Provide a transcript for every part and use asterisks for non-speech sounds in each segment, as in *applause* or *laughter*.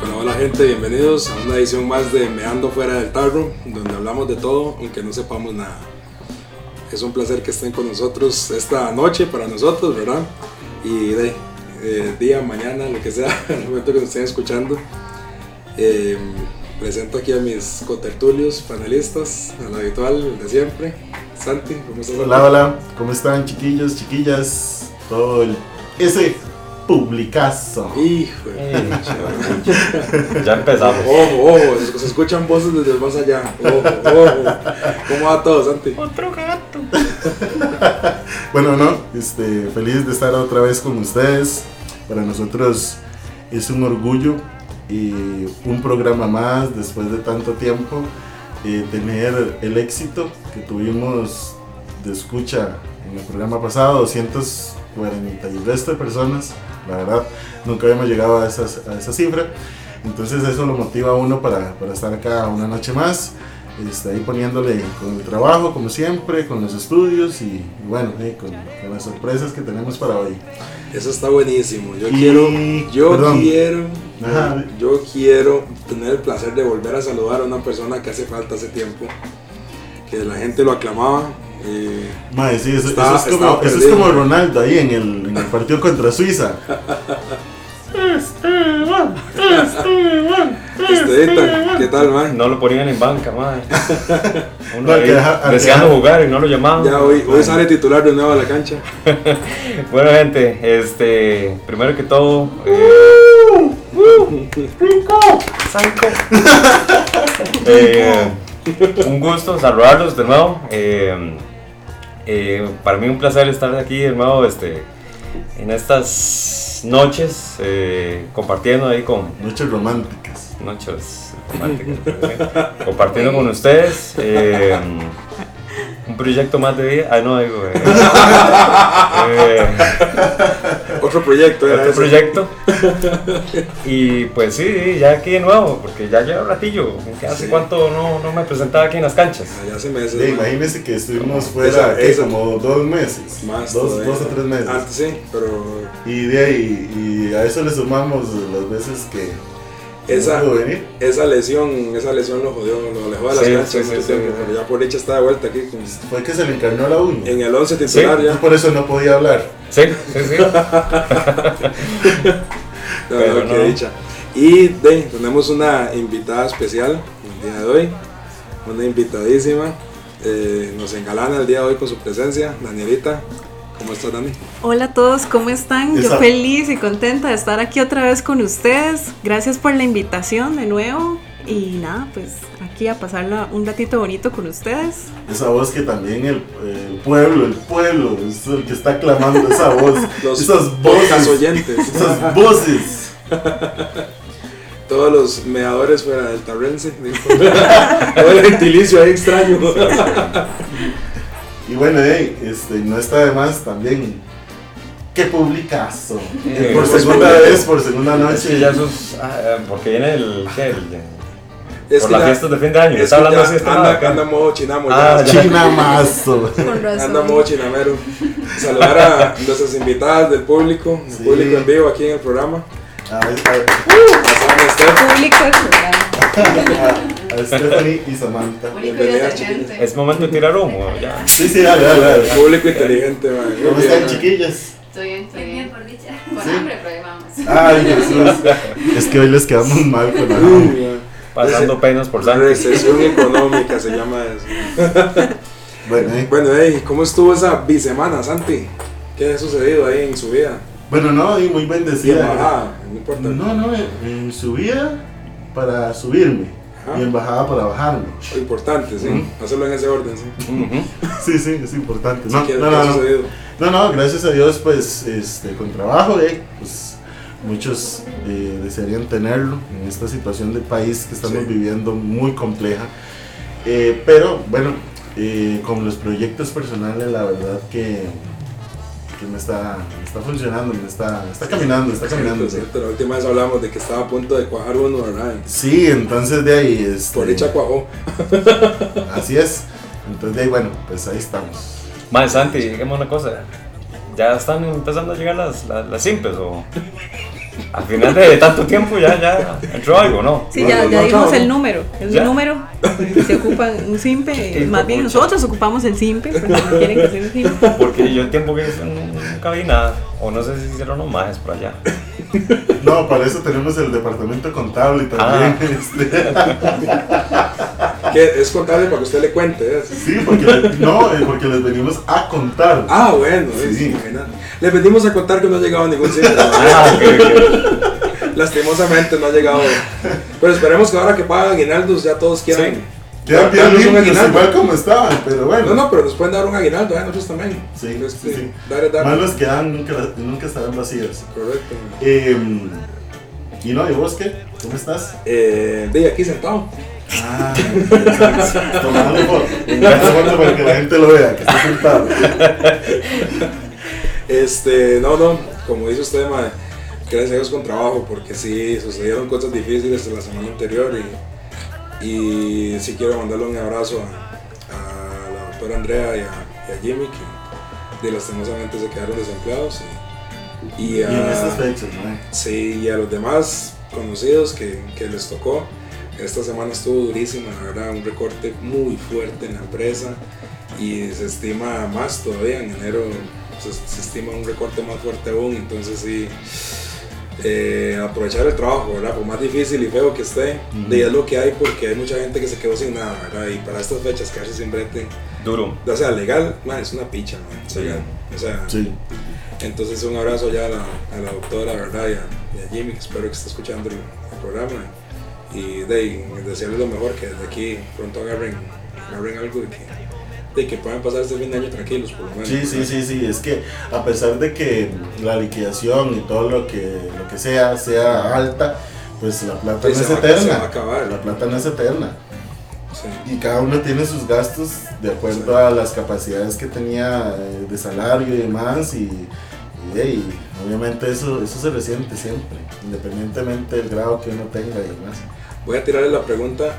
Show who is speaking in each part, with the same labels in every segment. Speaker 1: Bueno, hola gente, bienvenidos a una edición más de Meando Fuera del Tarro, donde hablamos de todo, aunque no sepamos nada. Es un placer que estén con nosotros esta noche para nosotros, ¿verdad? Y de eh, día, mañana, lo que sea, *laughs* el momento que nos estén escuchando. Eh, presento aquí a mis cotertulios, panelistas, al habitual, el de siempre. Santi, ¿cómo estás? Santi?
Speaker 2: Hola, hola, ¿cómo están chiquillos, chiquillas? Todo el... ese publicazo.
Speaker 1: Hijo de
Speaker 3: Eh, Ya empezamos.
Speaker 1: Ojo, ojo, se- se escuchan voces desde el más allá. Ojo, ojo. ¿Cómo va todo, Santi?
Speaker 2: Bueno, no, este, feliz de estar otra vez con ustedes. Para nosotros es un orgullo y un programa más después de tanto tiempo eh, tener el éxito que tuvimos de escucha en el programa pasado, 240 y resto de personas. La verdad, nunca habíamos llegado a, esas- a esa cifra. Entonces eso lo motiva a uno para, para estar acá una noche más. Está Este, ahí poniéndole con el trabajo, como siempre, con los estudios y, y bueno, eh, con, con las sorpresas que tenemos para hoy.
Speaker 1: Eso está buenísimo. Yo
Speaker 2: Y-
Speaker 1: quiero. Yo
Speaker 2: perdón.
Speaker 1: quiero.
Speaker 2: Ajá.
Speaker 1: Yo quiero tener el placer de volver a saludar a una persona que hace falta hace tiempo. Que la gente lo aclamaba. eh,
Speaker 2: Mae, sí, eso,
Speaker 1: Está-
Speaker 2: eso es
Speaker 1: estaba
Speaker 2: como, eso es
Speaker 1: perdido.
Speaker 2: como Ronaldo ahí en el, en el partido contra Suiza. Esteban, Esteban,
Speaker 1: Estevita, este ¿qué tal, man?
Speaker 3: No lo ponían en banca,
Speaker 2: *laughs*
Speaker 3: madre. Uno
Speaker 2: No,
Speaker 3: ahí
Speaker 2: que deja-
Speaker 3: deseando
Speaker 2: deja-
Speaker 3: jugar y no lo llamaban.
Speaker 1: Ya hoy, hoy sale titular de nuevo a la cancha.
Speaker 3: Bueno, gente, este, primero que todo, eh, *laughs* eh, un gusto saludarlos de nuevo. eh, eh, para mí un placer estar aquí de nuevo, este, en estas noches, eh, compartiendo ahí con,
Speaker 2: Noches románticas.
Speaker 3: noches románticas, ¿eh? compartiendo con ustedes eh, un proyecto más de vida. Ah, no, digo, eh, eh,
Speaker 1: Otro proyecto, era
Speaker 3: otro
Speaker 1: ese.
Speaker 3: proyecto. Y pues sí, ya aquí de nuevo, porque ya lleva un ratillo. que ¿Hace
Speaker 1: Sí.
Speaker 3: cuánto no, no me presentaba aquí en las canchas?
Speaker 1: Ah, Ya hace meses.
Speaker 2: Sí,
Speaker 1: man.
Speaker 2: imagínense que estuvimos
Speaker 1: Esa-
Speaker 2: fuera ¿qué?
Speaker 1: esa-
Speaker 2: como dos meses,
Speaker 1: Más
Speaker 2: dos,
Speaker 1: todavía.
Speaker 2: dos o tres meses.
Speaker 1: Antes sí, pero
Speaker 2: Y de ahí, y a eso le sumamos las veces que que
Speaker 1: Esa-
Speaker 2: no pudo venir.
Speaker 1: Esa lesión, esa lesión lo jodió, lo alejó de las
Speaker 3: Sí,
Speaker 1: canchas
Speaker 3: sí,
Speaker 1: mucho
Speaker 3: sí,
Speaker 1: tiempo,
Speaker 3: sí.
Speaker 1: pero ya por dicha está de vuelta aquí con-
Speaker 2: Fue que se le encarnó la uña.
Speaker 1: en el 11 titular
Speaker 2: Entonces, por eso no podía hablar.
Speaker 3: Sí, sí, sí.
Speaker 1: ya, de
Speaker 3: pero
Speaker 1: verdad que
Speaker 3: no.
Speaker 1: dicha. Y de, tenemos una invitada especial el día de hoy, una invitadísima, eh, nos engalana el día de hoy con su presencia, Danielita, ¿cómo estás Dani?
Speaker 4: Hola a todos, ¿cómo están?
Speaker 2: Esa-
Speaker 4: Yo feliz y contenta de estar aquí otra vez con ustedes. Gracias por la invitación de nuevo. Y nada, pues aquí a pasarla un ratito bonito con ustedes.
Speaker 2: Esa voz que también el, el pueblo, el pueblo, es el que está clamando esa voz.
Speaker 1: *laughs* Los
Speaker 2: esas
Speaker 1: podcast
Speaker 2: voces.
Speaker 1: oyentes,
Speaker 2: Esas voces.
Speaker 1: todos los meadores fuera del tarrense, dijo. todo el gentilicio ahí extraño. Ah,
Speaker 2: Y bueno, hey, este, no está de más también. ¡Qué publicazo!
Speaker 3: Eh,
Speaker 2: por
Speaker 1: pues,
Speaker 2: segunda
Speaker 1: publica.
Speaker 2: vez, por segunda
Speaker 3: Es
Speaker 2: noche.
Speaker 3: que
Speaker 2: *laughs*
Speaker 3: ya sos- ah, ah, porque viene el. ¿qué? El- eh,
Speaker 1: Es
Speaker 3: por
Speaker 1: que
Speaker 3: las
Speaker 1: ya-
Speaker 3: fiestas de fin de año.
Speaker 1: es
Speaker 3: Está
Speaker 1: que
Speaker 3: hablando
Speaker 1: ya
Speaker 3: así este
Speaker 1: anda,
Speaker 3: lado acá.
Speaker 1: anda modo chinamo
Speaker 3: Ah,
Speaker 1: ya.
Speaker 3: ya. *laughs*
Speaker 2: Chinamazo.
Speaker 4: Con
Speaker 1: Anda modo chinamero. Saludar a nuestras invitadas del público, el
Speaker 2: Sí.
Speaker 1: público en vivo aquí en el programa.
Speaker 2: A, a,
Speaker 1: A Sam Estef,
Speaker 4: Público del programa.
Speaker 2: a Stephanie y Samantha.
Speaker 1: bienvenidas chiquillas.
Speaker 3: Es momento de tirar humo. Ya.
Speaker 2: Sí, sí, dale, dale, dale.
Speaker 1: Público inteligente, man.
Speaker 2: ¿Cómo están, chiquillas?
Speaker 5: Estoy bien, estoy bien.
Speaker 6: por dicha.
Speaker 5: Con hambre, pero ahí vamos.
Speaker 2: Ay,
Speaker 1: *laughs*
Speaker 2: Jesús. Es que hoy les quedamos mal con la
Speaker 1: Uh.
Speaker 2: hambre.
Speaker 3: Pasando penas por sangre.
Speaker 1: Recesión económica se llama eso.
Speaker 2: Bueno, eh.
Speaker 1: Bueno, hey, ¿cómo estuvo esa bisemana, Santi? ¿Qué ha sucedido ahí en su vida?
Speaker 2: bueno, no, y muy
Speaker 1: Sí,
Speaker 2: bendecida.
Speaker 1: bajada, no importa.
Speaker 2: No, no, en en subida para subirme.
Speaker 1: Ajá.
Speaker 2: y embajada para bajarme.
Speaker 1: Importante, sí. Hacerlo en ese orden, sí.
Speaker 3: Ujú.
Speaker 2: Sí, sí, es importante. No,
Speaker 1: Sí, que-
Speaker 2: no,
Speaker 1: que ha
Speaker 2: no, no.
Speaker 1: sucedido.
Speaker 2: No, no, gracias a Dios, pues, este, con trabajo, eh, pues, muchos eh, desearían tenerlo en esta situación de país que estamos
Speaker 1: Sí.
Speaker 2: viviendo muy compleja. Eh, pero, bueno, eh, con los proyectos personales, la verdad que, que me, está, me está funcionando, me está, está caminando, está caminando.
Speaker 1: Cierto, cierto. La última vez hablamos de que estaba a punto de cuajar uno, ¿verdad?
Speaker 2: Sí, entonces de ahí, este,
Speaker 1: Por dicha cuajó.
Speaker 2: así es. Entonces de ahí, bueno, pues ahí estamos.
Speaker 3: Mae, Santi, digamos una cosa. Ya están empezando a llegar las, las, las simples o. Al final de tanto tiempo ya, ya entró algo, ¿no?
Speaker 4: Sí,
Speaker 1: No,
Speaker 4: ya,
Speaker 1: no,
Speaker 4: ya
Speaker 1: no,
Speaker 4: dimos
Speaker 1: no.
Speaker 4: el número. El
Speaker 3: Ya.
Speaker 4: número pues, se ocupa un simpe.
Speaker 3: Hijo
Speaker 4: Más bien
Speaker 3: pucha.
Speaker 4: nosotros ocupamos el simpe, porque no quieren que sea un simpe.
Speaker 3: Porque yo el tiempo que hice nunca vi nada. O no sé si hicieron los majes por allá.
Speaker 2: No, para eso tenemos el departamento contable también.
Speaker 3: Ah.
Speaker 2: este.
Speaker 1: Que es contable para que usted le cuente. ¿eh?
Speaker 2: Sí, porque no, eh, porque les venimos a contar.
Speaker 1: Ah, bueno,
Speaker 2: Sí.
Speaker 1: sí. Les venimos a contar que no ha llegado a ningún sitio.
Speaker 3: Ah, ok, ok.
Speaker 1: Lastimosamente no ha llegado. Pero esperemos que ahora que pagan aguinaldos ya todos quieran.
Speaker 3: Sí.
Speaker 2: ya
Speaker 1: Ya
Speaker 2: bien
Speaker 1: no son
Speaker 2: limpios,
Speaker 1: aguinaldo.
Speaker 2: igual como estaban, pero bueno.
Speaker 1: No, no, pero nos pueden dar un aguinaldo, ¿eh? nosotros también.
Speaker 2: Sí,
Speaker 1: Entonces,
Speaker 2: sí, sí.
Speaker 1: Dale, dale.
Speaker 2: Más los que dan nunca, nunca estarán vacíos.
Speaker 1: Correcto.
Speaker 2: Em, y no, ¿y vos qué? ¿Cómo estás?
Speaker 1: Eh, de aquí sentado.
Speaker 2: Ah,
Speaker 1: *laughs*
Speaker 2: tomando foto. Tomando foto para que la gente lo vea, que está sentado.
Speaker 1: Este, no, no, como dice usted, ma, gracias a Dios con trabajo, porque sí, sucedieron cosas difíciles en la semana anterior y, y sí quiero mandarle un abrazo a, a la doctora Andrea y a, y a Jimmy, que de lastimosamente se quedaron desempleados. Y, y
Speaker 2: Y en estas
Speaker 1: a,
Speaker 2: fechas, ¿no?
Speaker 1: sí, y a los demás conocidos que, que les tocó. Esta semana estuvo durísima, la verdad, un recorte muy fuerte en la empresa y se estima más todavía en enero se, se estima un recorte más fuerte aún entonces sí eh, aprovechar el trabajo verdad por más difícil y feo que esté
Speaker 2: Ujú.
Speaker 1: de ahí es lo que hay porque hay mucha gente que se quedó sin nada verdad y para estas fechas casi siempre brete
Speaker 3: Duro.
Speaker 1: o sea legal man, es una picha man,
Speaker 3: Sí.
Speaker 1: legal. o sea
Speaker 2: Sí.
Speaker 1: entonces un abrazo ya a la, a la doctora verdad y a, y a Jimmy que espero que esté escuchando el, el programa y de ahí, desearles lo mejor que desde aquí pronto agarren agarren algo de que de que puedan pasar este fin de año tranquilos por lo menos
Speaker 2: Sí, sí, sí, sí, es que a pesar de que la liquidación y todo lo que, lo que sea sea alta, pues la plata
Speaker 1: Sí,
Speaker 2: no es
Speaker 1: se va a- se va a
Speaker 2: eterna.
Speaker 1: acabar.
Speaker 2: La plata no es eterna.
Speaker 1: Sí.
Speaker 2: Y cada uno tiene sus gastos de acuerdo a las capacidades que tenía eh, de salario y demás. Y, y, hey, obviamente eso, eso se resiente siempre, independientemente del grado que uno tenga y demás.
Speaker 1: Voy a tirarle la pregunta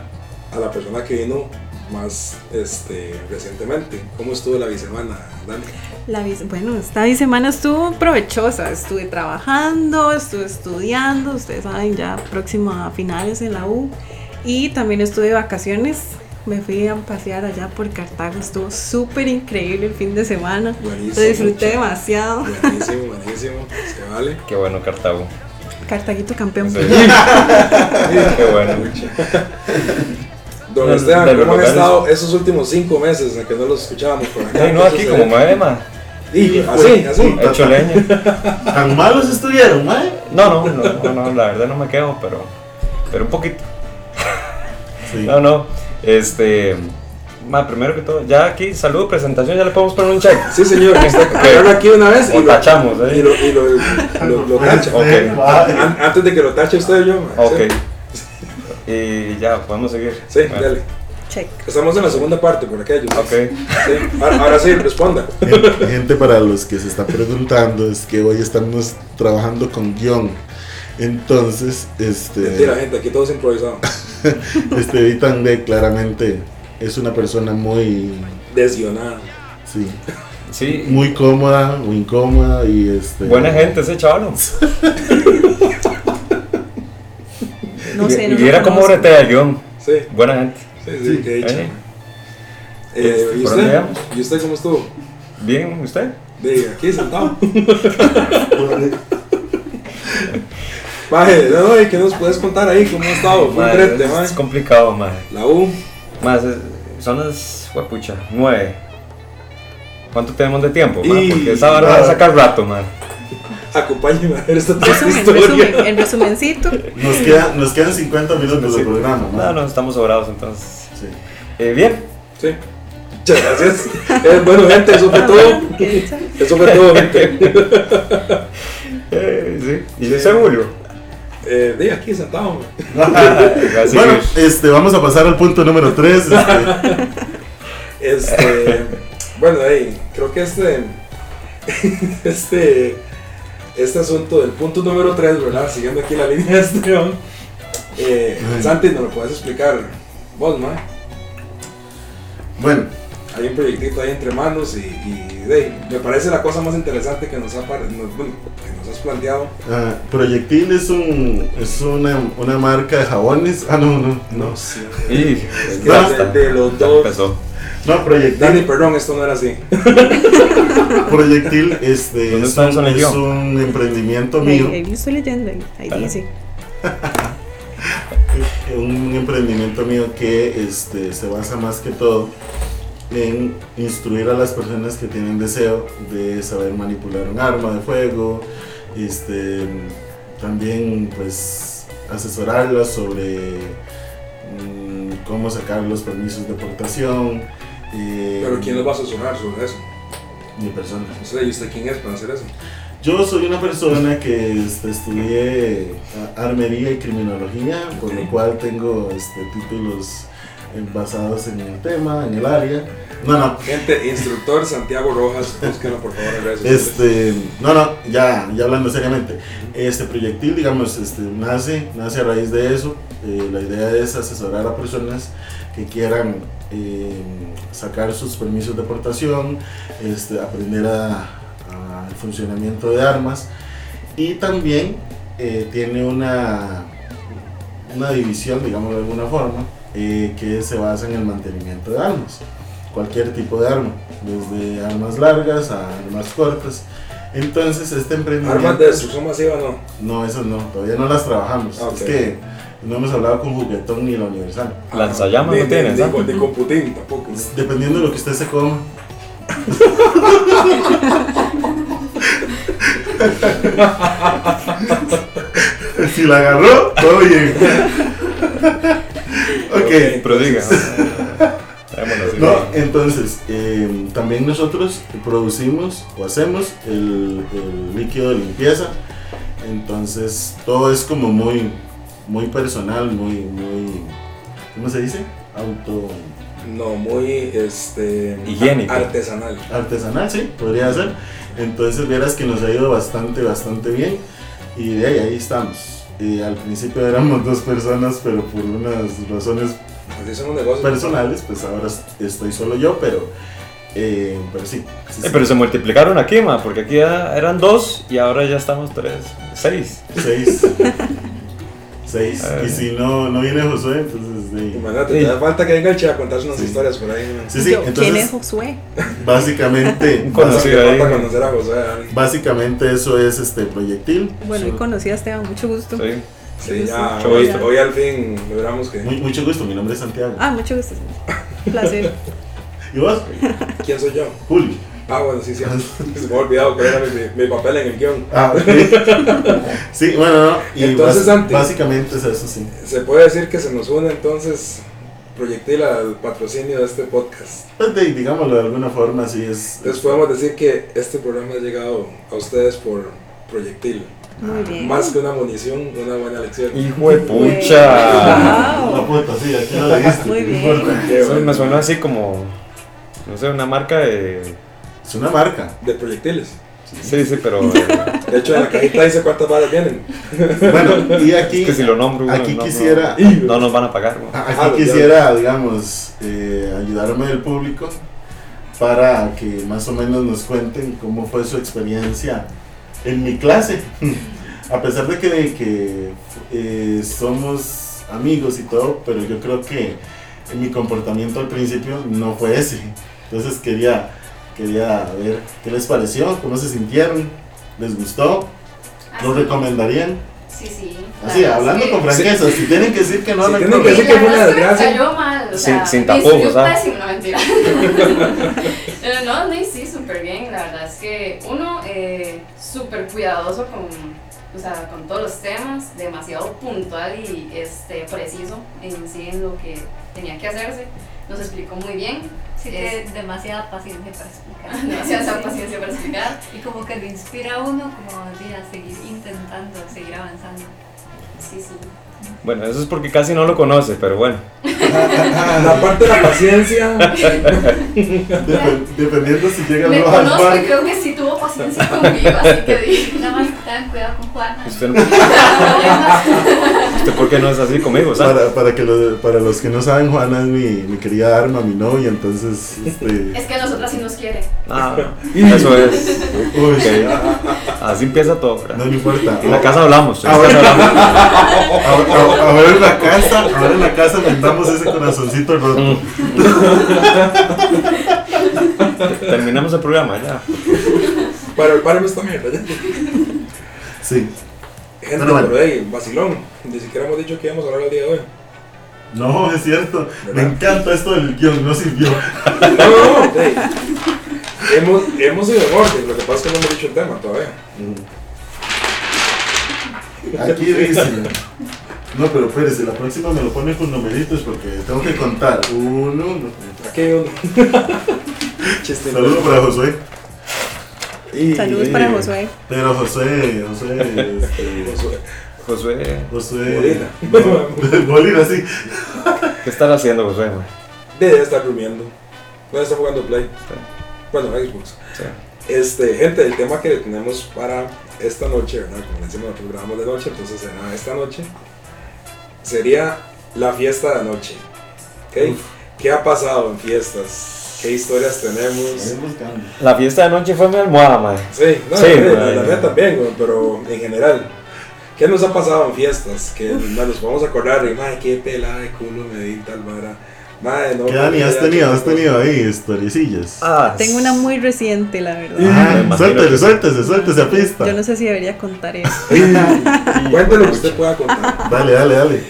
Speaker 1: a la persona que vino más este, recientemente. ¿Cómo estuvo la bisemana, Dani?
Speaker 4: La bis- bueno, esta semana estuvo provechosa. Estuve trabajando, estuve estudiando. Ustedes saben, ya próximo a finales en la U. Y también estuve de vacaciones. Me fui a pasear allá por Cartago. Estuvo súper increíble el fin de semana. Lo
Speaker 1: Buenísimo.
Speaker 4: disfruté demasiado.
Speaker 1: Buenísimo, buenísimo. Se vale.
Speaker 3: Qué bueno, Cartago.
Speaker 4: Cartaguito campeón.
Speaker 3: Sí. Qué bueno.
Speaker 1: *laughs* Don
Speaker 3: De-
Speaker 1: Esteban,
Speaker 3: de
Speaker 1: ¿cómo han
Speaker 3: lugares-
Speaker 1: estado esos últimos cinco meses en que no los escuchábamos por acá?
Speaker 3: Ay, no, aquí como madre, ma.
Speaker 1: Y, así, así.
Speaker 3: Hecho leña.
Speaker 2: ¿Tan malos estuvieron, ¿eh? mae?
Speaker 3: No, no, no, no, no, la verdad no me quedo, pero, pero un poquito.
Speaker 2: Sí.
Speaker 3: No, no, este, ma, primero que todo, ya aquí, salud, presentación, ya le podemos poner un check.
Speaker 1: Sí, señor.
Speaker 3: Ok.
Speaker 1: Agarra aquí una vez y
Speaker 3: O
Speaker 1: lo
Speaker 3: tachamos,
Speaker 1: Y
Speaker 3: ¿eh?
Speaker 1: lo, y lo, lo- lo tacha.
Speaker 3: Ok.
Speaker 2: Mae.
Speaker 1: An- Antes de que lo tache usted, yo. ma.
Speaker 3: Ok. Y ya, podemos seguir.
Speaker 1: Sí,
Speaker 3: Bueno,
Speaker 1: dale.
Speaker 4: Check.
Speaker 1: Estamos en la segunda parte por aquello. ¿no?
Speaker 3: Ok.
Speaker 1: Sí. Ahora, ahora sí, responda.
Speaker 2: Gente, gente, para los que se están preguntando, es que hoy estamos trabajando con guión. Entonces,
Speaker 1: Mentira,
Speaker 2: este,
Speaker 1: gente, aquí todo es improvisado.
Speaker 2: este Vitan D claramente es una persona muy,
Speaker 1: Desguionada.
Speaker 2: sí,
Speaker 3: Sí,
Speaker 2: muy cómoda o incómoda y este.
Speaker 3: buena gente ese chaval.
Speaker 4: No sé,
Speaker 3: y
Speaker 4: no lo
Speaker 3: viera cómo
Speaker 4: conozco.
Speaker 3: bretea el guión.
Speaker 1: Sí,
Speaker 3: Buena gente.
Speaker 1: sí, sí, que he hecho.
Speaker 3: ¿eh? Pues,
Speaker 1: Eh, ¿Y
Speaker 3: ¿Por dónde
Speaker 1: usted?
Speaker 3: vamos?
Speaker 1: ¿Y usted cómo estuvo?
Speaker 3: Bien, ¿usted?
Speaker 1: De aquí sentado. Maje, no, no, ¿y qué nos puedes contar ahí? ¿Cómo ha estado? Fue un
Speaker 3: Ma,
Speaker 1: brete,
Speaker 3: es,
Speaker 1: maje.
Speaker 3: es complicado, madre.
Speaker 1: La U,
Speaker 3: Más, es- son las huepucha, nueve. ¿Cuánto tenemos de tiempo? man?
Speaker 1: Y-
Speaker 3: Porque esa vara va a sacar rato, man.
Speaker 1: Acompáñenme a ver esta triste
Speaker 4: Resumen,
Speaker 1: historia.
Speaker 4: resumen, el resumencito.
Speaker 2: Nos, queda- nos quedan 50 minutos de programa.
Speaker 3: No,
Speaker 2: ma.
Speaker 3: no, estamos sobrados entonces.
Speaker 2: Sí.
Speaker 3: Eh, bien,
Speaker 1: Sí. Muchas gracias. Eh, bueno, gente, eso
Speaker 4: Ah,
Speaker 1: fue
Speaker 4: *laughs*
Speaker 1: todo.
Speaker 4: ¿Qué tal?
Speaker 1: Eso fue todo, gente.
Speaker 3: eh, sí. ¿Y
Speaker 1: Sí.
Speaker 3: seguro?
Speaker 1: Eh, de aquí sentado. man.
Speaker 3: Así
Speaker 2: Bueno, este, vamos a pasar al punto número 3. *laughs*
Speaker 1: Este, bueno, ahí, creo que este, *laughs* este, este asunto del punto número 3, ¿verdad? Siguiendo aquí la línea de Esteban. Eh,
Speaker 2: Ay.
Speaker 1: Santi, ¿nos lo puedes explicar vos, man?
Speaker 2: bueno,
Speaker 1: Hay un proyectito ahí entre manos y, y, de ahí, me parece la cosa más interesante que nos, ha par- nos- bueno, que nos has planteado.
Speaker 2: ah, Proyectil es, un, es una, una marca de jabones. Ah, no, no, no.
Speaker 1: No sé.
Speaker 3: Y
Speaker 1: Es que
Speaker 2: Ya
Speaker 1: de, de los dos.
Speaker 3: empezó.
Speaker 2: No, Proyectil.
Speaker 1: Dani, perdón, esto no era así.
Speaker 2: Proyectil este,
Speaker 3: ¿Dónde
Speaker 2: es,
Speaker 3: está eso en
Speaker 2: un,
Speaker 3: el
Speaker 2: es
Speaker 3: guión?
Speaker 2: un emprendimiento
Speaker 4: Ahí,
Speaker 2: mío.
Speaker 4: ahí lo estoy leyendo, ahí, ahí
Speaker 3: Dale.
Speaker 4: dice.
Speaker 2: Un emprendimiento mío que este, se basa más que todo en instruir a las personas que tienen deseo de saber manipular un arma de fuego. Este, también pues asesorarlas sobre mm, cómo sacar los permisos de portación. eh,
Speaker 1: Pero ¿quién los va a asesorar sobre eso?
Speaker 2: Mi persona.
Speaker 1: No sé, ¿y usted quién es para hacer eso?
Speaker 2: Yo soy una persona que este, estudié a- armería y criminología, por lo cual tengo este, títulos eh, basados en el tema, en el área. No, no,
Speaker 1: Gente, instructor Santiago Rojas, búsquenlo por favor en redes sociales.
Speaker 2: este, no, no, ya, ya hablando seriamente. Este proyectil, digamos, este, nace, nace a raíz de eso. Eh, la idea es asesorar a personas que quieran eh, sacar sus permisos de portación, este, aprender a- a- al funcionamiento de armas y también eh, tiene una, una división, digamos de alguna forma, eh, que se basa en el mantenimiento de armas, cualquier tipo de arma, desde armas largas a armas cortas. Entonces este emprendimiento...
Speaker 1: Armas de destrucción masiva no.
Speaker 2: No, esas no, todavía no las trabajamos.
Speaker 1: Ah, ok.
Speaker 2: Es que no hemos hablado con juguetón ni la universal.
Speaker 3: Lanzallamas
Speaker 1: Ni-
Speaker 3: no
Speaker 1: ni-
Speaker 3: tienes,
Speaker 1: ni,
Speaker 3: ¿ah?
Speaker 1: con- ni con Putin tampoco. ¿no?
Speaker 2: Dependiendo de lo que usted se coma. si la agarró, todo bien. ok.
Speaker 3: Prodiga. Vámonos, sí,
Speaker 2: No,
Speaker 3: bien.
Speaker 2: entonces, eh, también nosotros producimos o hacemos el, el líquido de limpieza. Entonces, todo es como muy, muy personal, muy, muy, ¿cómo se dice? Auto
Speaker 1: No, muy este,
Speaker 3: Higiénico.
Speaker 1: artesanal.
Speaker 2: artesanal, sí, podría ser. Entonces, vieras que nos ha ido bastante, bastante bien. Y de ahí, ahí estamos. Eh, al principio éramos dos personas, pero por unas razones
Speaker 1: Así son los negocios.
Speaker 2: personales, pues ahora estoy solo yo, pero, eh, pero sí. sí,
Speaker 3: Eh,
Speaker 2: sí.
Speaker 3: pero se multiplicaron aquí, ma, porque aquí ya eran dos y ahora ya estamos tres, seis. *laughs*
Speaker 2: Seis. Seis.
Speaker 3: Ah.
Speaker 2: Y si no, no viene Josué, entonces de-
Speaker 1: Imagínate, te
Speaker 3: Sí.
Speaker 1: da falta que venga el Che a contarse unas
Speaker 2: Sí.
Speaker 1: historias por ahí. ¿no?
Speaker 2: Sí, sí,
Speaker 4: Yo, ¿Quién es
Speaker 2: entonces
Speaker 4: Josué?
Speaker 2: básicamente,
Speaker 3: *laughs* Un conocido.
Speaker 1: Así
Speaker 3: Sí,
Speaker 1: que
Speaker 3: ahí,
Speaker 1: falta
Speaker 3: ¿no?
Speaker 1: conocer a José. ¿eh?
Speaker 2: básicamente eso es este proyectil.
Speaker 4: Bueno, y
Speaker 2: So-
Speaker 4: conocí a Esteban, mucho gusto.
Speaker 3: Sí.
Speaker 1: Sí, ya,
Speaker 3: Mucho
Speaker 1: hoy,
Speaker 3: gusto.
Speaker 1: hoy al fin logramos que.
Speaker 2: Muy- mucho gusto, mi nombre es Santiago.
Speaker 4: Ah, mucho gusto. Placer.
Speaker 2: ¿Y
Speaker 4: *laughs*
Speaker 2: vos?
Speaker 1: ¿Quién soy yo?
Speaker 2: Julio.
Speaker 1: Ah, bueno, sí, sí. *laughs* Se me ha olvidado que era mi, mi papel en el guión.
Speaker 2: Ah, ok. *laughs* sí, bueno, no. Y
Speaker 1: Entonces,
Speaker 2: bas-
Speaker 1: antes-
Speaker 2: básicamente es eso, sí.
Speaker 1: Se puede decir que se nos une entonces proyectil al patrocinio de este podcast.
Speaker 2: Pues, de- digámoslo de alguna forma, sí es.
Speaker 1: Entonces podemos decir que este programa ha llegado a ustedes por proyectil.
Speaker 4: Muy bien.
Speaker 1: Más que una munición, una buena lección.
Speaker 3: Hijo de
Speaker 4: Güey.
Speaker 3: pucha.
Speaker 2: La
Speaker 4: Wow.
Speaker 2: puta, sí, aquí lo dijiste.
Speaker 4: Muy
Speaker 2: no
Speaker 4: bien.
Speaker 2: importa.
Speaker 1: Qué
Speaker 3: Eso me
Speaker 1: bueno.
Speaker 3: suena así como, no sé, una marca de...
Speaker 2: Es una marca.
Speaker 1: De proyectiles.
Speaker 3: Sí, sí, pero eh,
Speaker 1: De hecho, en la cajita dice cuántas balas vienen.
Speaker 2: Bueno, y aquí.
Speaker 3: es que si lo nombro, güey,
Speaker 2: Aquí
Speaker 3: no, no-
Speaker 2: quisiera-
Speaker 3: no, nos van a pagar. güey.
Speaker 2: Aquí
Speaker 1: Ah, lo
Speaker 2: quisiera, digamos, eh, ayudarme del público para que más o menos nos cuenten cómo fue su experiencia en mi clase. A pesar de que, de que, eh, somos amigos y todo, pero yo creo que mi comportamiento al principio no fue ese. Entonces quería, quería ver qué les pareció, cómo se sintieron, les gustó, lo recomendarían.
Speaker 5: Sí, sí.
Speaker 2: Así,
Speaker 5: claro,
Speaker 2: hablando
Speaker 5: sí.
Speaker 2: con franqueza, si tienen que decir que no,
Speaker 1: Si
Speaker 2: no hay
Speaker 1: tienen que
Speaker 2: problema.
Speaker 1: decir que fue una
Speaker 5: La nuestra
Speaker 1: desgracia.
Speaker 5: Cayó mal, o
Speaker 3: Sin-
Speaker 5: sea,
Speaker 3: sin
Speaker 5: me
Speaker 3: tapujos, ¿ah?
Speaker 5: sirvió
Speaker 3: ¿sabes?
Speaker 5: pésimo,
Speaker 3: *laughs*
Speaker 5: no, mentira. Pero no, no, y sí, súper bien. La verdad es que uno, eh, súper cuidadoso con, o sea, con todos los temas, demasiado puntual y este, preciso en sí en lo que tenía que hacerse. Nos explicó muy bien, *laughs*
Speaker 6: Sí, tiene demasiada paciencia para explicar.
Speaker 5: demasiada
Speaker 6: Sí.
Speaker 5: paciencia para explicar.
Speaker 6: Y como que le inspira a uno como de a seguir intentando, seguir avanzando.
Speaker 5: Sí, sí.
Speaker 3: Bueno, eso es porque casi no lo conoce, pero bueno.
Speaker 1: La parte de la paciencia.
Speaker 2: Dep- dependiendo si llega o
Speaker 5: Me
Speaker 2: no al
Speaker 5: conozco y
Speaker 2: parque.
Speaker 5: creo que sí tuvo paciencia conmigo, así que dije.
Speaker 6: Nada más tengan cuidado con Juana.
Speaker 3: Usted, no- usted por qué no es así conmigo, ¿sabes?
Speaker 2: Para, para, que lo- para los que no saben, Juana es mi, mi querida arma, mi novia, entonces,
Speaker 5: *laughs*
Speaker 2: este,
Speaker 5: Es que a nosotras sí nos quiere.
Speaker 3: Ah, eso es.
Speaker 2: uy, ah,
Speaker 3: Así empieza todo, ¿verdad?
Speaker 2: no le importa.
Speaker 3: En la casa hablamos. en la
Speaker 2: Ahora-
Speaker 3: casa hablamos.
Speaker 2: Ahora, ahora- ahora en la casa, ahora en la casa inventamos ese corazoncito roto.
Speaker 3: Terminamos el programa ya.
Speaker 1: Para, párame esta mierda. ya. Gente,
Speaker 2: Sí.
Speaker 1: pero,
Speaker 2: Pero bueno.
Speaker 1: hey, vacilón. Ni siquiera hemos dicho que íbamos a hablar el día de hoy.
Speaker 2: No, es cierto. Me
Speaker 1: ¿Verdad?
Speaker 2: encanta esto del guión, no sirvió.
Speaker 1: No, no, no. *laughs* hey. Hemos, hemos ido en orden. Lo que pasa es que no hemos dicho el tema todavía.
Speaker 2: Aquí dice. No, pero espérese, la próxima me lo pone con numeritos porque tengo que contar. Uno, uno.
Speaker 1: Aquí hay uno. *laughs* Chiste.
Speaker 2: Saludos para Josué.
Speaker 1: Y-
Speaker 4: Saludos para Josué.
Speaker 2: Pero José, José, este,
Speaker 1: Josué.
Speaker 3: Josué,
Speaker 2: José.
Speaker 1: Molina.
Speaker 2: Eh, *laughs* No, Molina, sí.
Speaker 3: ¿qué estará haciendo Josué? man?
Speaker 1: *laughs* Debe estar durmiendo. No está jugando Play. Bueno, Xbox.
Speaker 3: Sí.
Speaker 1: Este, gente, el tema que tenemos para esta noche, ¿verdad? Como le decimos, el programa de noche, entonces será esta noche. Sería la fiesta de anoche. ¿ok? ¿Qué ha pasado en fiestas? ¿Qué historias tenemos?
Speaker 3: La fiesta de anoche fue mi almohada, madre.
Speaker 1: Sí, no,
Speaker 3: Sí,
Speaker 1: la mía-
Speaker 3: madre.
Speaker 1: la mía también, güey, pero en general. ¿Qué nos ha pasado en fiestas? Que ma, nos vamos a acordar de, madre, qué pelada de culo me di tal vara. Madre, no.
Speaker 2: ¿Qué Dani has
Speaker 1: podía,
Speaker 2: tenido?
Speaker 1: qué
Speaker 2: ¿Has tenido ahí historiecillas?
Speaker 3: Ah,
Speaker 4: Tengo una muy reciente, la verdad.
Speaker 3: me
Speaker 2: Ah,
Speaker 3: imagino
Speaker 2: suéltese,
Speaker 3: que-
Speaker 2: suéltese, suéltese a pista. *laughs*
Speaker 4: Yo no sé si debería contar eso.
Speaker 1: Cuéntelo lo que usted pueda contar.
Speaker 2: Dale, dale, dale.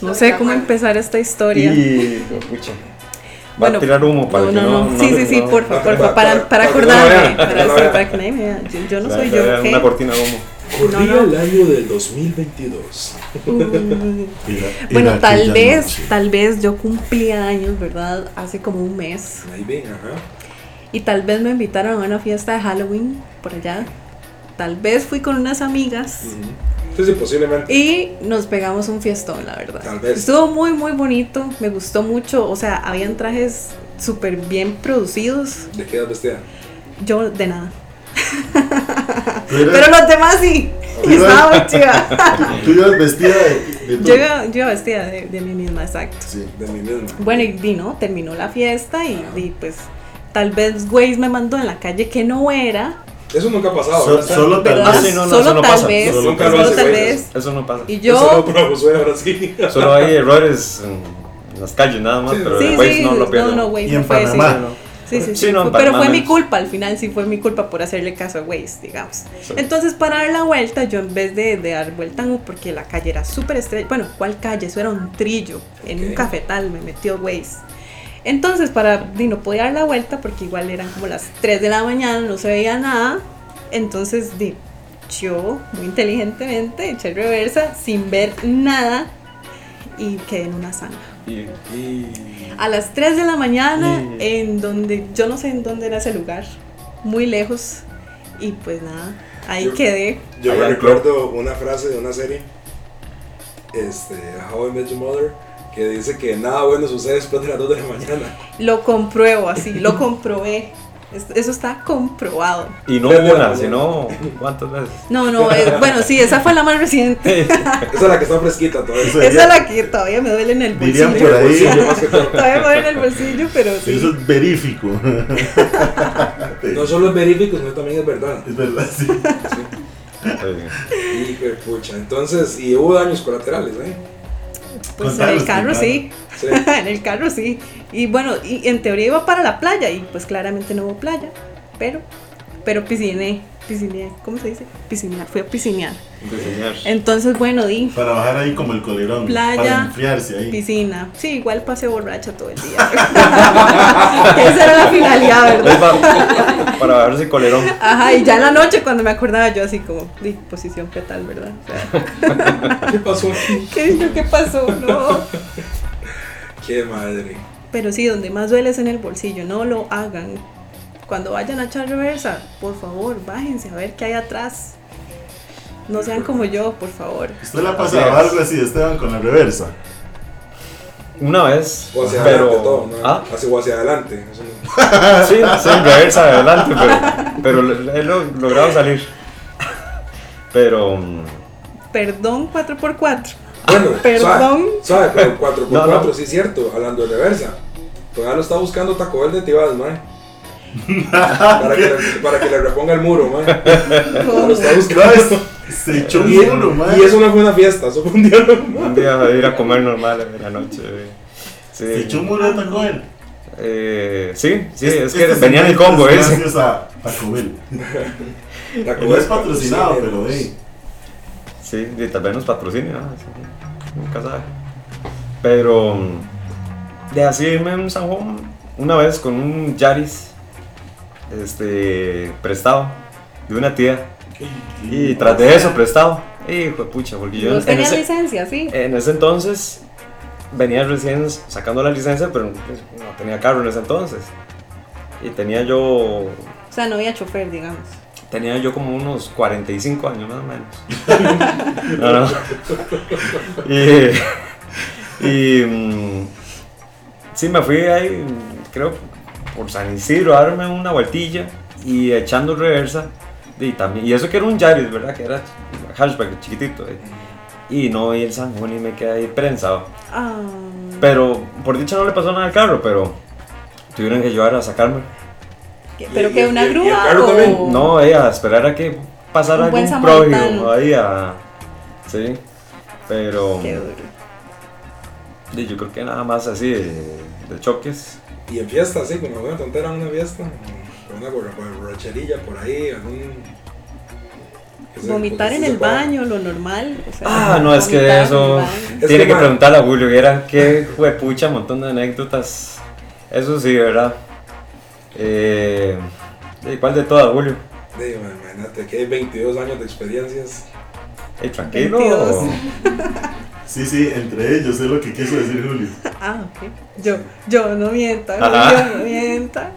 Speaker 4: No sé cómo empezar esta historia.
Speaker 3: Y, pucha. Va
Speaker 4: Bueno,
Speaker 3: a tirar humo para
Speaker 4: no,
Speaker 3: que
Speaker 4: no, no.
Speaker 3: no-
Speaker 4: Sí, sí, sí,
Speaker 3: no-
Speaker 4: porfa,
Speaker 1: para-
Speaker 4: porfa,
Speaker 1: para-
Speaker 4: para, para
Speaker 1: para que no
Speaker 4: acordarme.
Speaker 1: vean, para que
Speaker 4: Para,
Speaker 1: no
Speaker 4: para,
Speaker 1: vean.
Speaker 4: que nadie me vea. Yo, yo no
Speaker 3: O sea,
Speaker 4: soy yo,
Speaker 3: Una
Speaker 4: ¿ok?
Speaker 3: cortina de humo.
Speaker 1: Corría
Speaker 4: No, no.
Speaker 1: el año del 2022.
Speaker 4: Uy.
Speaker 2: Y la- y
Speaker 4: Uh. Bueno,
Speaker 2: la
Speaker 4: tal
Speaker 2: aquella
Speaker 4: vez,
Speaker 2: noche.
Speaker 4: tal vez yo cumplía años, ¿verdad? Hace como un mes.
Speaker 1: Ahí ven, ajá.
Speaker 4: Y tal vez me invitaron a una fiesta de Halloween por allá. Tal vez fui con unas amigas.
Speaker 1: Entonces, posiblemente.
Speaker 4: Y nos pegamos un fiestón, la verdad.
Speaker 1: Tal vez.
Speaker 4: Estuvo muy, muy bonito. Me gustó mucho. O sea, habían trajes súper bien producidos.
Speaker 1: ¿De qué edad vestida?
Speaker 4: Yo de nada.
Speaker 2: Tú eras-
Speaker 4: Pero los demás
Speaker 3: *laughs*
Speaker 4: sí.
Speaker 2: Pero-
Speaker 4: Estaba muy chiva.
Speaker 2: Tú ibas vestida de, de
Speaker 4: Yo iba, yo iba vestida de, de mí misma, exacto.
Speaker 2: Sí.
Speaker 1: De mí misma.
Speaker 4: Bueno, y di, ¿no? Terminó la fiesta y, di, pues tal vez Waze me mandó en la calle que no era.
Speaker 1: Eso nunca ha pasado.
Speaker 2: So-
Speaker 1: ¿verdad?
Speaker 2: solo tal
Speaker 4: ¿Verdad?
Speaker 3: Ah,
Speaker 2: vez.
Speaker 3: sí, no, no, eso
Speaker 4: solo
Speaker 3: no
Speaker 4: tal
Speaker 3: pasa.
Speaker 4: vez.
Speaker 2: Solo
Speaker 4: Solo,
Speaker 2: nunca lo hace
Speaker 4: tal
Speaker 1: Waze.
Speaker 4: vez.
Speaker 3: Eso no pasa.
Speaker 4: Y
Speaker 1: Un
Speaker 4: yo.
Speaker 1: saludo para Josué, ahora sí.
Speaker 3: Solo hay errores en las calles nada más, pero
Speaker 4: Sí,
Speaker 3: el Waze
Speaker 4: sí,
Speaker 3: no lo pierde.
Speaker 4: no, no,
Speaker 2: Y
Speaker 4: Waze
Speaker 2: en
Speaker 4: no fue, sí,
Speaker 2: Panamá.
Speaker 4: no. Sí, sí, sí.
Speaker 3: Sí, no, en
Speaker 4: Fue- pero
Speaker 3: Panamá
Speaker 4: fue mi
Speaker 3: menos.
Speaker 4: culpa, al final sí fue mi culpa por hacerle caso a Waze, digamos. Entonces, para dar la vuelta, yo en vez de, de dar vuelta, no, porque la calle era súper estrecha, bueno, ¿cuál calle? Eso era un trillo, en un
Speaker 1: Ok.
Speaker 4: cafetal me metió Waze. Entonces, para, y no podía dar la vuelta porque igual eran como las 3 de la mañana, no se veía nada. Entonces, di, yo, muy inteligentemente, eché reversa sin ver nada y quedé en una zanja
Speaker 3: Y-
Speaker 4: a las 3 de la mañana
Speaker 3: Mm.
Speaker 4: en donde yo no sé en dónde era ese lugar, muy lejos y pues nada, ahí
Speaker 1: Yo-
Speaker 4: quedé.
Speaker 1: Yo me
Speaker 3: Allá en
Speaker 1: recuerdo una frase de una serie, este, How I Met Your Mother, que dice que nada bueno sucede después de las 2 de la mañana.
Speaker 4: *laughs* Lo compruebo así, lo comprobé. Es- Eso está comprobado.
Speaker 3: Y no
Speaker 1: Desde la
Speaker 3: una,
Speaker 1: mañana.
Speaker 3: sino cuántas veces.
Speaker 4: No, no, eh, bueno, sí, esa fue la más reciente.
Speaker 1: Esa es la que está fresquita todavía.
Speaker 2: Sería-
Speaker 4: Esa es la que todavía me duele en el
Speaker 2: Dirían
Speaker 4: bolsillo.
Speaker 2: por ahí.
Speaker 1: Yo más que todo.
Speaker 4: Todavía me duele en el bolsillo, pero
Speaker 2: Eso
Speaker 4: sí.
Speaker 2: es verífico. *laughs*
Speaker 1: No solo es verífico, sino también es verdad.
Speaker 2: es verdad, sí.
Speaker 3: Sí.
Speaker 1: Hijo de pucha. Entonces, y hubo daños colaterales, ¿eh?
Speaker 4: Pues en el
Speaker 2: Contanos,
Speaker 4: carro
Speaker 2: contanos.
Speaker 4: sí.
Speaker 1: Sí.
Speaker 4: *laughs* en el carro sí. Y bueno, y en teoría iba para la playa y pues claramente no hubo playa, pero pero pisciné, pisciné, ¿cómo se dice? Piscinear, fui a piscinear.
Speaker 3: Enseñar.
Speaker 4: Entonces, bueno, di
Speaker 2: Para bajar ahí como el colerón.
Speaker 4: Playa.
Speaker 2: Para enfriarse ahí.
Speaker 4: piscina. Sí, igual pasé borracha todo el día. *laughs* Esa era la finalidad, ¿verdad?
Speaker 3: Para, pues, para bajarse colerón.
Speaker 4: Ajá, y ya en la noche cuando me acordaba yo así como, di, posición fetal, ¿verdad? O sea,
Speaker 1: ¿Qué pasó aquí?
Speaker 4: ¿Qué, yo, ¿Qué pasó? No.
Speaker 1: Qué madre.
Speaker 4: Pero sí, donde más duele es en el bolsillo, no lo hagan. Cuando vayan a echar reversa, por favor, bájense a ver qué hay atrás. No sean como yo, por favor.
Speaker 2: ¿Usted la pasaba
Speaker 3: Así es.
Speaker 2: algo así, Esteban, con la reversa?
Speaker 3: Una vez.
Speaker 1: O hacia
Speaker 3: pero.
Speaker 1: adelante todo, ¿no?
Speaker 3: Ah,
Speaker 1: Así o hacia adelante. Eso no-
Speaker 3: sí, sí, en reversa adelante, pero. Pero lo- he lo- logrado salir. Pero. mm,
Speaker 4: Perdón 4x4.
Speaker 2: *laughs*
Speaker 1: Bueno,
Speaker 4: Perdón.
Speaker 1: ¿sabes? Pero 4x4,
Speaker 3: No, no.
Speaker 1: sí es cierto, hablando de reversa. Todavía lo está buscando Taco Bell de Tibas, man. para, que le, para que le reponga el muro,
Speaker 2: *laughs*
Speaker 1: man. Lo está buscando.
Speaker 2: Claro, se echó un
Speaker 1: Y,
Speaker 2: muro, man.
Speaker 1: y eso no fue una fiesta, eso fue un día normal.
Speaker 3: Un día de ir a comer normal en la noche. eh.
Speaker 2: Se
Speaker 3: Sí.
Speaker 2: echó un muro de Taco Bell.
Speaker 3: Eh, sí, sí, es que
Speaker 2: Este
Speaker 3: venía en el combo eh,
Speaker 2: segmento es Gracias
Speaker 3: ese.
Speaker 2: a Taco Bell.
Speaker 1: Taco
Speaker 2: Que no
Speaker 1: Bell
Speaker 2: es patrocinado, pero hey.
Speaker 3: Sí, y tal vez nos patrocine, ¿no? Así que Nunca sabe. Pero mm, de así irme en San Juan una vez con un Yaris este, prestado de una tía. Y tras de eso prestado. Hijo de pucha, porque yo
Speaker 4: ¿Vos
Speaker 3: en
Speaker 4: tenías
Speaker 3: ese,
Speaker 4: licencia? Sí.
Speaker 3: en ese entonces venía recién sacando la licencia, pero pues, no tenía carro en ese entonces. Y tenía yo
Speaker 4: O sea, no había chofer, digamos.
Speaker 3: Tenía yo como unos 45 años más o menos. No, no. Y, y, mm, sí, me fui ahí, creo, por San Isidro a darme una vueltilla y echando reversa. Y, también, y eso que era un Yaris, ¿verdad? Que era hatchback chiquitito. eh. Y no vi el San Juan y me quedé ahí prensado.
Speaker 4: Ah,
Speaker 3: Pero por dicha no le pasó nada al carro, pero tuvieron que llevar a sacarme.
Speaker 4: ¿qué- ¿Pero
Speaker 1: y-
Speaker 4: que
Speaker 1: y-
Speaker 4: una
Speaker 1: y el
Speaker 4: grúa
Speaker 1: carro también.
Speaker 4: o...?
Speaker 3: No, ella, esperar a que pasara
Speaker 4: Un buen
Speaker 3: algún
Speaker 4: samaritano.
Speaker 3: prójimo ahí a. Sí, pero.
Speaker 4: Qué duro.
Speaker 3: di, Yo creo que nada más así de, de choques.
Speaker 1: Y en fiesta, sí, como una tontera, una fiesta. Con una borra- borracherilla por ahí, algún. que se-
Speaker 4: Vomitar
Speaker 1: que
Speaker 4: en
Speaker 1: se
Speaker 4: el
Speaker 1: sepa.
Speaker 4: baño, lo normal. o sea,
Speaker 3: Ah, no, es
Speaker 4: vomitar en
Speaker 3: que
Speaker 4: el
Speaker 3: eso.
Speaker 4: baño.
Speaker 1: Es
Speaker 3: Tiene
Speaker 1: que,
Speaker 3: que
Speaker 1: man.
Speaker 3: preguntarle a Julio, viera qué huepucha, montón de anécdotas. Eso sí, ¿verdad? Eh, di, ¿Cuál de todas, Julio?
Speaker 1: Sí, man, imagínate que hay 22 años de experiencias.
Speaker 3: Ey, tranquilo.
Speaker 4: 22.
Speaker 2: Sí, sí, entre ellos es lo que quiso decir Julio.
Speaker 4: Ah, ok. Yo, yo no mienta,
Speaker 3: Ajá.
Speaker 4: yo
Speaker 3: *laughs*
Speaker 4: no mienta.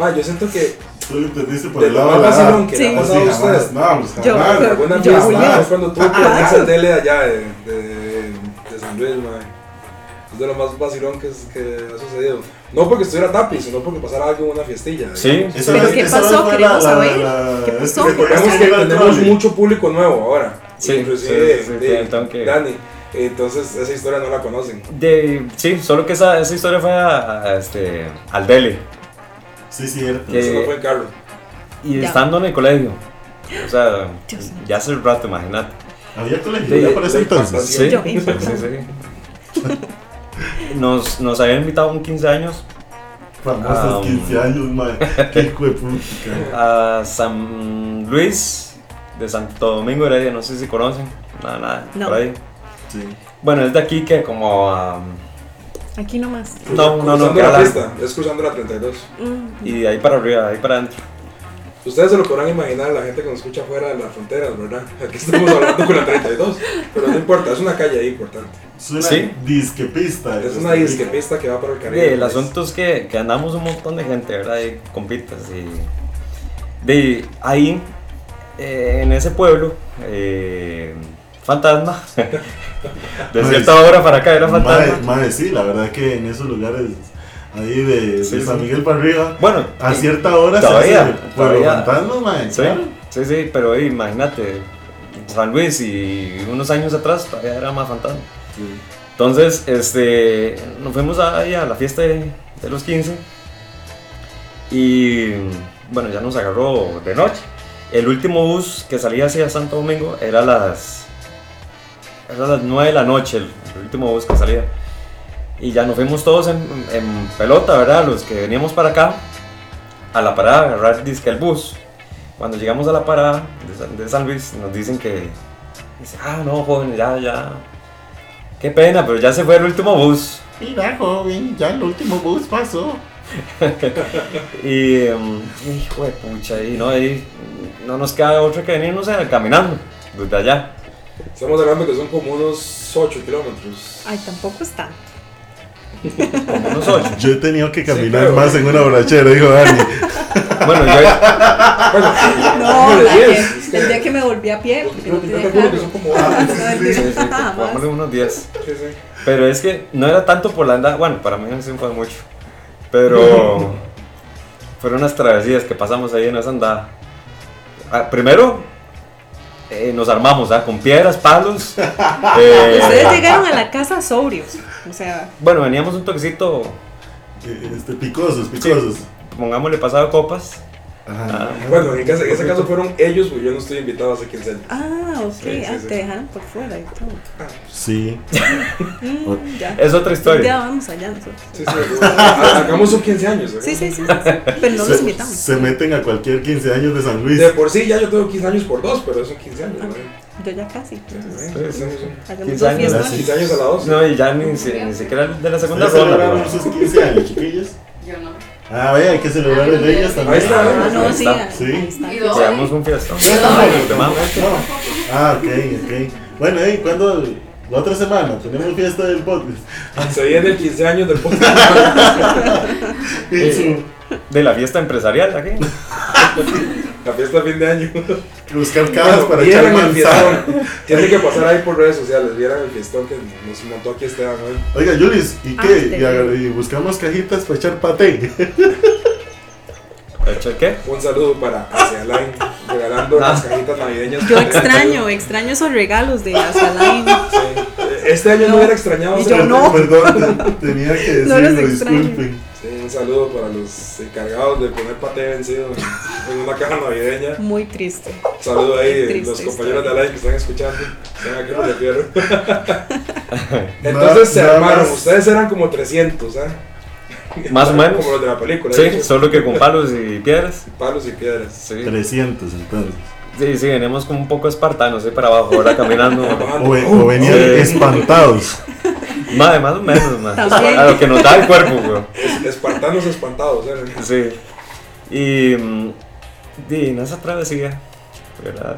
Speaker 1: Va, yo siento que
Speaker 2: Tú lo entendiste por
Speaker 1: de
Speaker 2: el
Speaker 1: lo
Speaker 2: lado de
Speaker 1: más
Speaker 2: la
Speaker 1: vacilón
Speaker 2: edad.
Speaker 1: que
Speaker 4: Sí.
Speaker 1: le ha
Speaker 2: Así
Speaker 1: pasado a
Speaker 2: jamás,
Speaker 1: ustedes.
Speaker 2: no, pues, jamás.
Speaker 4: Yo, pero-
Speaker 1: Alguna
Speaker 4: Yo,
Speaker 1: fiesta,
Speaker 4: Julián.
Speaker 1: ah, es cuando tuve que
Speaker 4: Ajá.
Speaker 1: venirse a tele allá de, de, de San Luis, man. Es de lo más vacilón que, es- que ha sucedido. No porque estuviera tapi, sino porque pasara algo en una fiestilla.
Speaker 3: Sí,
Speaker 2: Esa
Speaker 4: ¿Pero
Speaker 2: vez-
Speaker 4: qué
Speaker 2: esa vez
Speaker 4: pasó?
Speaker 2: fue
Speaker 4: Queremos saber. ¿Qué pasó?
Speaker 2: este,
Speaker 1: Digamos
Speaker 2: recordemos
Speaker 1: que
Speaker 2: era el
Speaker 1: tenemos
Speaker 2: trole.
Speaker 1: mucho público nuevo ahora.
Speaker 3: Sí,
Speaker 1: Inclusive
Speaker 3: sí, sí,
Speaker 1: de-
Speaker 3: tienen- tengo que-
Speaker 1: Dani. Entonces esa historia no la conocen.
Speaker 3: De, sí, solo que esa, esa historia fue a- a este, al Dele.
Speaker 2: Sí, cierto.
Speaker 3: Que-
Speaker 1: Eso no fue en carro.
Speaker 3: Y
Speaker 4: Ya.
Speaker 3: estando en el colegio. O sea,
Speaker 4: Dios mío.
Speaker 3: ya hace un rato, imagínate.
Speaker 2: Había
Speaker 3: Sí,
Speaker 2: colegio para ese
Speaker 1: sí,
Speaker 2: entonces.
Speaker 1: sí.
Speaker 4: Yo.
Speaker 3: sí, sí. Nos, nos habían invitado a un 15 años Ah,
Speaker 2: Famosos 15 años, madre. Qué hijo de puta.
Speaker 3: a San Luis de Santo Domingo Heredia, no sé si conocen, nada, nada,
Speaker 4: No.
Speaker 3: por ahí.
Speaker 2: Sí.
Speaker 3: Bueno, es de aquí que como... a-
Speaker 4: Aquí nomás.
Speaker 3: no, no, no,
Speaker 1: Cruzando
Speaker 3: que a
Speaker 1: la
Speaker 3: la-
Speaker 1: pista, es cruzando la 32.
Speaker 4: Mm.
Speaker 3: y de ahí para arriba, de ahí para adentro.
Speaker 1: Ustedes se lo podrán imaginar, la gente que nos escucha fuera de las fronteras, ¿verdad? Aquí estamos hablando con la 32, pero no importa, es una calle ahí importante.
Speaker 2: Es una
Speaker 3: Sí.
Speaker 2: disquepista. este
Speaker 1: Es
Speaker 2: de Costa
Speaker 1: una
Speaker 2: Rica.
Speaker 1: disquepista que va para el
Speaker 3: Y
Speaker 1: Caribe.
Speaker 3: el asunto es que, que andamos un montón de gente, ¿verdad? Y compitas y... De ahí, eh, en ese pueblo, eh, fantasma. *laughs* de cierta hora para acá era
Speaker 2: Madre,
Speaker 3: fantasma.
Speaker 2: madre, sí, la verdad que en esos lugares ahí de, de
Speaker 3: Sí,
Speaker 2: San
Speaker 3: sí.
Speaker 2: Miguel para arriba,
Speaker 3: Bueno,
Speaker 2: a
Speaker 3: y-
Speaker 2: cierta hora se
Speaker 3: todavía,
Speaker 2: hace pueblo
Speaker 3: todavía.
Speaker 2: fantasma, madre.
Speaker 3: Sí,
Speaker 2: claro.
Speaker 3: sí, sí, pero ey, imagínate, San Luis y unos años atrás todavía era más fantasma.
Speaker 2: Sí.
Speaker 3: Entonces, este, nos fuimos ahí a la fiesta de, de los 15 y bueno, ya nos agarró de noche. El último bus que salía hacia Santo Domingo era a las, era a las 9 de la noche, el, el último bus que salía. Y ya nos fuimos todos en, en pelota, ¿verdad? Los que veníamos para acá, a la parada, a agarrar disque el bus. Cuando llegamos a la parada de San, de San Luis, nos dicen que, Dice, ah, no, joven, ya, ya. Qué pena, pero ya se fue el último bus.
Speaker 2: Mira, joven, ya el último bus pasó.
Speaker 3: Y, em, hijo de pucha, y no, y no nos queda otra que venirnos eh, caminando desde allá.
Speaker 1: Estamos hablando que son como unos 8 kilómetros.
Speaker 4: Ay, tampoco está.
Speaker 3: Como unos ocho.
Speaker 2: Yo he tenido que caminar
Speaker 1: creo.
Speaker 2: más en una borrachera, dijo
Speaker 3: *laughs*
Speaker 2: Dani.
Speaker 3: Bueno, yo,
Speaker 1: Bueno,
Speaker 4: No,
Speaker 1: de
Speaker 4: la que-
Speaker 1: 10, es que-
Speaker 4: el día que me volví a pie, porque
Speaker 1: Yo
Speaker 4: no
Speaker 1: yo
Speaker 4: tenía
Speaker 1: calculo que
Speaker 4: carro.
Speaker 1: son como
Speaker 4: Ah,
Speaker 1: ocho.
Speaker 4: no, el
Speaker 3: sí,
Speaker 4: bus
Speaker 3: sí,
Speaker 4: *laughs* no estaba más.
Speaker 3: pongámosle unos 10.
Speaker 1: Sí, sí.
Speaker 3: Pero es que no era tanto por la andada. Bueno, para mí no se fue mucho. Pero fueron unas travesías que pasamos ahí en esa andada. Ah, primero eh, nos armamos ah, con piedras, palos. eh,
Speaker 1: *laughs*
Speaker 4: *laughs* Ustedes llegaron a la casa sobrios. O sea,
Speaker 3: bueno, veníamos un toquecito,
Speaker 2: Eh, Este, picosos, picosos.
Speaker 3: pongámosle pasado de copas.
Speaker 2: Ajá.
Speaker 3: Ah.
Speaker 1: Bueno, en, casa- en ese caso fueron ellos, porque yo no estoy invitado a ese quince.
Speaker 4: ah, ok,
Speaker 1: Sí, sí,
Speaker 4: ah,
Speaker 1: sí.
Speaker 4: te dejaron por fuera y todo.
Speaker 2: Sí.
Speaker 4: Mm, ya.
Speaker 3: Es otra
Speaker 4: Ya
Speaker 3: historia.
Speaker 4: vamos allá nosotros.
Speaker 1: Sí, sí, ha- hagamos sus 15 años. ¿eh?
Speaker 4: Sí, sí, sí, sí, sí. *laughs* Pero no los
Speaker 2: se,
Speaker 4: invitamos.
Speaker 2: se meten a cualquier 15 años de San Luis.
Speaker 1: De por sí ya yo tengo 15 años por dos, pero son 15 años. ¿no?
Speaker 4: Yo ya casi.
Speaker 1: Sí, sí,
Speaker 4: entonces,
Speaker 1: sí, hacemos un-
Speaker 4: Hagamos
Speaker 3: 15
Speaker 4: dos
Speaker 3: años,
Speaker 4: fiestas.
Speaker 2: sí.
Speaker 1: 15 años a la 12.
Speaker 3: No, y ya ni, si- ni siquiera de la segunda
Speaker 2: ¿Ustedes
Speaker 3: ronda.
Speaker 2: celebraron
Speaker 3: pero-
Speaker 2: sus 15 años, chiquillos?
Speaker 5: Yo no.
Speaker 2: Ah, ve, hay que celebrar el de ellos también.
Speaker 1: Ahí está.
Speaker 4: Ah, no, sí,
Speaker 3: Ahí está.
Speaker 4: ahí ahí está.
Speaker 5: Y
Speaker 3: Le damos un fiestón.
Speaker 2: No.
Speaker 3: Tomamos.
Speaker 2: No. Ah, ok, ok. Bueno, ¿y cuándo? La otra semana tenemos fiesta del podcast. *laughs*
Speaker 1: Se viene el 15 años del podcast.
Speaker 2: Y su-
Speaker 3: De la fiesta empresarial aquí.
Speaker 1: La fiesta de fin de año.
Speaker 2: que buscar cajas para echar
Speaker 1: Vieran el
Speaker 2: manzana.
Speaker 1: fiestón. Tienen que pasar ahí por redes sociales. Vieran el fiestón que nos montó aquí Esteban hoy.
Speaker 2: Oiga, Julis, ¿y
Speaker 4: Ah,
Speaker 2: qué?
Speaker 4: te
Speaker 2: Y, a-
Speaker 4: digo.
Speaker 2: y buscamos cajitas para echar paté.
Speaker 3: ¿Hecho qué?
Speaker 1: Un saludo para hacia Alain, regalando las cajitas navideñas.
Speaker 4: Yo extraño, eh. extraño esos regalos de Azalain.
Speaker 1: Sí. Este año no,
Speaker 4: No.
Speaker 1: hubiera extrañado.
Speaker 4: Y
Speaker 1: hacer-
Speaker 2: *laughs*
Speaker 4: yo no.
Speaker 2: Perdón, te- tenía que
Speaker 4: *laughs* No los
Speaker 2: decirlo,
Speaker 4: extraño.
Speaker 2: disculpen.
Speaker 1: Sí, un saludo para los encargados de poner paté vencido en- en una caja navideña.
Speaker 4: Muy triste. *laughs*
Speaker 1: Un saludo ahí,
Speaker 4: Qué
Speaker 1: de
Speaker 4: triste
Speaker 1: los compañeros de Alain que están escuchando. Saben a qué me refiero.
Speaker 2: Nada- *laughs*
Speaker 1: Entonces se
Speaker 2: nada
Speaker 1: armaron.
Speaker 2: más.
Speaker 1: Ustedes eran como 300, ¿ah?
Speaker 3: Más o menos.
Speaker 1: Como los de la película.
Speaker 3: Sí,
Speaker 1: ¿eh?
Speaker 3: solo que con palos y piedras.
Speaker 1: Palos y piedras.
Speaker 3: Sí,
Speaker 2: 300 entonces.
Speaker 3: sí, sí, venimos como un poco espartanos, ahí para abajo, ahora caminando.
Speaker 1: Ah,
Speaker 2: O, ve- o venían
Speaker 1: Eh. *laughs*
Speaker 3: Sí.
Speaker 2: espantados.
Speaker 3: Más, más o menos, más.
Speaker 4: También.
Speaker 3: A lo que nos da el cuerpo, güey.
Speaker 1: Es- Espartanos espantados, ¿eh?
Speaker 3: Sí. Y. mm, di, en esa travesía, ¿verdad?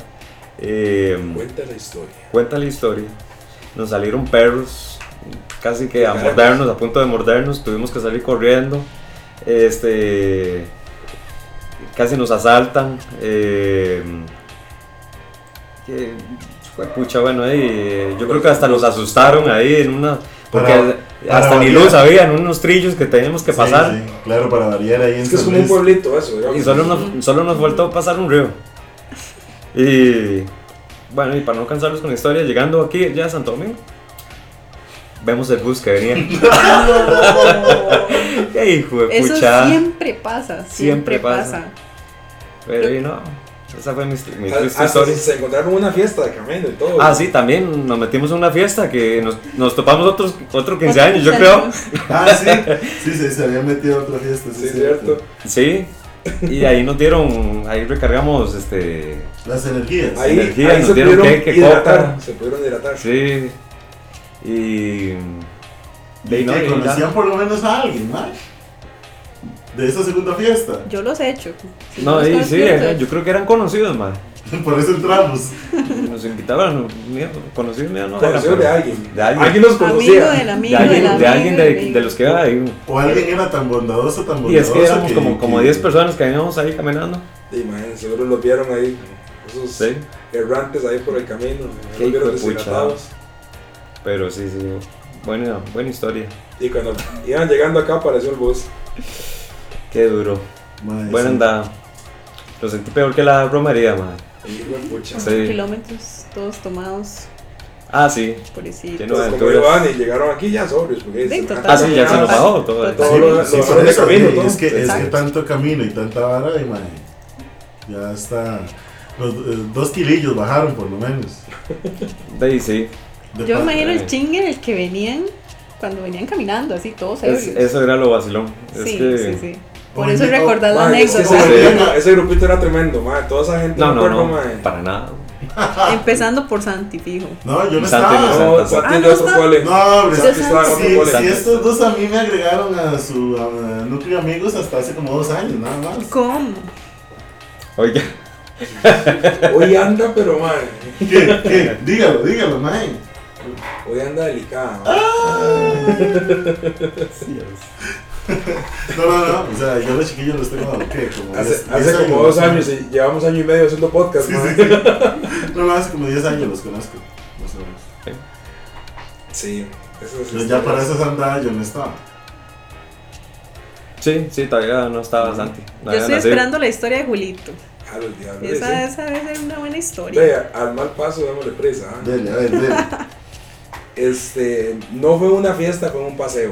Speaker 3: Eh,
Speaker 1: Cuenta la historia.
Speaker 3: cuenta la historia. Nos salieron perros, casi que a
Speaker 1: Caramba.
Speaker 3: mordernos, a punto de mordernos, tuvimos que salir corriendo. Este. Casi nos asaltan. eh, que- fue pucha, bueno, ahí, yo creo que hasta nos asustaron ahí en una. Porque
Speaker 2: Para- para
Speaker 3: hasta ni
Speaker 2: variar.
Speaker 3: luz había, en unos trillos que teníamos que
Speaker 2: Sí,
Speaker 3: pasar.
Speaker 2: sí, claro, para variar ahí en
Speaker 1: Es que es
Speaker 2: San
Speaker 1: como un
Speaker 2: Luis.
Speaker 1: pueblito eso, digamos.
Speaker 3: Y solo nos, solo nos faltó pasar un río. Y bueno, y para no cansarlos con la historia, llegando aquí ya a Santo Domingo, vemos el bus que venía.
Speaker 4: *laughs*
Speaker 3: ¡Qué hijo de
Speaker 4: Eso
Speaker 3: pucha!
Speaker 4: siempre pasa. Siempre,
Speaker 3: Siempre pasa.
Speaker 4: pasa.
Speaker 3: Pero y no, esa fue mi, mi
Speaker 1: Ah,
Speaker 3: triste
Speaker 1: hasta
Speaker 3: historia.
Speaker 1: se encontraron una fiesta de camino y todo.
Speaker 3: Ah, sí, también nos metimos en una fiesta que nos, nos topamos otros otro 15
Speaker 4: Otro
Speaker 3: años, yo
Speaker 4: 15
Speaker 3: creo.
Speaker 4: años.
Speaker 2: Ah, sí. Sí, sí, se había metido a otra fiesta. Sí,
Speaker 1: Sí, es cierto.
Speaker 3: Sí, y ahí nos dieron, ahí recargamos, este,
Speaker 2: Las energías.
Speaker 1: Ahí,
Speaker 3: energía,
Speaker 1: ahí
Speaker 3: nos
Speaker 1: se
Speaker 3: dieron
Speaker 1: pudieron
Speaker 3: queque,
Speaker 1: hidratar.
Speaker 3: coca.
Speaker 1: Se pudieron hidratar.
Speaker 3: sí, y...
Speaker 2: De
Speaker 3: no,
Speaker 2: que
Speaker 3: ya.
Speaker 2: conocían por lo menos a alguien, ¿no? De esa segunda fiesta. *laughs*
Speaker 4: Yo los he hecho. Si
Speaker 3: No,
Speaker 4: los
Speaker 3: y
Speaker 4: conozco,
Speaker 3: sí,
Speaker 4: los
Speaker 3: era-
Speaker 4: he
Speaker 3: yo
Speaker 4: hecho.
Speaker 3: creo que eran conocidos, man.
Speaker 2: Por eso entramos.
Speaker 3: Nos invitaban, mira, conocidos, mira, no.
Speaker 1: Conocidos
Speaker 3: eran,
Speaker 1: de
Speaker 3: pero-
Speaker 1: alguien.
Speaker 3: De alguien.
Speaker 1: Alguien los conocía.
Speaker 4: Amigo del
Speaker 3: De
Speaker 4: amigo
Speaker 3: alguien,
Speaker 4: del
Speaker 3: de,
Speaker 4: amigo.
Speaker 3: alguien de,
Speaker 4: del-
Speaker 3: de los que iba ahí.
Speaker 2: O alguien era tan bondadoso, tan bondadoso.
Speaker 3: Y es que éramos como,
Speaker 2: que-
Speaker 3: como 10 personas que veníamos ahí caminando.
Speaker 1: Sí, man, seguro los vieron ahí. Esos
Speaker 3: Sí.
Speaker 1: errantes ahí por el camino.
Speaker 3: Qué
Speaker 1: Los vieron
Speaker 3: hijuepucha.
Speaker 1: deshidratados.
Speaker 3: Pero sí, sí. Buena, buena historia.
Speaker 1: Y cuando iban llegando acá apareció el bus.
Speaker 3: Qué duro.
Speaker 2: Mae,
Speaker 3: Buena
Speaker 2: sí.
Speaker 3: andada. Lo sentí peor que la romería, man.
Speaker 1: Y hijo de pucha.
Speaker 3: Sí.
Speaker 4: Kilómetros todos tomados
Speaker 3: Ah, sí.
Speaker 4: por decir.
Speaker 3: Lleno de
Speaker 1: Entonces, como
Speaker 3: aventuras.
Speaker 1: iban y llegaron aquí ya sobrios. Porque
Speaker 4: Sí,
Speaker 1: se-
Speaker 4: total.
Speaker 3: Ah, sí, ya se nos
Speaker 4: Total.
Speaker 3: bajó todo.
Speaker 4: Total.
Speaker 1: Todo lo-
Speaker 2: Sí, sí,
Speaker 1: lo-
Speaker 2: por
Speaker 1: lo- de
Speaker 2: eso,
Speaker 1: camino,
Speaker 2: y
Speaker 1: todo.
Speaker 2: es, que, es que
Speaker 4: Exacto.
Speaker 2: tanto camino y tanta vara, y mae, ya está. Los eh, dos kilillos bajaron por lo menos.
Speaker 3: De ahí sí.
Speaker 2: De
Speaker 4: Yo
Speaker 2: pa-
Speaker 4: me imagino
Speaker 3: eh.
Speaker 4: el chingue en el que venían cuando venían caminando, así todos
Speaker 3: Es-
Speaker 4: ebrios.
Speaker 3: eso era lo vacilón. Es
Speaker 4: sí,
Speaker 3: que-
Speaker 4: sí, sí. Por
Speaker 2: Oye,
Speaker 4: eso
Speaker 2: oh,
Speaker 4: recordar la
Speaker 1: Man, es que
Speaker 4: anécdota.
Speaker 1: ese, grupito, ese grupito era tremendo, man. Toda esa gente,
Speaker 3: No,
Speaker 1: me
Speaker 3: no,
Speaker 1: acuerdo,
Speaker 3: no.
Speaker 1: man.
Speaker 3: Para nada.
Speaker 4: Empezando por Santi, fijo.
Speaker 2: No, yo no
Speaker 3: Santi
Speaker 2: estaba.
Speaker 1: No,
Speaker 3: no.
Speaker 4: Ah,
Speaker 1: Santi de otro cole.
Speaker 2: No, hombre,
Speaker 1: Santi estaba en
Speaker 2: si,
Speaker 1: otro
Speaker 2: si
Speaker 1: cole.
Speaker 2: estos dos a mí me agregaron a su a- a núcleo de amigos hasta hace como dos años, nada más.
Speaker 4: ¿Cómo?
Speaker 3: Oiga, *laughs*
Speaker 1: Hoy anda, pero man,
Speaker 2: ¿Qué? ¿Qué? Dígalo, dígalo, mae.
Speaker 1: hoy anda delicada.
Speaker 3: Ah,
Speaker 1: man.
Speaker 2: No, no, no. O sea, yo a los chiquillos los tengo, ¿qué? Como
Speaker 1: Hace,
Speaker 2: diez-
Speaker 1: hace
Speaker 2: diez
Speaker 1: como dos años y llevamos año y medio haciendo podcast,
Speaker 2: Sí,
Speaker 1: man.
Speaker 2: sí, sí. No, no, hace como 10 años los conozco. Más o menos.
Speaker 1: Sí, eso es.
Speaker 2: Pero ya para esas andadas yo no estaba.
Speaker 3: sí, sí, todavía no estaba Santi.
Speaker 4: Yo estoy esperando la historia de Julito.
Speaker 1: A Ah, los diablos.
Speaker 4: Esa,
Speaker 1: sí.
Speaker 4: esa debe ser una buena historia.
Speaker 1: Vea, al mal paso, démosle presa. ¿ah?
Speaker 2: Dele, a ver, dele.
Speaker 1: Este, no fue una fiesta, fue un paseo.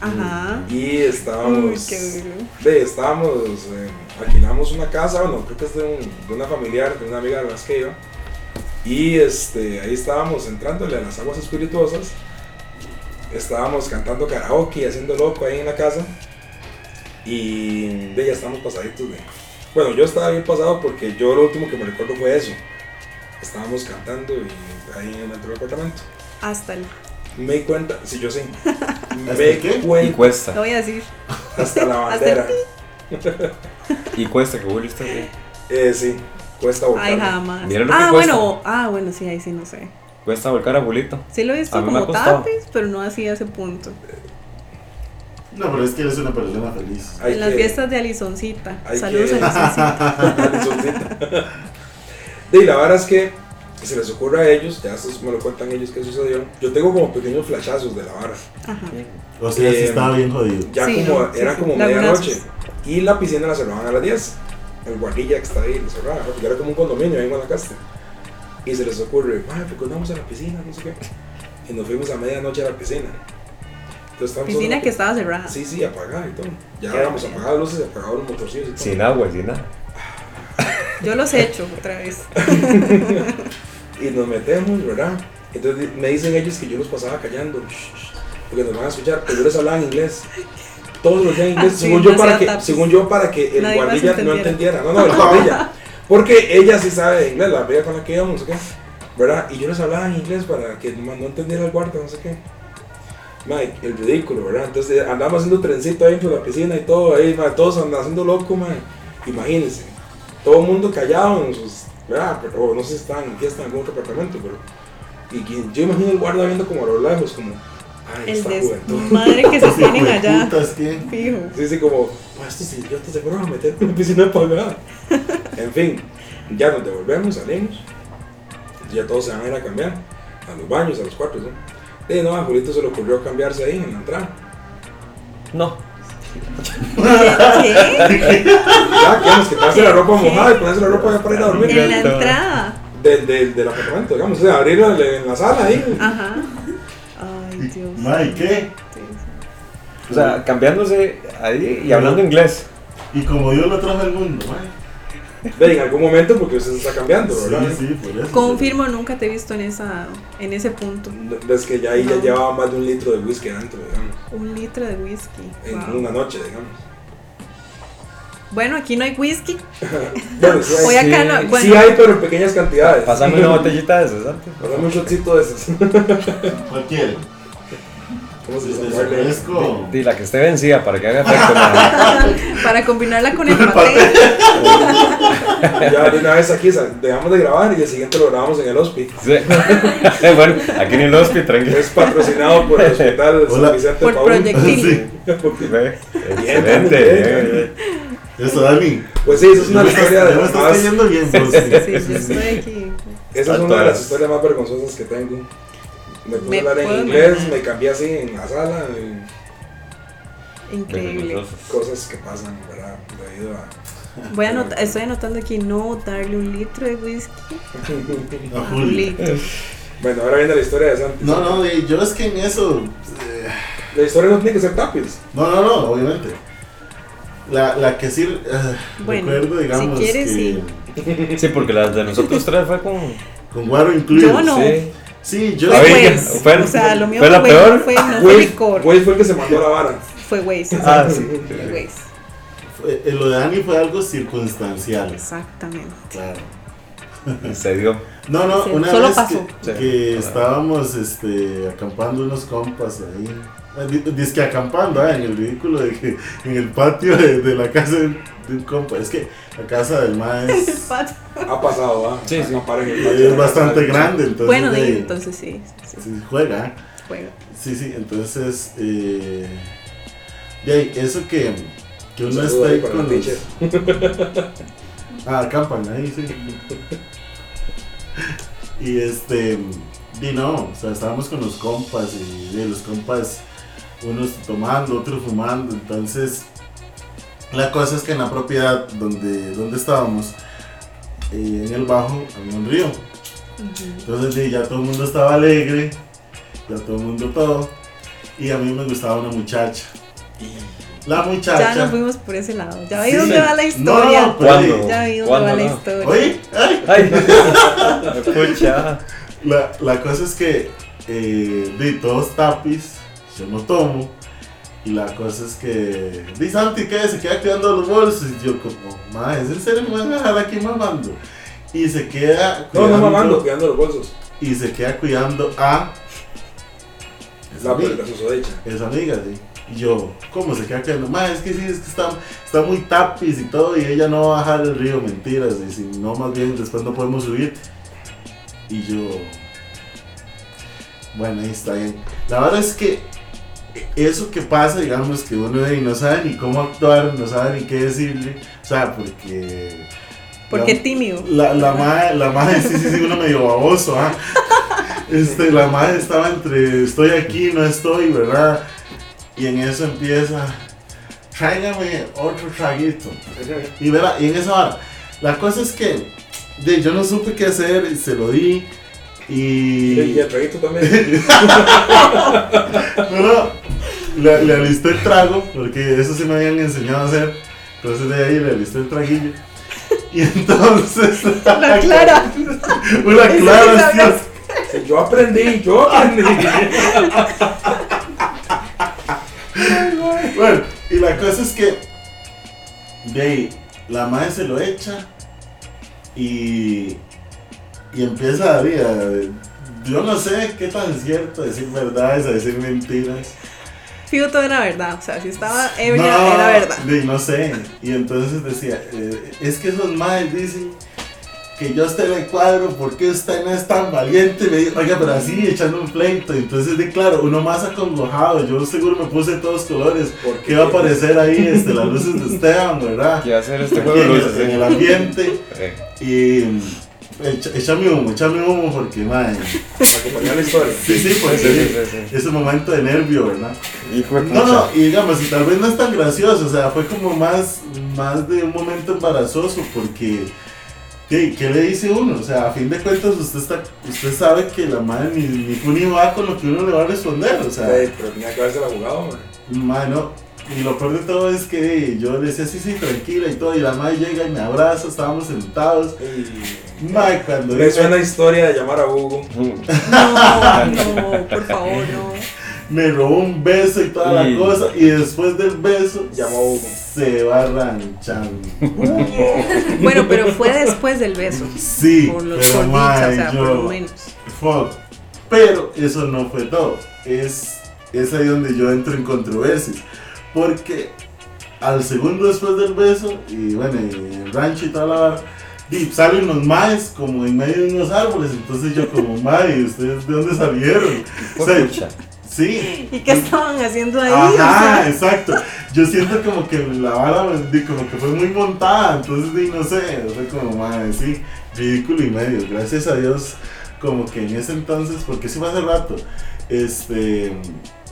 Speaker 4: Ajá.
Speaker 1: Y
Speaker 4: Uy,
Speaker 1: estábamos.
Speaker 4: qué duro.
Speaker 1: Ve, estábamos, eh, alquilamos una casa, bueno, creo que es de, un- de una familiar, de una amiga de las que iba. Y este, ahí estábamos entrándole a las aguas espirituosas. Estábamos cantando karaoke, haciendo loco ahí en la casa. Y de ya estamos pasaditos de... Bueno, yo estaba bien pasado porque yo lo último que me recuerdo fue eso. Estábamos cantando y ahí me entró el apartamento.
Speaker 4: Hasta el.
Speaker 1: Me di cuenta, si
Speaker 2: *laughs*
Speaker 1: yo sí. Me
Speaker 2: ¿Hasta qué?
Speaker 1: di
Speaker 3: Y
Speaker 1: cuenta
Speaker 4: Lo
Speaker 3: cuesta,
Speaker 4: voy a decir.
Speaker 1: hasta la
Speaker 4: Hasta el
Speaker 1: bandera.
Speaker 3: y cuesta que Julio está bien.
Speaker 1: Eh, sí, cuesta volcar.
Speaker 4: Ay, jamás.
Speaker 3: Mira lo que
Speaker 4: Ah,
Speaker 3: cuesta.
Speaker 4: bueno. Ah, bueno, sí, ahí sí, no sé.
Speaker 3: Cuesta volcar a Julito.
Speaker 4: Sí lo he
Speaker 3: A
Speaker 4: visto
Speaker 3: mí me ha
Speaker 4: como
Speaker 3: costado.
Speaker 4: tapis, pero no así a ese punto.
Speaker 2: No, pero es que eres una persona feliz.
Speaker 1: Hay
Speaker 4: en las
Speaker 1: que-
Speaker 4: fiestas de Alizoncita.
Speaker 1: hay
Speaker 4: Saludos
Speaker 1: que-
Speaker 4: a
Speaker 1: *laughs*
Speaker 4: Alizoncita.
Speaker 1: Alizoncita. y la verdad es que se les ocurre a ellos, ya eso me lo cuentan ellos qué sucedió. Yo tengo como pequeños flashazos de la vara.
Speaker 4: Ajá.
Speaker 2: O sea, sí
Speaker 1: Eh,
Speaker 2: estaba bien
Speaker 4: *laughs*
Speaker 2: jodido.
Speaker 1: Ya
Speaker 4: Sí,
Speaker 1: como,
Speaker 4: no, sí,
Speaker 1: era
Speaker 4: sí,
Speaker 1: como
Speaker 4: lagunazos.
Speaker 1: medianoche. Y la piscina la cerraban a las 10. El guardilla que está ahí la cerraba, ¿no? porque era como un condominio ahí en Guanacaste. Y se les ocurre, madre, ¿por qué no vamos a la piscina? No sé qué. Y nos fuimos a medianoche a la piscina. Entonces, estábamos
Speaker 4: Piscina
Speaker 1: en-
Speaker 4: que estaba cerrada.
Speaker 1: Sí, sí, apagada y todo. Ya habíamos apagado las luces, apagado los motorcillos y todo.
Speaker 3: Sin agua, sin nada.
Speaker 4: Yo los he hecho otra vez.
Speaker 1: y nos metemos, ¿verdad? Entonces di- me dicen ellos que yo los pasaba callando, shh, shh, porque nos van a escuchar, pero yo les hablaba en inglés. Todos los días en inglés,
Speaker 4: Ah, sí,
Speaker 1: según, yo
Speaker 4: no
Speaker 1: para
Speaker 4: sea
Speaker 1: que,
Speaker 4: tapis.
Speaker 1: según yo, para que el
Speaker 4: Nadie más
Speaker 1: guardilla no
Speaker 4: entendiera.
Speaker 1: entendiera. No, no, el
Speaker 4: *laughs*
Speaker 1: guardilla. Porque ella sí sabe inglés, la veía con la que íbamos, ¿qué? ¿verdad? Y yo les hablaba en inglés para que no no entendiera el guarda, no sé qué. Mike, el ridículo, ¿verdad? Entonces andamos haciendo trencito ahí por la piscina y todo, ahí, mae, todos andan haciendo loco, man. Imagínense, todo el mundo callado en sus, ¿verdad? Pero o no sé si están en fiesta en algún otro apartamento, pero. Y, que- yo imagino el guarda viendo como a lo lejos, como, ay,
Speaker 4: El
Speaker 1: esta juventud.
Speaker 4: desmadre que
Speaker 2: Este
Speaker 4: se tienen allá.
Speaker 2: Putas, ¿qué?
Speaker 4: Fijo.
Speaker 1: Sí, sí, como, "Pues, este "Ma, estos idiotas se fueron a meter en una piscina apagada. en fin, ya nos devolvemos, salimos. Ya todos se van a ir a cambiar. A los baños, a los cuartos, ¿no? Y no, a Julito se le ocurrió cambiarse ahí en la entrada.
Speaker 3: No.
Speaker 4: ¿Qué?
Speaker 1: Ya, queremos quitarse la ropa mojada y ponerse la ropa ya para ir a dormir.
Speaker 4: En la entrada.
Speaker 1: Del, del, del apartamento, digamos. O sea, abrirla en la sala ahí.
Speaker 4: Ajá. Ay, Dios.
Speaker 2: Mae, ¿qué?
Speaker 3: O sea, cambiándose ahí y hablando inglés.
Speaker 2: Y como Dios lo trajo al mundo, mae.
Speaker 1: Ve, en algún momento porque usted se está cambiando, ¿verdad?
Speaker 2: Sí, sí, por eso.
Speaker 4: Confirmo, nunca te he visto en esa, en ese punto.
Speaker 1: Ves que ya ahí ya
Speaker 4: No.
Speaker 1: llevaba más de un litro de whisky adentro, digamos.
Speaker 4: Un litro de whisky.
Speaker 1: En
Speaker 4: Wow.
Speaker 1: una noche, digamos.
Speaker 4: Bueno, aquí no hay whisky.
Speaker 1: Bueno, sí hay,
Speaker 4: Hoy acá
Speaker 3: sí,
Speaker 4: no.
Speaker 1: sí
Speaker 4: Bueno,
Speaker 1: hay, pero en pequeñas cantidades.
Speaker 3: Pasame una
Speaker 1: *laughs*
Speaker 3: botellita de esas antes.
Speaker 1: Dame un shotcito de esos. *laughs*
Speaker 2: ¿Cuál quiere?
Speaker 1: ¿Cómo se
Speaker 2: Pues
Speaker 1: llama?
Speaker 2: les ofrezco.
Speaker 3: Y la que esté vencida para que haga efecto. nada.
Speaker 4: para combinarla con el papel.
Speaker 1: *laughs* Ya de una vez aquí sa- dejamos de grabar y el siguiente lo grabamos en el hospital.
Speaker 3: Sí. *laughs* bueno, aquí en el hospital, tranquilo.
Speaker 1: Es patrocinado por el Hospital
Speaker 2: Hola.
Speaker 1: San Vicente
Speaker 4: Por
Speaker 1: Paul.
Speaker 4: proyectil.
Speaker 2: *laughs* Sí.
Speaker 3: Ve, Excelente. eh.
Speaker 1: bien,
Speaker 3: bien, bien.
Speaker 2: Eso, Dani.
Speaker 1: Pues sí, esa es
Speaker 2: Ya
Speaker 1: una
Speaker 2: me
Speaker 1: de las historias
Speaker 2: estás- ya me estás
Speaker 1: más-
Speaker 2: cayendo bien, vos.
Speaker 4: Sí, yo estoy aquí.
Speaker 1: esa es
Speaker 3: A
Speaker 1: una de
Speaker 3: todas.
Speaker 1: las historias más vergonzosas que tengo. Me puse
Speaker 4: Me
Speaker 1: a hablar en
Speaker 4: puedo
Speaker 1: inglés,
Speaker 4: imaginar.
Speaker 1: me cambié así en la sala, y
Speaker 4: Increíble.
Speaker 1: cosas que pasan, ¿verdad? Debido a.
Speaker 4: Voy a anota- estoy anotando aquí no darle un litro de whisky
Speaker 2: A
Speaker 4: a
Speaker 2: Juli.
Speaker 4: Julito.
Speaker 1: Bueno, ahora viene la historia de Santi.
Speaker 2: No, no, eh, yo es que en eso. eh,
Speaker 1: La historia no tiene que ser tapis.
Speaker 2: No, no, no, obviamente. La, la que sí. eh,
Speaker 4: Bueno,
Speaker 2: recuerdo, digamos.
Speaker 4: si quieres,
Speaker 2: que
Speaker 4: sí.
Speaker 3: Sí, porque las de nosotros tres fue con.
Speaker 2: Con Guaro incluido.
Speaker 4: Yo Ah, no.
Speaker 3: Sí.
Speaker 2: Sí, yo.
Speaker 4: Fue
Speaker 3: A ver,
Speaker 4: Waze.
Speaker 3: fue-
Speaker 4: Pues, o sea, lo mío
Speaker 3: fue
Speaker 4: fue,
Speaker 3: la peor.
Speaker 4: fue, no fue
Speaker 1: Güey
Speaker 4: licor.
Speaker 1: güey fue el que Este se mandó la
Speaker 2: *laughs*
Speaker 1: vara.
Speaker 4: Fue Waze.
Speaker 3: Ah,
Speaker 4: exacto,
Speaker 3: sí.
Speaker 4: fue Waze.
Speaker 2: fue- eh, lo de Dani fue algo circunstancial.
Speaker 4: Exactamente.
Speaker 2: Claro.
Speaker 3: Se dio.
Speaker 2: No, no,
Speaker 4: Sí,
Speaker 2: una
Speaker 4: solo
Speaker 2: vez
Speaker 4: pasó.
Speaker 2: que,
Speaker 3: Sí,
Speaker 2: que
Speaker 3: claro.
Speaker 2: estábamos este, acampando unos compas ahí. Dice que acampando, ah, en el ridículo de que en el patio de, de la casa de, de un compa. Es que la casa del más
Speaker 4: *laughs*
Speaker 2: es,
Speaker 1: Ha pasado, ¿ah?
Speaker 3: Sí, sí.
Speaker 1: No paren el patio.
Speaker 2: es bastante grande, entonces,
Speaker 4: Bueno,
Speaker 2: de-
Speaker 4: de ahí, entonces sí, sí, sí,
Speaker 2: sí, juega.
Speaker 4: juega.
Speaker 2: Sí, sí, entonces. Eh, de ahí, eso que, que
Speaker 1: Un
Speaker 2: uno
Speaker 1: saludo
Speaker 2: está
Speaker 1: ahí
Speaker 2: ahí
Speaker 1: para
Speaker 2: con
Speaker 1: la
Speaker 2: los.
Speaker 1: teacher.
Speaker 2: Ah, acampan ahí, sí. y este. Di no, o sea, estábamos con los compas y de los compas, unos tomando, otros fumando, entonces. La cosa es que en la propiedad donde, donde estábamos, eh, en el bajo, había un río. Entonces sí, ya todo el mundo estaba alegre, ya todo el mundo todo. Y a mí me gustaba una muchacha. La muchacha.
Speaker 4: Ya nos fuimos por ese lado. Ya veis
Speaker 2: Sí.
Speaker 4: dónde va la historia.
Speaker 2: No, pero
Speaker 3: ¿Cuándo?
Speaker 2: oye,
Speaker 4: Ya veis dónde
Speaker 3: ¿Cuándo
Speaker 4: va la
Speaker 3: no?
Speaker 4: historia.
Speaker 2: oye, ay,
Speaker 3: ¡Ay! Pucha.
Speaker 2: la, la cosa es que eh, di todos tapis, yo no tomo. Y la cosa es que. Di Santi que se queda cuidando los bolsos. Y yo como, ma, ¿es en serio me van a dejar aquí mamando? Y se queda
Speaker 1: No, no
Speaker 2: cuidando-
Speaker 1: mamando, cuidando los bolsos.
Speaker 2: Y se queda cuidando a.
Speaker 1: La
Speaker 2: amiga.
Speaker 1: la susodicha.
Speaker 2: es amiga, sí. Y yo, ¿cómo se queda quedando? Ma, es que sí, es que está, está muy tapiz y todo, y ella no va a bajar el río, mentiras, y si no, más bien después no podemos subir. Y yo, bueno, ahí está bien. La verdad es que eso que pasa, digamos, que uno de ahí no sabe ni cómo actuar, no sabe ni qué decirle, o sea, porque...
Speaker 4: Porque
Speaker 2: la-
Speaker 4: tímido.
Speaker 2: la, la madre, la madre, sí, sí, sí, uno medio baboso, ¿ah? Este, la madre estaba entre estoy aquí, no estoy, ¿verdad? Y en eso empieza, tráigame otro traguito. Y verá, y en esa hora, la cosa es que de, yo no supe qué hacer, y se lo di.
Speaker 1: Y y
Speaker 2: Y.
Speaker 1: el traguito
Speaker 2: *laughs*
Speaker 1: también.
Speaker 2: No, no, le, le alisté el trago, porque eso sí me habían enseñado a hacer. Entonces de ahí le alisté el traguillo. Y entonces.
Speaker 4: La Clara.
Speaker 2: *laughs* Una
Speaker 4: Eso sí
Speaker 2: clara,
Speaker 4: sabías.
Speaker 2: sí,
Speaker 1: Sí, Yo aprendí, yo
Speaker 2: *laughs*
Speaker 1: aprendí.
Speaker 2: Bueno, y la cosa es que de ahí, la madre se lo echa y, y empieza a rir. a- Yo no sé qué tan cierto decir verdades, a decir mentiras.
Speaker 4: Fijo, todo era verdad. O sea, si estaba ebria,
Speaker 2: no,
Speaker 4: era verdad.
Speaker 2: de ahí no sé. Y entonces decía, eh, es que esos madres dicen que yo a usted le cuadro, ¿por qué usted no es tan valiente? Y me dijo, oiga, pero así, echando un pleito. Entonces, de claro, uno más acongojado, yo seguro me puse de todos colores.
Speaker 1: Porque
Speaker 2: que va a aparecer ahí este, las luces de Esteban, ¿verdad?
Speaker 3: ¿Qué va a hacer este
Speaker 2: Aquí
Speaker 3: juego de
Speaker 2: en, el, en
Speaker 3: luces?
Speaker 2: el
Speaker 3: eh?
Speaker 2: ambiente.
Speaker 3: Eh,
Speaker 2: Y mm, echa, echame humo, echame humo porque, madre.
Speaker 1: Para acompañar la historia.
Speaker 2: Sí, sí,
Speaker 3: Sí,
Speaker 2: pues
Speaker 3: sí,
Speaker 2: sí.
Speaker 3: sí, sí.
Speaker 2: Ese momento de nervio, ¿verdad?
Speaker 3: Hijo de
Speaker 2: No, no,
Speaker 3: pucha.
Speaker 2: y digamos, y tal vez no es tan gracioso, o sea, fue como más, más de un momento embarazoso porque. ¿Qué, qué le dice uno? O sea, a fin de cuentas usted está, usted sabe que la madre ni, ni fu ni va con lo que uno le va a responder, o sea.
Speaker 1: Sí, Pero tenía que haberse la jugado, man.
Speaker 2: Mano, y lo peor de todo es que yo le decía, sí, sí, tranquila y todo, y la madre llega y me abraza, estábamos sentados.
Speaker 1: Y-
Speaker 2: Mae, cuando
Speaker 1: Me
Speaker 2: yo-
Speaker 1: suena historia de llamar a Hugo.
Speaker 4: No, no, por favor, no.
Speaker 2: me robó un beso y toda la
Speaker 3: Y-
Speaker 2: cosa, y después del beso
Speaker 1: Llamó a Hugo.
Speaker 2: se va ranchando.
Speaker 4: Bueno, pero fue después del beso.
Speaker 2: sí,
Speaker 4: por los
Speaker 2: pero
Speaker 4: por dicha, o
Speaker 2: mae,
Speaker 4: sea,
Speaker 2: yo,
Speaker 4: por
Speaker 2: *laughs*
Speaker 4: lo menos.
Speaker 2: fuck. Pero eso no fue todo, es, es ahí donde yo entro en controversias, porque al segundo después del beso, y bueno, y el rancho y toda la vara, y salen los maes como en medio de unos árboles. Entonces yo como, mae, ¿ustedes de dónde salieron?
Speaker 3: Hijo de pucha.
Speaker 2: Sí.
Speaker 4: ¿Y qué estaban haciendo ahí? O sea,
Speaker 2: Ajá, exacto. Yo siento como que la vara pues, di, como que fue muy montada. Entonces di, no sé, fue como, mae, sí, ridículo y medio. Gracias a Dios, como que en ese entonces, porque sí fue hace rato, este...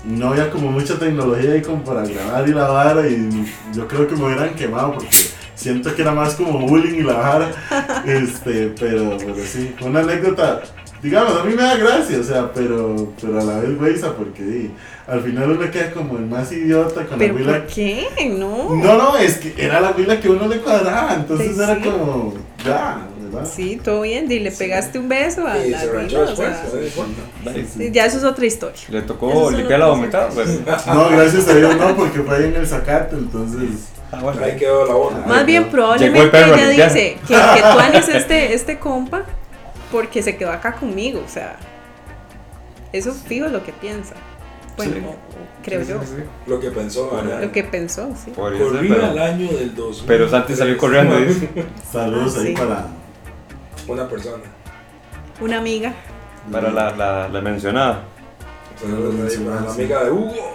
Speaker 2: No había como mucha tecnología ahí como para grabar y la vara y yo creo que me hubieran quemado porque siento que era más como bullying y la vara.
Speaker 4: *laughs*
Speaker 2: Este, pero, pero sí, fue una anécdota, digamos, a mí me da gracia, o sea, pero, pero a la vez güeyza, porque di, al final uno queda como el más idiota con
Speaker 4: ¿Pero
Speaker 2: la huila.
Speaker 4: por qué? No.
Speaker 2: No, no, es que era la huila que uno le cuadraba, entonces
Speaker 4: Sí,
Speaker 2: era
Speaker 4: sí.
Speaker 2: como, ya, ¿verdad?
Speaker 4: Sí, todo bien. Y le pegaste un beso a
Speaker 1: Y
Speaker 4: Ah, la
Speaker 1: se ranchó
Speaker 4: reina, o
Speaker 1: después. ¿eh?
Speaker 4: sea,
Speaker 1: no le importa.
Speaker 3: Nice.
Speaker 4: sí, Ya eso es otra historia.
Speaker 3: Le
Speaker 4: Esos
Speaker 3: tocó
Speaker 4: son
Speaker 3: limpiar la
Speaker 4: otros
Speaker 3: vomitada, pues.
Speaker 2: No, gracias a Dios no, porque fue ahí en el Zacate, entonces
Speaker 3: Ah,
Speaker 1: Pero ahí quedó la onda.
Speaker 4: Más bien
Speaker 3: Llegó el
Speaker 4: probablemente
Speaker 3: perro,
Speaker 4: ella
Speaker 3: ya.
Speaker 4: dice que, que Tuani es este, este compa porque se quedó acá conmigo, o sea, eso fijo es lo que piensa. Bueno,
Speaker 3: Sí.
Speaker 4: o- o creo
Speaker 3: Sí, sí,
Speaker 4: yo,
Speaker 3: sí.
Speaker 1: Lo que pensó, ¿verdad?
Speaker 4: lo que pensó, sí.
Speaker 3: Podría ser,
Speaker 1: Corría
Speaker 3: pero-
Speaker 1: el año del 2000.
Speaker 3: Pero Santi salió corriendo, dice.
Speaker 2: Saludos
Speaker 4: Ah,
Speaker 2: ahí
Speaker 4: sí.
Speaker 2: para.
Speaker 1: Una persona.
Speaker 4: Una amiga.
Speaker 3: Para la, la, la mencionada.
Speaker 1: Saludos
Speaker 2: Saludos
Speaker 1: ahí para
Speaker 2: a
Speaker 1: la
Speaker 2: su-
Speaker 1: amiga de Hugo.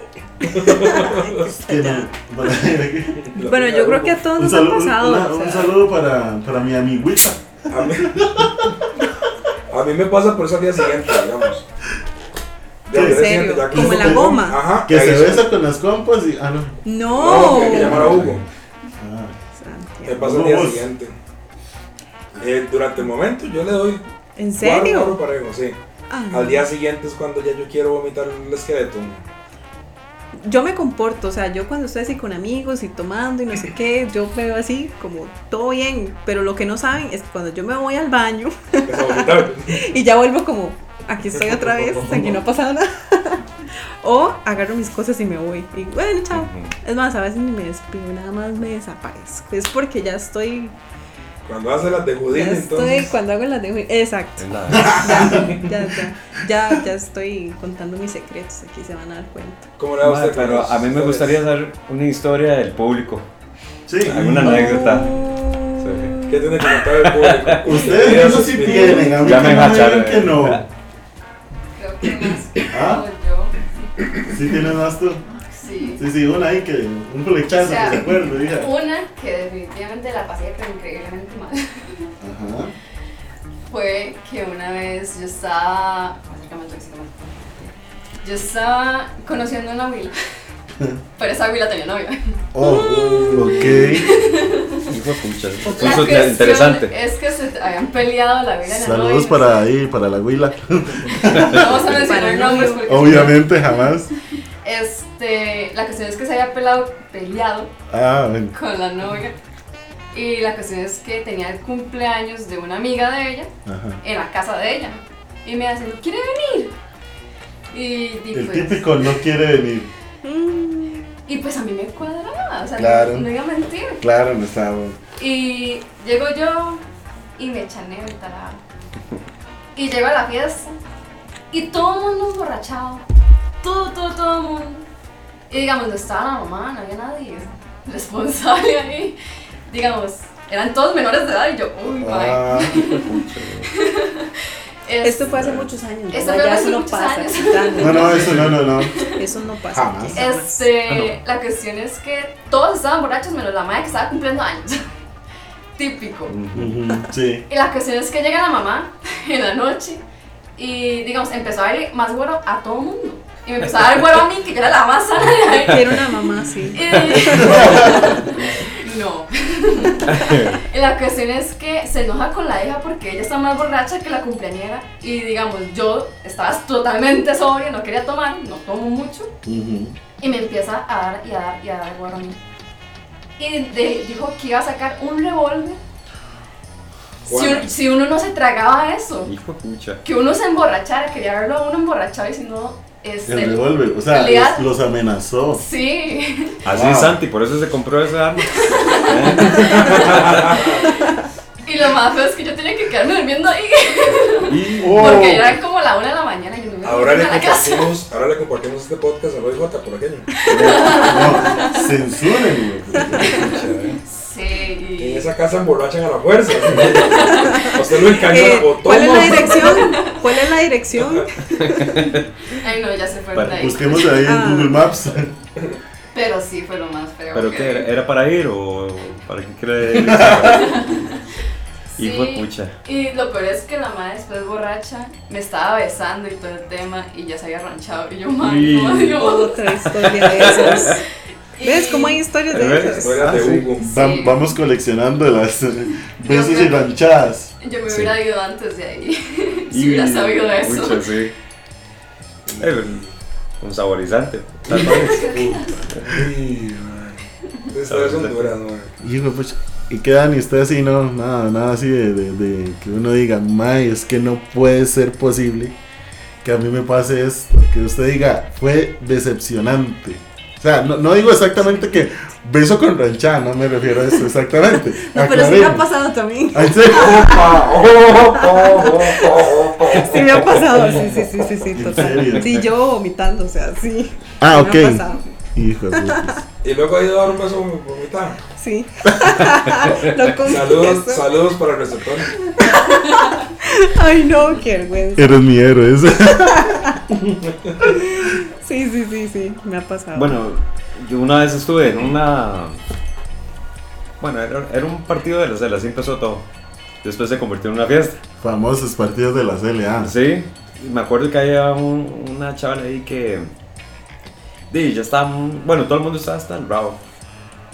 Speaker 2: que no- para-
Speaker 1: La
Speaker 2: *laughs*
Speaker 4: Bueno,
Speaker 1: amiga de
Speaker 4: yo creo
Speaker 1: Hugo.
Speaker 4: que a todos
Speaker 2: un
Speaker 4: nos ha
Speaker 2: saludo, una-
Speaker 4: pasado. o
Speaker 2: un
Speaker 4: sea,
Speaker 2: saludo para, para mi amiguita.
Speaker 1: A mí, a mí me pasa por eso al día siguiente, digamos. Ya
Speaker 2: ¿En
Speaker 1: al día
Speaker 4: serio?
Speaker 1: siguiente, ya que-
Speaker 4: ¿Como la goma?
Speaker 1: Ajá.
Speaker 2: Que se
Speaker 1: ahí-
Speaker 2: besa con las compas y. Ah, no.
Speaker 4: No.
Speaker 1: No, que
Speaker 4: Oh.
Speaker 1: hay que llamar a Hugo.
Speaker 2: Ah,
Speaker 1: Me
Speaker 4: Santiago.
Speaker 1: pasa el día
Speaker 2: Vamos.
Speaker 1: siguiente. Eh, durante el momento yo le doy
Speaker 4: ¿En
Speaker 1: guaro,
Speaker 4: serio?
Speaker 1: guaro parejo, sí.
Speaker 4: Ah,
Speaker 1: Al día siguiente es cuando ya yo quiero vomitar el esqueleto.
Speaker 4: Yo me comporto, o sea, yo cuando estoy así con amigos y tomando y no sé qué, yo me veo así como todo bien, pero lo que no saben es que cuando yo me voy al baño *laughs*
Speaker 1: Es a vomitar.
Speaker 4: y ya vuelvo como, aquí
Speaker 1: *laughs*
Speaker 4: estoy otra vez, aquí no ha pasado nada. *laughs* o agarro mis cosas y me voy. Y bueno, chao.
Speaker 3: Ujú.
Speaker 4: Es más, a veces ni me despido, nada más me desaparezco. Es porque ya estoy,
Speaker 1: Cuando hace las de Houdini,
Speaker 4: ya estoy,
Speaker 1: entonces.
Speaker 4: cuando hago las de...
Speaker 1: *laughs*
Speaker 4: Exacto.
Speaker 3: Es la-
Speaker 4: Ya, ya, ya, ya, ya estoy contando mis secretos, aquí se van a dar cuenta.
Speaker 1: ¿Cómo le va a
Speaker 3: Madre,
Speaker 1: usted?
Speaker 3: pero
Speaker 1: Carlos?
Speaker 3: a mí me
Speaker 1: Ustedes.
Speaker 3: gustaría saber una historia del público.
Speaker 2: Sí. Ah,
Speaker 3: Alguna anécdota.
Speaker 4: Oh.
Speaker 3: Sí.
Speaker 1: ¿Qué tiene que contar el
Speaker 3: *laughs*
Speaker 1: público?
Speaker 2: Ustedes eso sí tienen. A mí
Speaker 3: Ya
Speaker 2: que
Speaker 3: me
Speaker 2: no me
Speaker 3: macharon,
Speaker 2: digan que no.
Speaker 5: Creo que más
Speaker 2: Ah.
Speaker 5: como Pues yo.
Speaker 2: Sí tienes más tú.
Speaker 5: Sí.
Speaker 2: Sí, sí, una ahí que. Un flechazo
Speaker 5: O sea,
Speaker 2: que se acuerde, diga.
Speaker 5: Una que definitivamente la pasé pero increíblemente mal *laughs*
Speaker 2: Ajá.
Speaker 5: fue que una vez yo estaba. Acércame al toxicómano. Yo estaba conociendo a una
Speaker 2: *laughs*
Speaker 5: huila. Pero esa huila tenía novio.
Speaker 2: Oh, ok.
Speaker 3: Hijo de pucha.
Speaker 5: La
Speaker 3: Puso
Speaker 5: cuestión
Speaker 3: interesante.
Speaker 5: Es que se habían peleado la huila y la novia.
Speaker 2: Saludos para ahí, para la huila.
Speaker 5: *laughs* No
Speaker 2: *laughs*
Speaker 5: vamos a
Speaker 4: Para
Speaker 5: mencionar
Speaker 4: el
Speaker 5: nombres
Speaker 4: novio.
Speaker 5: porque.
Speaker 2: Obviamente, jamás.
Speaker 5: Este, la cuestión es que se había pelado, peleado
Speaker 2: Ah, bueno.
Speaker 5: con la novia. Y la cuestión es que tenía el cumpleaños de una amiga de ella
Speaker 2: Ajá.
Speaker 5: en la casa de ella. Y me hacen, ¿quiere venir? Y, y
Speaker 2: El
Speaker 5: pues,
Speaker 2: típico no quiere venir.
Speaker 4: Mm.
Speaker 5: y pues a mí me cuadraba, o sea,
Speaker 2: Claro.
Speaker 5: no, no iba a mentir.
Speaker 2: Claro, no estaba bueno.
Speaker 5: Y llego yo y me chaneo el tarado. Y llego a la fiesta y todo el mundo emborrachado. Todo, todo, todo el mundo. Y digamos, no estaba la mamá, no había nadie responsable ahí. Digamos, eran todos menores de edad y yo, uy, mae.
Speaker 2: Ah,
Speaker 5: Es-
Speaker 4: Esto fue hace muchos años.
Speaker 5: Esto
Speaker 4: ¿verdad?
Speaker 5: fue
Speaker 4: ya
Speaker 5: hace
Speaker 4: eso no
Speaker 5: muchos
Speaker 4: pasa.
Speaker 5: años.
Speaker 4: aquí, Dani.
Speaker 2: no, no, eso no, no, no.
Speaker 4: Eso no pasa.
Speaker 2: Jamás.
Speaker 4: aquí.
Speaker 5: Este, la cuestión es que todos estaban borrachos menos la madre que estaba cumpliendo años. *laughs* Típico.
Speaker 3: Ujú.
Speaker 2: Ujú, Sí.
Speaker 5: Y la cuestión es que llega la mamá *laughs* en la noche y, digamos, empezó a darle más güero a todo el mundo. Y me empezó a dar güero a mí, que yo era la más sana de ahí.
Speaker 4: Quiero una mamá
Speaker 5: *laughs*
Speaker 4: así.
Speaker 5: Y- *laughs* no. Y la cuestión es que se enoja con la hija porque ella está más borracha que la cumpleañera. Y, digamos, yo estaba totalmente sobria, no quería tomar, no tomo mucho.
Speaker 2: ujú.
Speaker 5: Y me empieza a dar y a dar y a dar guaro a mí. Y de- dijo que iba a sacar un revólver. Si,
Speaker 1: Juana.
Speaker 5: un- si uno no se tragaba eso,
Speaker 3: *laughs* Hijo de pucha.
Speaker 5: que uno se emborrachara, quería verlo a uno emborrachado y si no,
Speaker 2: El
Speaker 5: este.
Speaker 2: revólver, o sea,
Speaker 5: Realidad.
Speaker 2: los, los amenazó.
Speaker 5: Sí, *laughs*
Speaker 3: Así
Speaker 2: Wow.
Speaker 3: es Santi, por eso se compró ese arma.
Speaker 5: y lo más feo es que yo tenía que quedarme durmiendo ahí
Speaker 3: Y
Speaker 2: Oh,
Speaker 5: porque era como la una de la mañana y yo no me
Speaker 1: Ahora
Speaker 5: iba
Speaker 1: le,
Speaker 5: a la casa.
Speaker 1: compartimos, ahora le compartimos este podcast a Roy J por aquello.
Speaker 2: no, censuren, güey.
Speaker 1: En
Speaker 5: Sí,
Speaker 1: esa casa emborrachan a la fuerza.
Speaker 4: *laughs*
Speaker 1: Usted lo engaña
Speaker 4: Eh,
Speaker 1: o
Speaker 4: ¿Cuál es la
Speaker 1: toma.
Speaker 4: dirección? ¿Cuál es la dirección?
Speaker 5: ay no, ya se fueron de ahí.
Speaker 2: Busquemos ahí en
Speaker 4: Ah.
Speaker 2: Google Maps.
Speaker 5: Pero sí fue lo más feo.
Speaker 3: ¿Pero
Speaker 5: que-
Speaker 3: qué? ¿Era, era para ir o para qué crees?
Speaker 5: Sí.
Speaker 3: Hijo de pucha.
Speaker 5: Y lo peor es que la madre después borracha me estaba besando y todo el tema y ya se había ranchado y yo, madre, no,
Speaker 3: Y-
Speaker 5: Dios".
Speaker 4: Otra historia de esas. ¿Ves cómo hay historias de
Speaker 3: ¿Ves?
Speaker 4: esas?
Speaker 1: Historia
Speaker 3: Ah,
Speaker 1: de
Speaker 3: sí.
Speaker 1: Hugo.
Speaker 2: Va-
Speaker 5: Sí.
Speaker 2: Vamos coleccionando las eh, besos
Speaker 5: Yo-
Speaker 2: y ranchadas.
Speaker 5: Y Yo me
Speaker 3: Sí.
Speaker 5: hubiera ido antes de ahí si
Speaker 3: Y-
Speaker 5: hubiera sabido eso.
Speaker 3: Pucha, sí. Eh, pero un saborizante.
Speaker 1: *laughs*
Speaker 3: tal vez.
Speaker 1: Sí, man. Estas son duras, man.
Speaker 2: Hijo, pues, y quedan y usted así, no, nada, nada así de, de- de que uno diga, May, es que no puede ser posible que a mí me pase esto, que usted diga, fue decepcionante. O sea, no, no digo exactamente que beso con rancha, no me refiero a eso exactamente.
Speaker 4: *laughs* No, pero sí me ha
Speaker 2: Aclaremos.
Speaker 4: pasado también.
Speaker 2: Ah, ¿en serio?
Speaker 3: Opa, oh, oh, oh, oh, oh.
Speaker 4: *laughs* Sí me ha pasado, sí, sí, sí, sí, sí,
Speaker 2: ¿En
Speaker 4: total.
Speaker 2: serio?
Speaker 4: Sí, yo vomitando, o sea, sí.
Speaker 2: *laughs* Ah,
Speaker 4: Me ha
Speaker 2: ok.
Speaker 4: pasado.
Speaker 2: Hijo de putas.
Speaker 1: Y luego ha ido a dar un beso vomitar.
Speaker 4: Sí. *laughs* Lo
Speaker 1: Saludos,
Speaker 4: confieso.
Speaker 1: saludos para el receptor.
Speaker 4: Ay, no, qué vergüenza.
Speaker 2: Eres mi héroe. *laughs* ese.
Speaker 4: Sí, sí, sí, sí, me ha pasado.
Speaker 3: Bueno, yo una vez estuve en una. Bueno, era, era un partido de la cela, así empezó todo. Después se convirtió en una fiesta.
Speaker 2: Famosos partidos de la CLA.
Speaker 3: Sí, y me acuerdo que había un- una chavala ahí que. di, ya estaba. mu- Bueno, todo el mundo estaba hasta el bravo.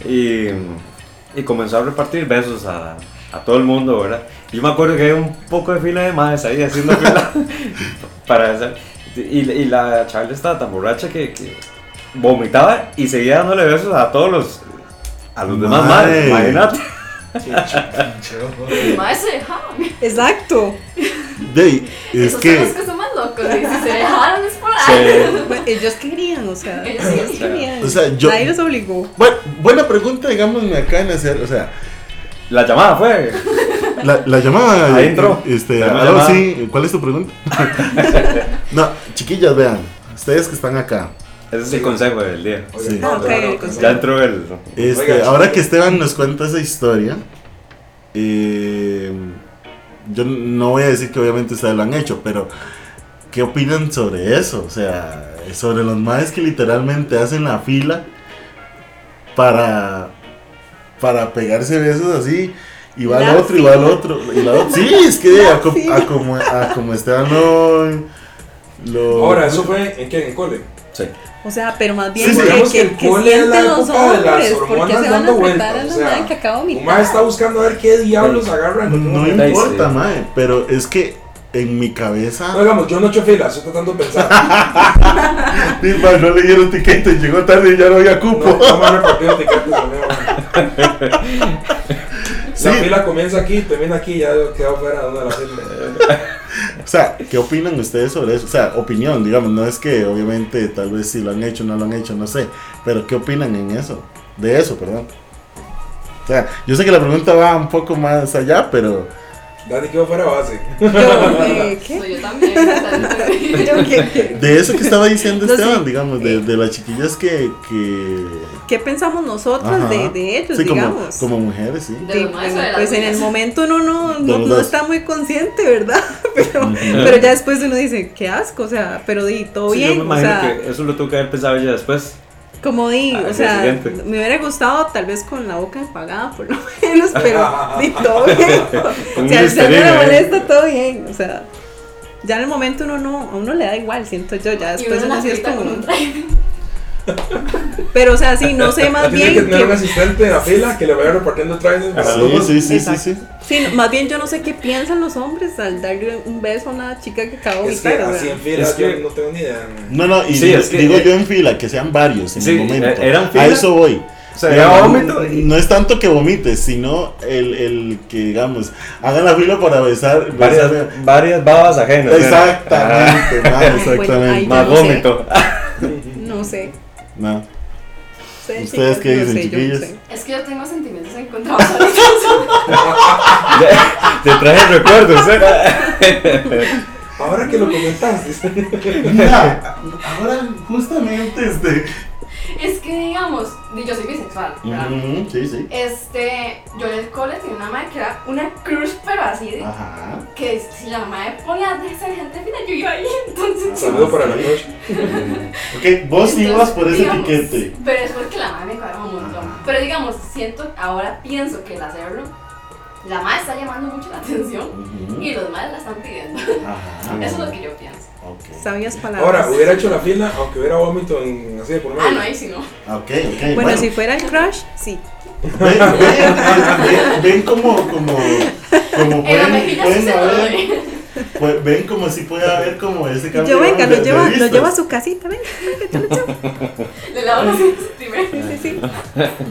Speaker 3: Y, y comenzó a repartir besos a, a todo el mundo, ¿verdad? Yo me acuerdo que había un poco de fila de madres ahí haciendo *laughs* fila para hacer. Y, y la chavala estaba tan borracha que, que vomitaba y seguía dándole besos a todos los. a los demás madres,
Speaker 2: Mae.
Speaker 3: imagínate.
Speaker 5: *laughs* Y más se dejaron.
Speaker 4: Exacto.
Speaker 2: Dey, es
Speaker 5: Esos son los
Speaker 2: que,
Speaker 5: que son más locos. Y si se dejaron es por ahí.
Speaker 3: Se-
Speaker 4: Bueno, ellos querían, o sea,
Speaker 5: Ellos sí.
Speaker 4: ellos querían.
Speaker 2: o sea, yo.
Speaker 4: Nadie los obligó.
Speaker 2: Bueno, buena pregunta, digamos, me acaban de hacer. O sea,
Speaker 3: la llamada fue.
Speaker 2: la, la llamada.
Speaker 3: Ahí entró.
Speaker 2: Este,
Speaker 3: La
Speaker 2: algo
Speaker 3: llamada.
Speaker 2: así. ¿Cuál es tu
Speaker 3: *laughs*
Speaker 2: pregunta? no, chiquillas, vean. Ustedes que están acá.
Speaker 3: Ese es el consejo del día.
Speaker 2: Sí.
Speaker 4: Ah, ok,
Speaker 1: claro,
Speaker 4: el
Speaker 1: claro.
Speaker 3: Ya entró el.
Speaker 2: Este,
Speaker 1: Oiga,
Speaker 2: ahora
Speaker 1: chiquillos.
Speaker 2: que Esteban nos cuenta esa historia, eh, yo no voy a decir que obviamente ustedes lo han hecho, pero ¿qué opinan sobre eso? O sea, sobre los madres que literalmente hacen la fila para, para pegarse besos así. Y va
Speaker 4: La
Speaker 2: al otro, y va al otro, y la otra. Sí, es
Speaker 4: *laughs*
Speaker 2: que a, co-
Speaker 4: fila.
Speaker 2: a como, a como Esteban lo. lo-
Speaker 1: Ahora, ¿eso fue en qué? ¿En cole?
Speaker 3: Sí.
Speaker 4: O sea, pero más bien
Speaker 1: Sí,
Speaker 4: que,
Speaker 1: digamos que
Speaker 4: que,
Speaker 1: el
Speaker 4: que
Speaker 1: cole es la
Speaker 4: sienten los
Speaker 1: época de las
Speaker 4: hombres, porque
Speaker 1: hormonas
Speaker 4: se van a
Speaker 1: dando
Speaker 4: apretar a
Speaker 1: vueltas,
Speaker 4: la
Speaker 1: o sea,
Speaker 4: madre que acaba de
Speaker 1: Umar está buscando a ver qué diablos agarran.
Speaker 2: No
Speaker 1: No,
Speaker 2: importa,
Speaker 3: sí.
Speaker 2: mae, pero es que en mi cabeza.
Speaker 1: digamos, yo no he hecho fila, estoy tratando de
Speaker 2: *laughs*
Speaker 1: pensar.
Speaker 2: Dilma, no le dieron tiquete, llegó tarde y ya no había
Speaker 1: No,
Speaker 2: cupo.
Speaker 1: no me han repartido tiquetes, no, no.
Speaker 2: Sí.
Speaker 1: La fila comienza aquí, termina aquí, ya quedo fuera de una de las filas.
Speaker 2: O sea, ¿qué opinan ustedes sobre eso? O sea, opinión, digamos, no es que obviamente tal vez si lo han hecho, no lo han hecho, no sé. Pero ¿qué opinan en eso? De eso, perdón. O sea, yo sé que la pregunta va un poco más allá, pero
Speaker 1: Dani quedó fuera de base.
Speaker 4: Yo, eh, ¿qué?
Speaker 5: Soy yo también. o sea, yo-
Speaker 4: Yo, ¿qué, qué?
Speaker 2: de eso que estaba diciendo
Speaker 4: *laughs* No, sí.
Speaker 2: Esteban, digamos, de, de las chiquillas que... que...
Speaker 4: ¿Qué pensamos nosotros
Speaker 2: ajá.
Speaker 4: de, de ellos,
Speaker 2: Sí, como,
Speaker 4: digamos?
Speaker 2: como mujeres, sí.
Speaker 5: De lo
Speaker 4: Sí,
Speaker 5: más o de las
Speaker 4: pues en el
Speaker 5: niñas.
Speaker 4: momento uno no, no,
Speaker 2: los
Speaker 4: no
Speaker 2: dos.
Speaker 4: está muy consciente, ¿verdad? *laughs* Pero, pero ya después uno dice, qué asco, o sea, pero di, todo
Speaker 3: Sí,
Speaker 4: bien,
Speaker 3: yo me
Speaker 4: o
Speaker 3: imagino
Speaker 4: sea,
Speaker 3: que eso lo tuvo que haber pensado ella después.
Speaker 4: como di,
Speaker 3: Al
Speaker 4: o
Speaker 3: día
Speaker 4: sea,
Speaker 3: siguiente.
Speaker 4: me hubiera gustado tal vez con la boca apagada por lo *laughs* menos, pero di, todo bien.
Speaker 3: Con
Speaker 4: o
Speaker 3: un
Speaker 4: sea, si no
Speaker 3: Listerine,
Speaker 4: le
Speaker 3: ¿eh?
Speaker 4: molesta, todo bien, o sea, ya en el momento uno no, a uno le da igual, siento yo, ya
Speaker 5: Y uno
Speaker 4: después uno
Speaker 5: la
Speaker 4: sí es
Speaker 5: grita
Speaker 4: como,
Speaker 5: con un traje.
Speaker 4: *laughs* pero o sea, sí, no sé, más
Speaker 1: Tiene
Speaker 4: bien
Speaker 1: que tener un
Speaker 4: que-
Speaker 1: asistente en la fila que le vaya repartiendo trajes. Pues, para
Speaker 2: Ah, Sí,
Speaker 1: todos.
Speaker 2: sí, sí, sí,
Speaker 4: Exacto.
Speaker 2: sí.
Speaker 4: Sí, más bien yo no sé qué piensan los hombres al darle un beso a una chica que acaba de
Speaker 1: Es que
Speaker 4: vomitar.
Speaker 1: así
Speaker 4: ¿verdad?
Speaker 1: en fila
Speaker 3: Es que-
Speaker 1: yo no tengo ni idea. man.
Speaker 2: No, no, y
Speaker 3: Sí,
Speaker 2: digo,
Speaker 3: es que- eh,
Speaker 2: digo yo en fila, que sean varios en
Speaker 3: Sí,
Speaker 2: el momento.
Speaker 3: eh, eran
Speaker 2: A
Speaker 3: fila.
Speaker 2: eso voy.
Speaker 3: O sea,
Speaker 2: Digamos,
Speaker 3: era vómito y-
Speaker 2: No es tanto que vomites, sino el, el que, digamos, hagan la fila para besar. besar-
Speaker 3: Varias, varias babas ajenas. ¿verdad? Ajá.
Speaker 2: Exactamente, ma,
Speaker 4: Ay,
Speaker 2: exactamente.
Speaker 4: bueno,
Speaker 3: Más
Speaker 4: Yo no sé.
Speaker 3: vómito. *laughs*
Speaker 4: No sé.
Speaker 2: No.
Speaker 4: Ustedes,
Speaker 2: ¿Ustedes qué
Speaker 4: no
Speaker 2: dicen,
Speaker 4: sé, yo no
Speaker 2: chiquillos?
Speaker 4: sé.
Speaker 5: Es que yo tengo sentimientos encontrados.
Speaker 3: Te traje recuerdos, ¿eh?
Speaker 1: Ahora que lo comentas, *laughs* dice.
Speaker 2: Mira, ahora justamente este.
Speaker 5: *laughs* es que digamos, yo soy bisexual, ¿verdad?
Speaker 2: Ujú, sí, sí.
Speaker 5: Este, yo en el cole tenía una madre que era una crush, pero así,
Speaker 2: Ah.
Speaker 5: de-
Speaker 2: Ajá.
Speaker 5: que si la madre ponía de esa gente fina, yo iba ahí, *laughs*
Speaker 1: Un
Speaker 5: entonces.
Speaker 1: saludo para la noche.
Speaker 2: Ok, vos
Speaker 5: entonces,
Speaker 2: ibas por ese
Speaker 5: digamos,
Speaker 2: tiquete.
Speaker 5: Pero es porque la madre me cuadraba un montón.
Speaker 2: Ajá.
Speaker 5: Pero digamos, siento, ahora pienso que el hacerlo, la madre está llamando mucho la atención
Speaker 2: Ujú,
Speaker 5: y los madres la están pidiendo.
Speaker 2: Ajá.
Speaker 5: Eso es lo que yo pienso.
Speaker 2: Ok.
Speaker 4: Sabias palabras.
Speaker 1: Ahora, hubiera hecho la fila, aunque hubiera vómito en, así de por medio.
Speaker 5: Ah, no, ahí sí no.
Speaker 2: Ok, ok. Bueno,
Speaker 4: bueno, si fuera el crush, sí.
Speaker 2: Ven, ven, ven, ven, ven como, como, como
Speaker 5: En la
Speaker 2: pueden,
Speaker 5: mejilla sí
Speaker 2: pueden
Speaker 5: se
Speaker 2: haber,
Speaker 5: lo
Speaker 2: pu- Pues, ven como si puede haber como ese
Speaker 4: Y
Speaker 2: cambio.
Speaker 4: yo, venga,
Speaker 2: de-
Speaker 4: lo
Speaker 2: de
Speaker 4: lleva, lo
Speaker 2: vistas.
Speaker 4: lleva a su casita, venga. venga, yo lo llevo.
Speaker 5: Le lavo los
Speaker 4: Sí,
Speaker 5: sentimientos.
Speaker 4: sí, sí.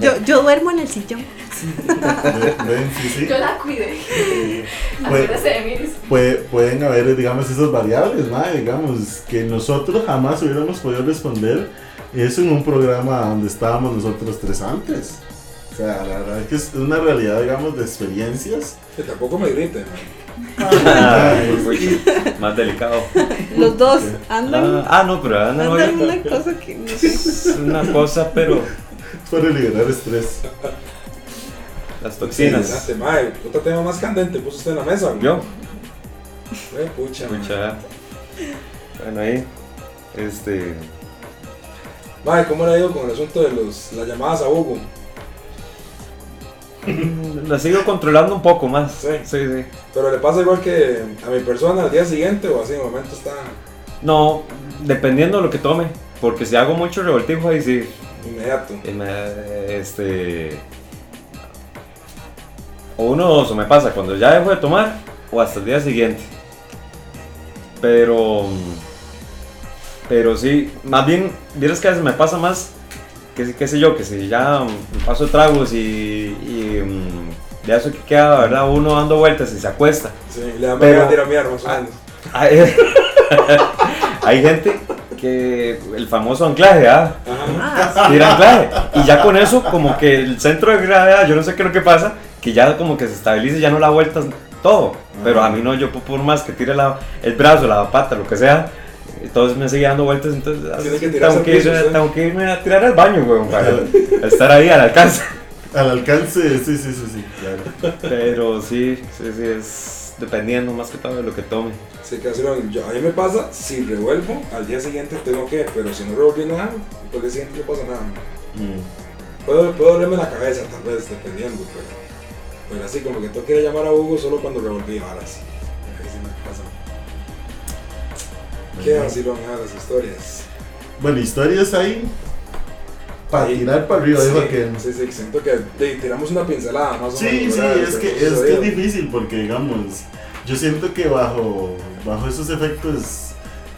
Speaker 4: Yo, yo duermo en el sillón.
Speaker 2: *laughs* Ven, ven, sí, sí.
Speaker 5: Yo la cuidé.
Speaker 2: Eh, Bueno.
Speaker 5: Acuérdese de mí. dice.
Speaker 2: pue- pueden haber, digamos, esas variables, ¿no? digamos, que nosotros jamás hubiéramos podido responder es en un programa donde estábamos nosotros tres antes. O sea, la verdad es que es una realidad, digamos, de experiencias.
Speaker 1: Que tampoco me griten, man.
Speaker 3: Ay, uy, más delicado.
Speaker 4: Los dos andan,
Speaker 3: Ah, ah, no, pero Ana no
Speaker 4: andan una cosa que no sé.
Speaker 3: es una cosa, pero
Speaker 2: Para liberar estrés.
Speaker 3: las
Speaker 1: Interesante,
Speaker 3: toxinas.
Speaker 1: mae. Otro tema más candente puso usted en la mesa, man.
Speaker 3: Yo,
Speaker 1: Eh, pucha, man.
Speaker 3: escucha. Bueno, ahí. Este. *clears throat*
Speaker 1: Mae, ¿cómo le ha ido con el asunto de los, las llamadas a Hugo?
Speaker 3: La sigo controlando un poco más.
Speaker 1: Sí.
Speaker 3: sí. sí.
Speaker 1: Pero le pasa igual que a mi persona al día siguiente o así, de momento está
Speaker 3: No, dependiendo de lo que tome. Porque si hago mucho revoltijo ahí sí.
Speaker 1: inmediato.
Speaker 3: y me- Este. O uno o dos, o me pasa cuando ya dejo de tomar o hasta el día siguiente. Pero. Pero sí, más bien, vieras que a veces me pasa más que si- qué sé yo, que si ya mm, paso tragos y. y mm, ya eso que queda, ¿verdad? Uno dando vueltas y se acuesta.
Speaker 1: Sí, le da
Speaker 3: Pero-
Speaker 1: miedo tirar mierda, más o
Speaker 3: Ah.
Speaker 1: menos.
Speaker 3: Hay, hay gente que el famoso anclaje, ¿ah?
Speaker 1: Ajá.
Speaker 4: Ah,
Speaker 3: Tira anclaje. Y ya con eso, como que el centro de gravedad, yo no sé qué es lo que pasa, que ya como que se estabiliza, ya no la vueltas todo. Pero a mí no, yo por más que tire la- el brazo, la pata, lo que sea, entonces me sigue dando vueltas, entonces ah,
Speaker 1: Tiene que ¿eh? tirarse
Speaker 3: tengo, que
Speaker 1: al
Speaker 3: ir-
Speaker 1: piso, ¿sí?
Speaker 3: tengo que irme a tirar al baño, weón, para estar ahí al alcance.
Speaker 2: Al alcance, sí, sí, sí, sí, claro.
Speaker 3: Pero sí, sí, sí, es dependiendo más que todo de lo que tome.
Speaker 1: Sí, casi lo mismo. Yo- a mí me pasa, si revuelvo, al día siguiente tengo que, pero si no revolví nada, al día siguiente no pasa nada.
Speaker 2: Mm.
Speaker 1: Puedo, puedo dolerme la cabeza, tal vez, dependiendo, pero, pero así como que tú quieres llamar a Hugo solo cuando revolví varas. Ahí sí me pasa. ¿Qué así lo van a las historias?
Speaker 2: Bueno, historias ahí para
Speaker 1: Ahí.
Speaker 2: tirar para arriba, dijo aquel.
Speaker 1: sí, sí, siento que te- tiramos una pincelada más o
Speaker 2: Sí,
Speaker 1: menos.
Speaker 2: sí,
Speaker 1: ¿verdad? Este,
Speaker 2: es que
Speaker 1: Pero
Speaker 2: es,
Speaker 1: eso
Speaker 2: que es
Speaker 1: digo.
Speaker 2: difícil porque, digamos, yo siento que bajo, bajo esos efectos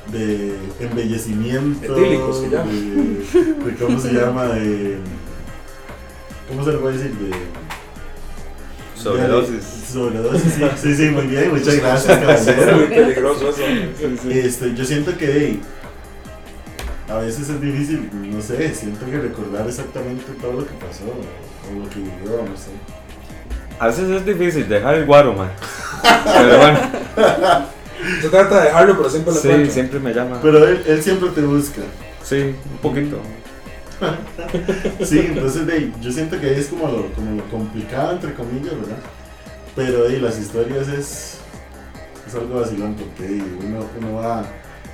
Speaker 2: de embellecimiento,
Speaker 1: Etílicos, se llama.
Speaker 2: de, de cómo se llama, de. ¿Cómo se le puede decir? De.
Speaker 3: Sobredosis.
Speaker 2: de- Sobredosis, sí, sí, sí, muy bien, muchas gracias, *laughs* caballero.
Speaker 1: Es muy peligroso eso.
Speaker 2: Este, yo siento que hey, a veces es difícil, no sé, siento que recordar exactamente todo lo que pasó o lo que vivió, no sé.
Speaker 3: A veces es difícil dejar el guaro, man. Pero bueno,
Speaker 1: Se trata de dejarlo, pero siempre lo
Speaker 3: sí,
Speaker 1: encuentro.
Speaker 3: siempre me llama.
Speaker 2: Pero él, él siempre te busca.
Speaker 3: Sí, un poquito.
Speaker 2: Sí, entonces hey, yo siento que es como lo, como lo complicado, entre comillas, ¿verdad? Pero hey, las historias es, es algo vacilón porque hey, uno, uno va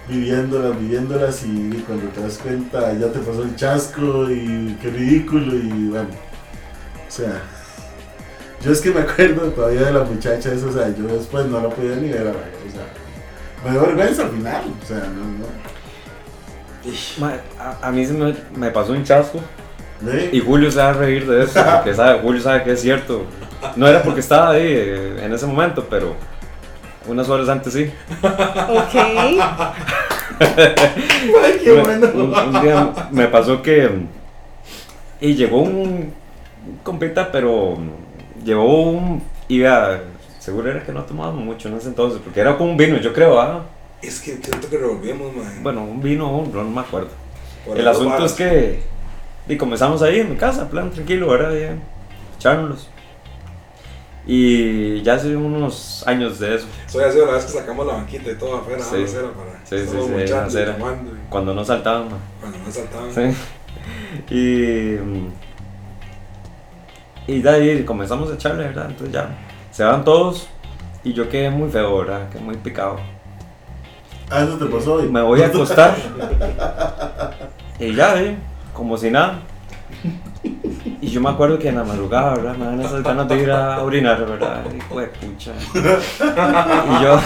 Speaker 2: viviéndolas, viviéndolas y cuando te das cuenta ya te pasó el chasco y qué ridículo y bueno. O sea, yo es que me acuerdo todavía de la muchacha esa, o sea, yo después no la podía ni ver, o sea, me dio vergüenza al final, o sea, no, no.
Speaker 3: *laughs* Ma, a, a mí se me, me pasó un chasco
Speaker 2: ¿Ve?
Speaker 3: y Julio se va a reír de eso, *laughs* porque sabe, Julio sabe que es cierto. No era porque estaba ahí eh, en ese momento, pero unas horas antes sí.
Speaker 4: ok.
Speaker 2: Ay, qué
Speaker 3: Me-
Speaker 2: bueno.
Speaker 3: un, un día me pasó que. mm, Y llegó un compita, pero. mm, Llevó un. Iba. Seguro era que no tomábamos mucho en ese entonces, porque era como un vino, yo creo, ah.
Speaker 1: Es que siento que revolvemos, man.
Speaker 3: Bueno, un vino, un ron, no me acuerdo.
Speaker 1: Por
Speaker 3: El
Speaker 1: ahí
Speaker 3: asunto
Speaker 1: lo
Speaker 3: es que. Y comenzamos ahí en mi casa, plan tranquilo, ¿verdad? Ya, echárnoslos. Y ya hace unos años de eso,
Speaker 1: paras. Soy así la vez que sacamos la banquita y todo afuera,
Speaker 3: Sí.
Speaker 1: a la acera para.
Speaker 3: Sí, sí,
Speaker 1: estamos
Speaker 3: sí,
Speaker 1: muchachos
Speaker 3: la acera.
Speaker 1: tomando y
Speaker 3: cuando no saltábamos.
Speaker 1: Cuando me saltaban.
Speaker 3: Sí. *laughs* Y. mm, Y de ahí comenzamos a echarle, ¿verdad? Entonces ya se van todos y yo quedé muy feo, ¿verdad? Quedé muy picado.
Speaker 2: Ah, eso te pasó hoy.
Speaker 3: Me voy a acostar. y ya, ¿eh? Como si nada. Y yo me acuerdo que en la madrugada, ¿verdad? Me dan esas ganas de ir a orinar, ¿verdad? Y, "Jue pucha. Y yo,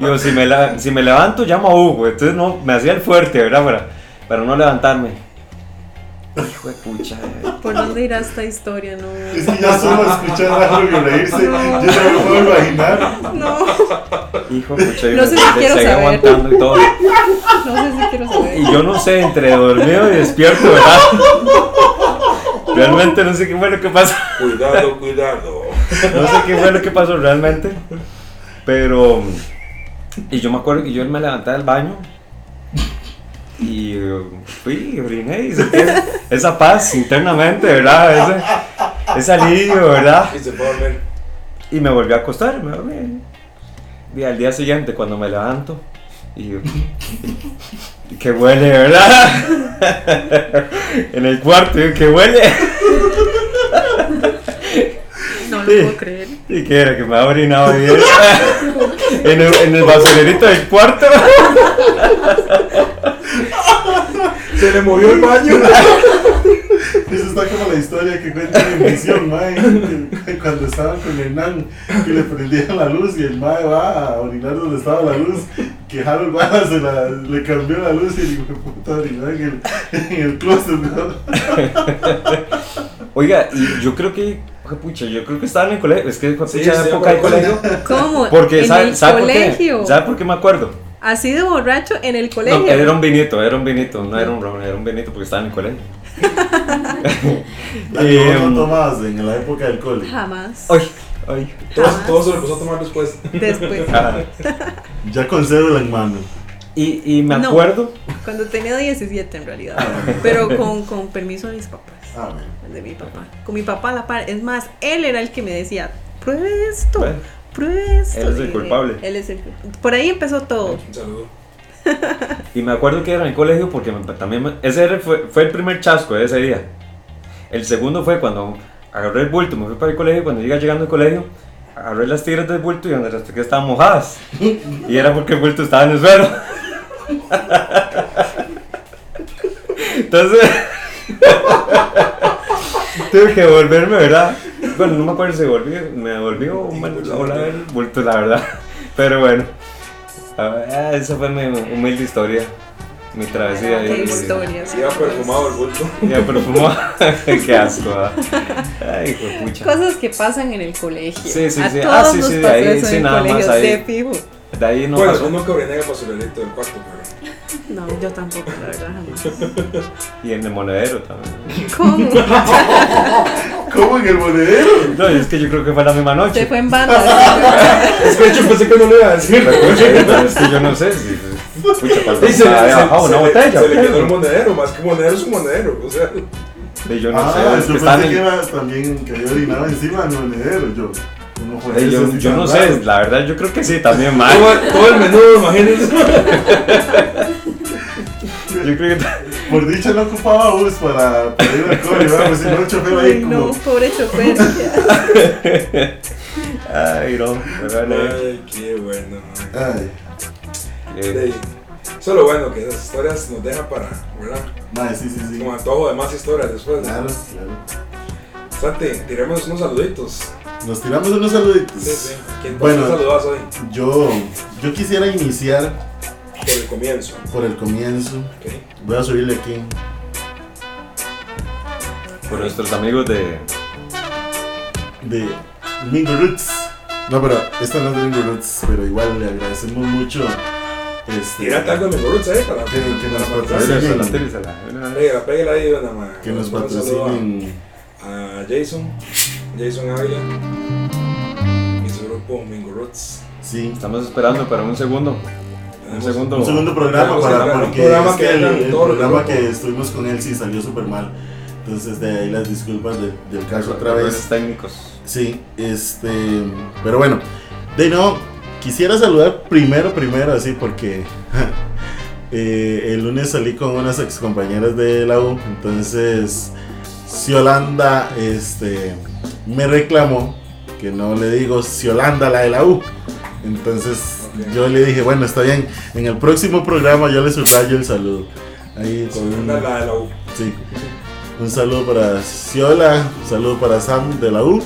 Speaker 3: yo si, me la- si me levanto, llamo a Hugo. Entonces no, me hacía el fuerte, ¿verdad? Para, para no levantarme. Hijo de pucha. eh.
Speaker 4: ¿Por dónde irá esta historia? No.
Speaker 2: Es que ya solo escuchar a Julio reírse, yo no me puedo imaginar.
Speaker 4: No,
Speaker 3: Hijo de pucha. y
Speaker 4: No sé
Speaker 3: me-
Speaker 4: si
Speaker 3: me
Speaker 4: quiero
Speaker 3: seguí
Speaker 4: saber.
Speaker 3: aguantando y todo.
Speaker 4: no sé si quiero saber.
Speaker 3: Y yo no sé, entre dormido y despierto,
Speaker 4: *laughs*
Speaker 3: ¿verdad? Realmente no sé qué fue lo que pasó.
Speaker 1: Cuidado, cuidado.
Speaker 3: No sé qué fue lo que pasó realmente. Pero. Y yo me acuerdo que yo me levanté del baño. y eh, fui, oriné y sentí es- esa paz internamente, ¿verdad? Ese, ese alivio, ¿verdad?
Speaker 1: Y se puede ver.
Speaker 3: Y me volví a acostar, me dormí. Y al día siguiente, cuando me levanto, y, y que huele, ¿verdad? *laughs* en el cuarto, y que huele.
Speaker 4: No lo
Speaker 3: Sí.
Speaker 4: puedo creer.
Speaker 3: Y que era que me ha orinado bien. *laughs* en, el, en el basurerito del cuarto.
Speaker 1: Se le movió el baño.
Speaker 2: Eso está como la historia que cuenta en Misión, mae, que- cuando estaban con Hernán, que le prendían la luz y el mae va a orinar donde estaba la luz, que Harold Wallace se la- le cambió la luz y el hijo de puta orinó en el, en el closet, ¿no?
Speaker 3: *laughs* Oiga, y yo creo que. ojo, Pucha, yo creo que estaba en el colegio. Es que fue
Speaker 1: Sí,
Speaker 3: pucha
Speaker 1: sí,
Speaker 3: época de
Speaker 1: me acuerdo.
Speaker 3: colegio.
Speaker 4: ¿Cómo?
Speaker 3: Porque,
Speaker 4: en
Speaker 3: ¿sabe,
Speaker 4: el
Speaker 3: sabe por
Speaker 4: colegio.
Speaker 3: qué? ¿Sabe por qué me acuerdo?
Speaker 4: ¿Ha sido borracho en el colegio?
Speaker 3: No, era un vinito, era un vinito, no era un ron, era un vinito porque estaba en el colegio.
Speaker 2: Alcohol no
Speaker 3: Em,
Speaker 2: tomabas en la época del cole.
Speaker 4: Jamás.
Speaker 3: Ay, ay.
Speaker 1: Todo, todo se lo empezó a tomar después.
Speaker 4: Después,
Speaker 3: Ah,
Speaker 2: Ya con cédula en mano.
Speaker 3: y, y me
Speaker 4: No.
Speaker 3: acuerdo.
Speaker 4: cuando tenía 17 en
Speaker 3: Ah.
Speaker 4: realidad. Pero con, con permiso de mis papás.
Speaker 2: Ah, bueno.
Speaker 4: De mi papá. Con mi papá a la par. Es más, él era el que me decía, pruebe esto,
Speaker 3: Bueno.
Speaker 4: pruebe esto.
Speaker 3: Él es el
Speaker 4: Y-
Speaker 3: culpable.
Speaker 4: Él es el culpable. Por ahí empezó todo.
Speaker 1: Un saludo.
Speaker 3: Y me acuerdo que era en el colegio porque me- también me- ese era- fue, fue el primer chasco de ese día. El segundo fue cuando agarré el bulto, me fui para el colegio y cuando llegué llegando al colegio, agarré las tiras del bulto y donde las que estaban mojadas. Y era porque el bulto estaba en el suelo. Entonces, *laughs* tuve que volverme, ¿verdad? Bueno, no me acuerdo si volví, me volvió un mal olor el bulto, la verdad. Pero bueno, ah, esa fue mi humilde historia, mi travesía.
Speaker 4: Ah, Qué
Speaker 3: y-
Speaker 4: historias.
Speaker 1: Iba perfumado el bulto.
Speaker 3: ya perfumó. *laughs* Qué asco. ¿ah? Ay, hijo de pucha.
Speaker 4: Cosas que pasan en el colegio.
Speaker 3: Sí, sí,
Speaker 4: a
Speaker 3: sí.
Speaker 4: todos
Speaker 3: Ah, sí,
Speaker 4: nos
Speaker 3: sí,
Speaker 4: pasó
Speaker 3: ahí,
Speaker 4: eso
Speaker 3: sí,
Speaker 4: en
Speaker 3: nada
Speaker 4: el
Speaker 3: más
Speaker 4: colegio,
Speaker 3: ahí.
Speaker 4: de fijo.
Speaker 3: De ahí no
Speaker 1: Bueno,
Speaker 3: pasó.
Speaker 1: Pues, uno que orinaba para su lelito del cuarto, pero.
Speaker 4: No, yo tampoco, la verdad, jamás.
Speaker 3: Y en el monedero también.
Speaker 4: ¿Cómo?
Speaker 2: ¿Cómo en el monedero?
Speaker 3: No, y es que yo creo que fue la misma
Speaker 4: Se
Speaker 3: noche.
Speaker 4: fue
Speaker 3: *laughs*
Speaker 4: en banda.
Speaker 1: Es que yo pensé que *laughs* no le iba a decir.
Speaker 3: Pero es que yo no sé si. Pucha, pues, cuando
Speaker 1: Y se,
Speaker 3: estaba
Speaker 1: le-
Speaker 3: había bajado
Speaker 1: se-
Speaker 3: ah, una
Speaker 1: se le-
Speaker 3: botella.
Speaker 1: se le quedó el
Speaker 3: ¿ok?
Speaker 1: monedero, más que monedero es un monedero. O sea,
Speaker 3: Y yo no
Speaker 2: Ah,
Speaker 3: sé.
Speaker 2: yo
Speaker 3: que
Speaker 2: pensé
Speaker 3: estaban
Speaker 2: que
Speaker 3: en-
Speaker 2: era también que había orinado encima del monedero, yo. No, joder,
Speaker 3: Eh, Yo,
Speaker 2: eso sí
Speaker 3: yo
Speaker 2: tan
Speaker 3: no
Speaker 2: raro.
Speaker 3: sé, la verdad yo creo que sí, también mal.
Speaker 1: todo, todo el menudo, imagínense.
Speaker 3: *laughs* Yo creo que
Speaker 2: Por dicha no ocupaba bus para, para ir al cole, ¿verdad? Pues si no, el chofer ahí
Speaker 4: Ay,
Speaker 2: como...
Speaker 4: no, pobre chofer.
Speaker 3: Ay, no, pero bueno.
Speaker 1: Ay, qué bueno.
Speaker 2: Ay,
Speaker 3: Eh,
Speaker 1: Ey, Eso es lo bueno, que esas historias nos dejan para, ¿verdad?
Speaker 2: mae, sí, sí, sí.
Speaker 1: Como antojo de más historias después.
Speaker 2: Claro, claro.
Speaker 1: Santi, tiremos unos saluditos.
Speaker 2: Nos tiramos unos saluditos.
Speaker 1: Sí, sí. ¿Quién bueno.
Speaker 2: Bueno.
Speaker 1: saludas hoy?
Speaker 2: Yo, yo quisiera iniciar
Speaker 1: Por el comienzo.
Speaker 2: por el comienzo.
Speaker 1: ¿ok?
Speaker 2: Voy a subirle aquí.
Speaker 3: por nuestros amigos de.
Speaker 2: de Mingo Roots. No, pero esta no es de Mingo Roots, pero igual le agradecemos mucho. Este,
Speaker 1: Tírate algo de mi roots ahí para
Speaker 2: Que- que nos
Speaker 1: para-
Speaker 2: patrocine.
Speaker 1: para-
Speaker 3: Tíresela, tíresela.
Speaker 1: Pégala, pégala ahí, dona ma.
Speaker 2: que nos
Speaker 1: Un saludo a-
Speaker 2: patrocinen.
Speaker 1: A Jason, Jason Ávila y su grupo Mingo Roots.
Speaker 2: Sí.
Speaker 3: Estamos esperando para un segundo. Un
Speaker 1: Tenemos-
Speaker 3: segundo.
Speaker 2: Un segundo programa
Speaker 1: Tenemos que
Speaker 2: para
Speaker 1: sacar un
Speaker 2: porque
Speaker 1: programa
Speaker 2: es que
Speaker 1: que
Speaker 2: el,
Speaker 1: hagan
Speaker 2: el
Speaker 1: todo lo
Speaker 2: programa
Speaker 1: que-
Speaker 2: que estuvimos con él sí salió súper mal. Entonces de ahí las disculpas de- del caso otra
Speaker 3: Errores
Speaker 2: vez.
Speaker 3: técnicos.
Speaker 2: Sí, este, pero bueno, de no, quisiera saludar primero, primero, así porque *laughs* eh, el lunes salí con unas ex compañeras de la U, entonces Ciolanda, este, me reclamó que no le digo Ciolanda la de la U, entonces
Speaker 1: Ok.
Speaker 2: yo le dije, bueno, está bien, en el próximo programa yo le subrayo el saludo. Ahí con un-
Speaker 1: Una la de la U.
Speaker 2: Sí. Un saludo para Ciola, un saludo para Sam de la U,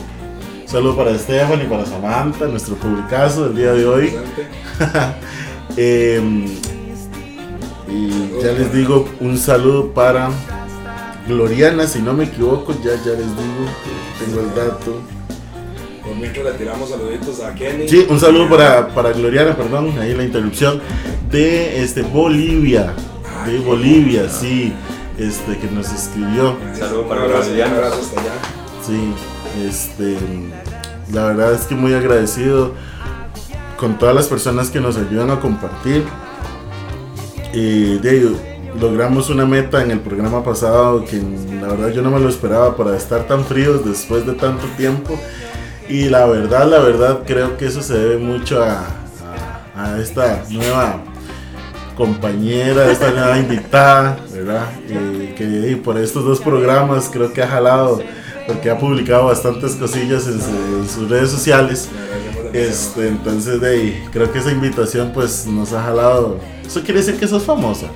Speaker 2: un saludo para Esteban y para Samantha, nuestro publicazo del día de hoy.
Speaker 1: Presente.
Speaker 2: Em, y ya les digo un saludo para Gloriana, si no me equivoco, ya, ya les digo, tengo el dato.
Speaker 1: Por mientras le tiramos saluditos a Kenny.
Speaker 2: Sí, un saludo para, para Gloriana, perdón, ahí la interrupción, de este, Bolivia, de Bolivia, sí, este, que nos escribió.
Speaker 1: Un
Speaker 3: Saludo para
Speaker 1: abrazo,
Speaker 3: los
Speaker 1: un abrazo hasta allá.
Speaker 2: Sí, este, la verdad es que muy agradecido con todas las personas que nos ayudan a compartir. Eh, de ahí, logramos una meta en el programa pasado que la verdad yo no me lo esperaba para estar tan fríos después de tanto tiempo. Y la verdad, la verdad creo que eso se debe mucho a, a- a esta nueva compañera, esta nueva invitada, ¿verdad? Y que y por estos dos programas creo que ha jalado, porque ha publicado bastantes cosillas en, su- en sus redes sociales.
Speaker 1: Le agradecemos demasiado.
Speaker 2: Este, entonces, de ahí, creo que esa invitación pues nos ha jalado. Eso quiere decir que sos famosa.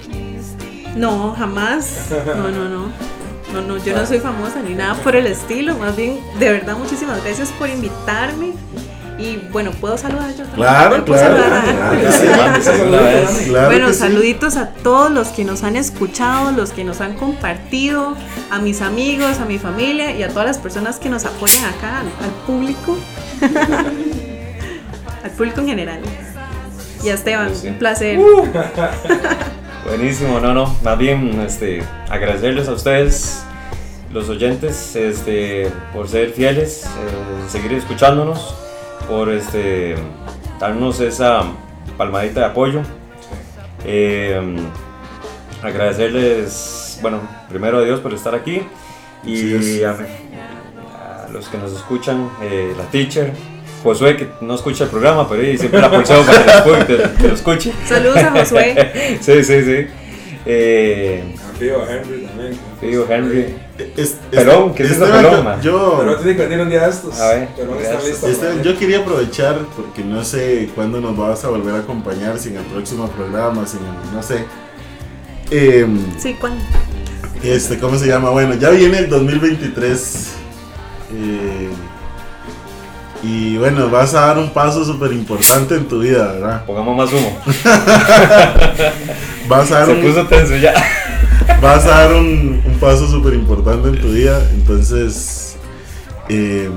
Speaker 4: No, jamás. No, no, no. No, no, yo no soy famosa ni nada por el estilo. Más bien, de verdad, muchísimas gracias por invitarme. Y bueno, ¿puedo saludar yo? también?
Speaker 2: Claro,
Speaker 4: ¿Puedo
Speaker 2: claro,
Speaker 4: saludar? *laughs*
Speaker 2: claro.
Speaker 3: Sí, mames, es una vez.
Speaker 2: ah, Claro
Speaker 4: bueno,
Speaker 2: que sí. Este,
Speaker 4: saluditos a todos los que nos han escuchado, los que nos han compartido, a mis amigos, a mi familia y a todas las personas que nos apoyan acá, al, al público, *laughs* al público en general. Y a Esteban,
Speaker 3: Sí.
Speaker 4: un placer.
Speaker 2: Uh.
Speaker 3: Buenísimo, no, no. Más bien, este, agradecerles a ustedes, los oyentes, este, por ser fieles, eh, seguir escuchándonos, por este, darnos esa palmadita de apoyo. Eh, agradecerles, bueno, primero a Dios por estar aquí
Speaker 2: Así
Speaker 3: y a, a los que nos escuchan, eh, la teacher. Josué, que no escucha el programa, pero eh, siempre la pulseo para que lo escu- que- que lo escuche.
Speaker 4: Saludos a Josué.
Speaker 2: *laughs*
Speaker 3: Sí, sí, sí. Eh,
Speaker 1: A Fío, a Henry también.
Speaker 3: digo, Henry.
Speaker 2: Es-
Speaker 3: Pelón, ¿qué es eso,
Speaker 2: Esteban,
Speaker 3: pelón, ma?
Speaker 1: Pero
Speaker 2: este, Yo,
Speaker 1: tiene que venir un día de estos.
Speaker 3: A ver,
Speaker 1: Pero
Speaker 3: ya
Speaker 1: está
Speaker 3: está.
Speaker 1: listo.
Speaker 2: Esteban, Este, yo quería aprovechar porque no sé cuándo nos vas a volver a acompañar, si en el próximo programa, si en el- no sé. Em,
Speaker 4: Sí, ¿cuál?
Speaker 2: este, ¿cómo se llama? Bueno, ya viene el 2023. eh, y bueno, vas a dar un paso súper importante en tu vida, ¿verdad?
Speaker 3: Pongamos más humo.
Speaker 2: Vas a dar
Speaker 3: Se
Speaker 2: un-
Speaker 3: puso tenso ya.
Speaker 2: vas a dar un, un paso súper importante en tu vida. Entonces, eh,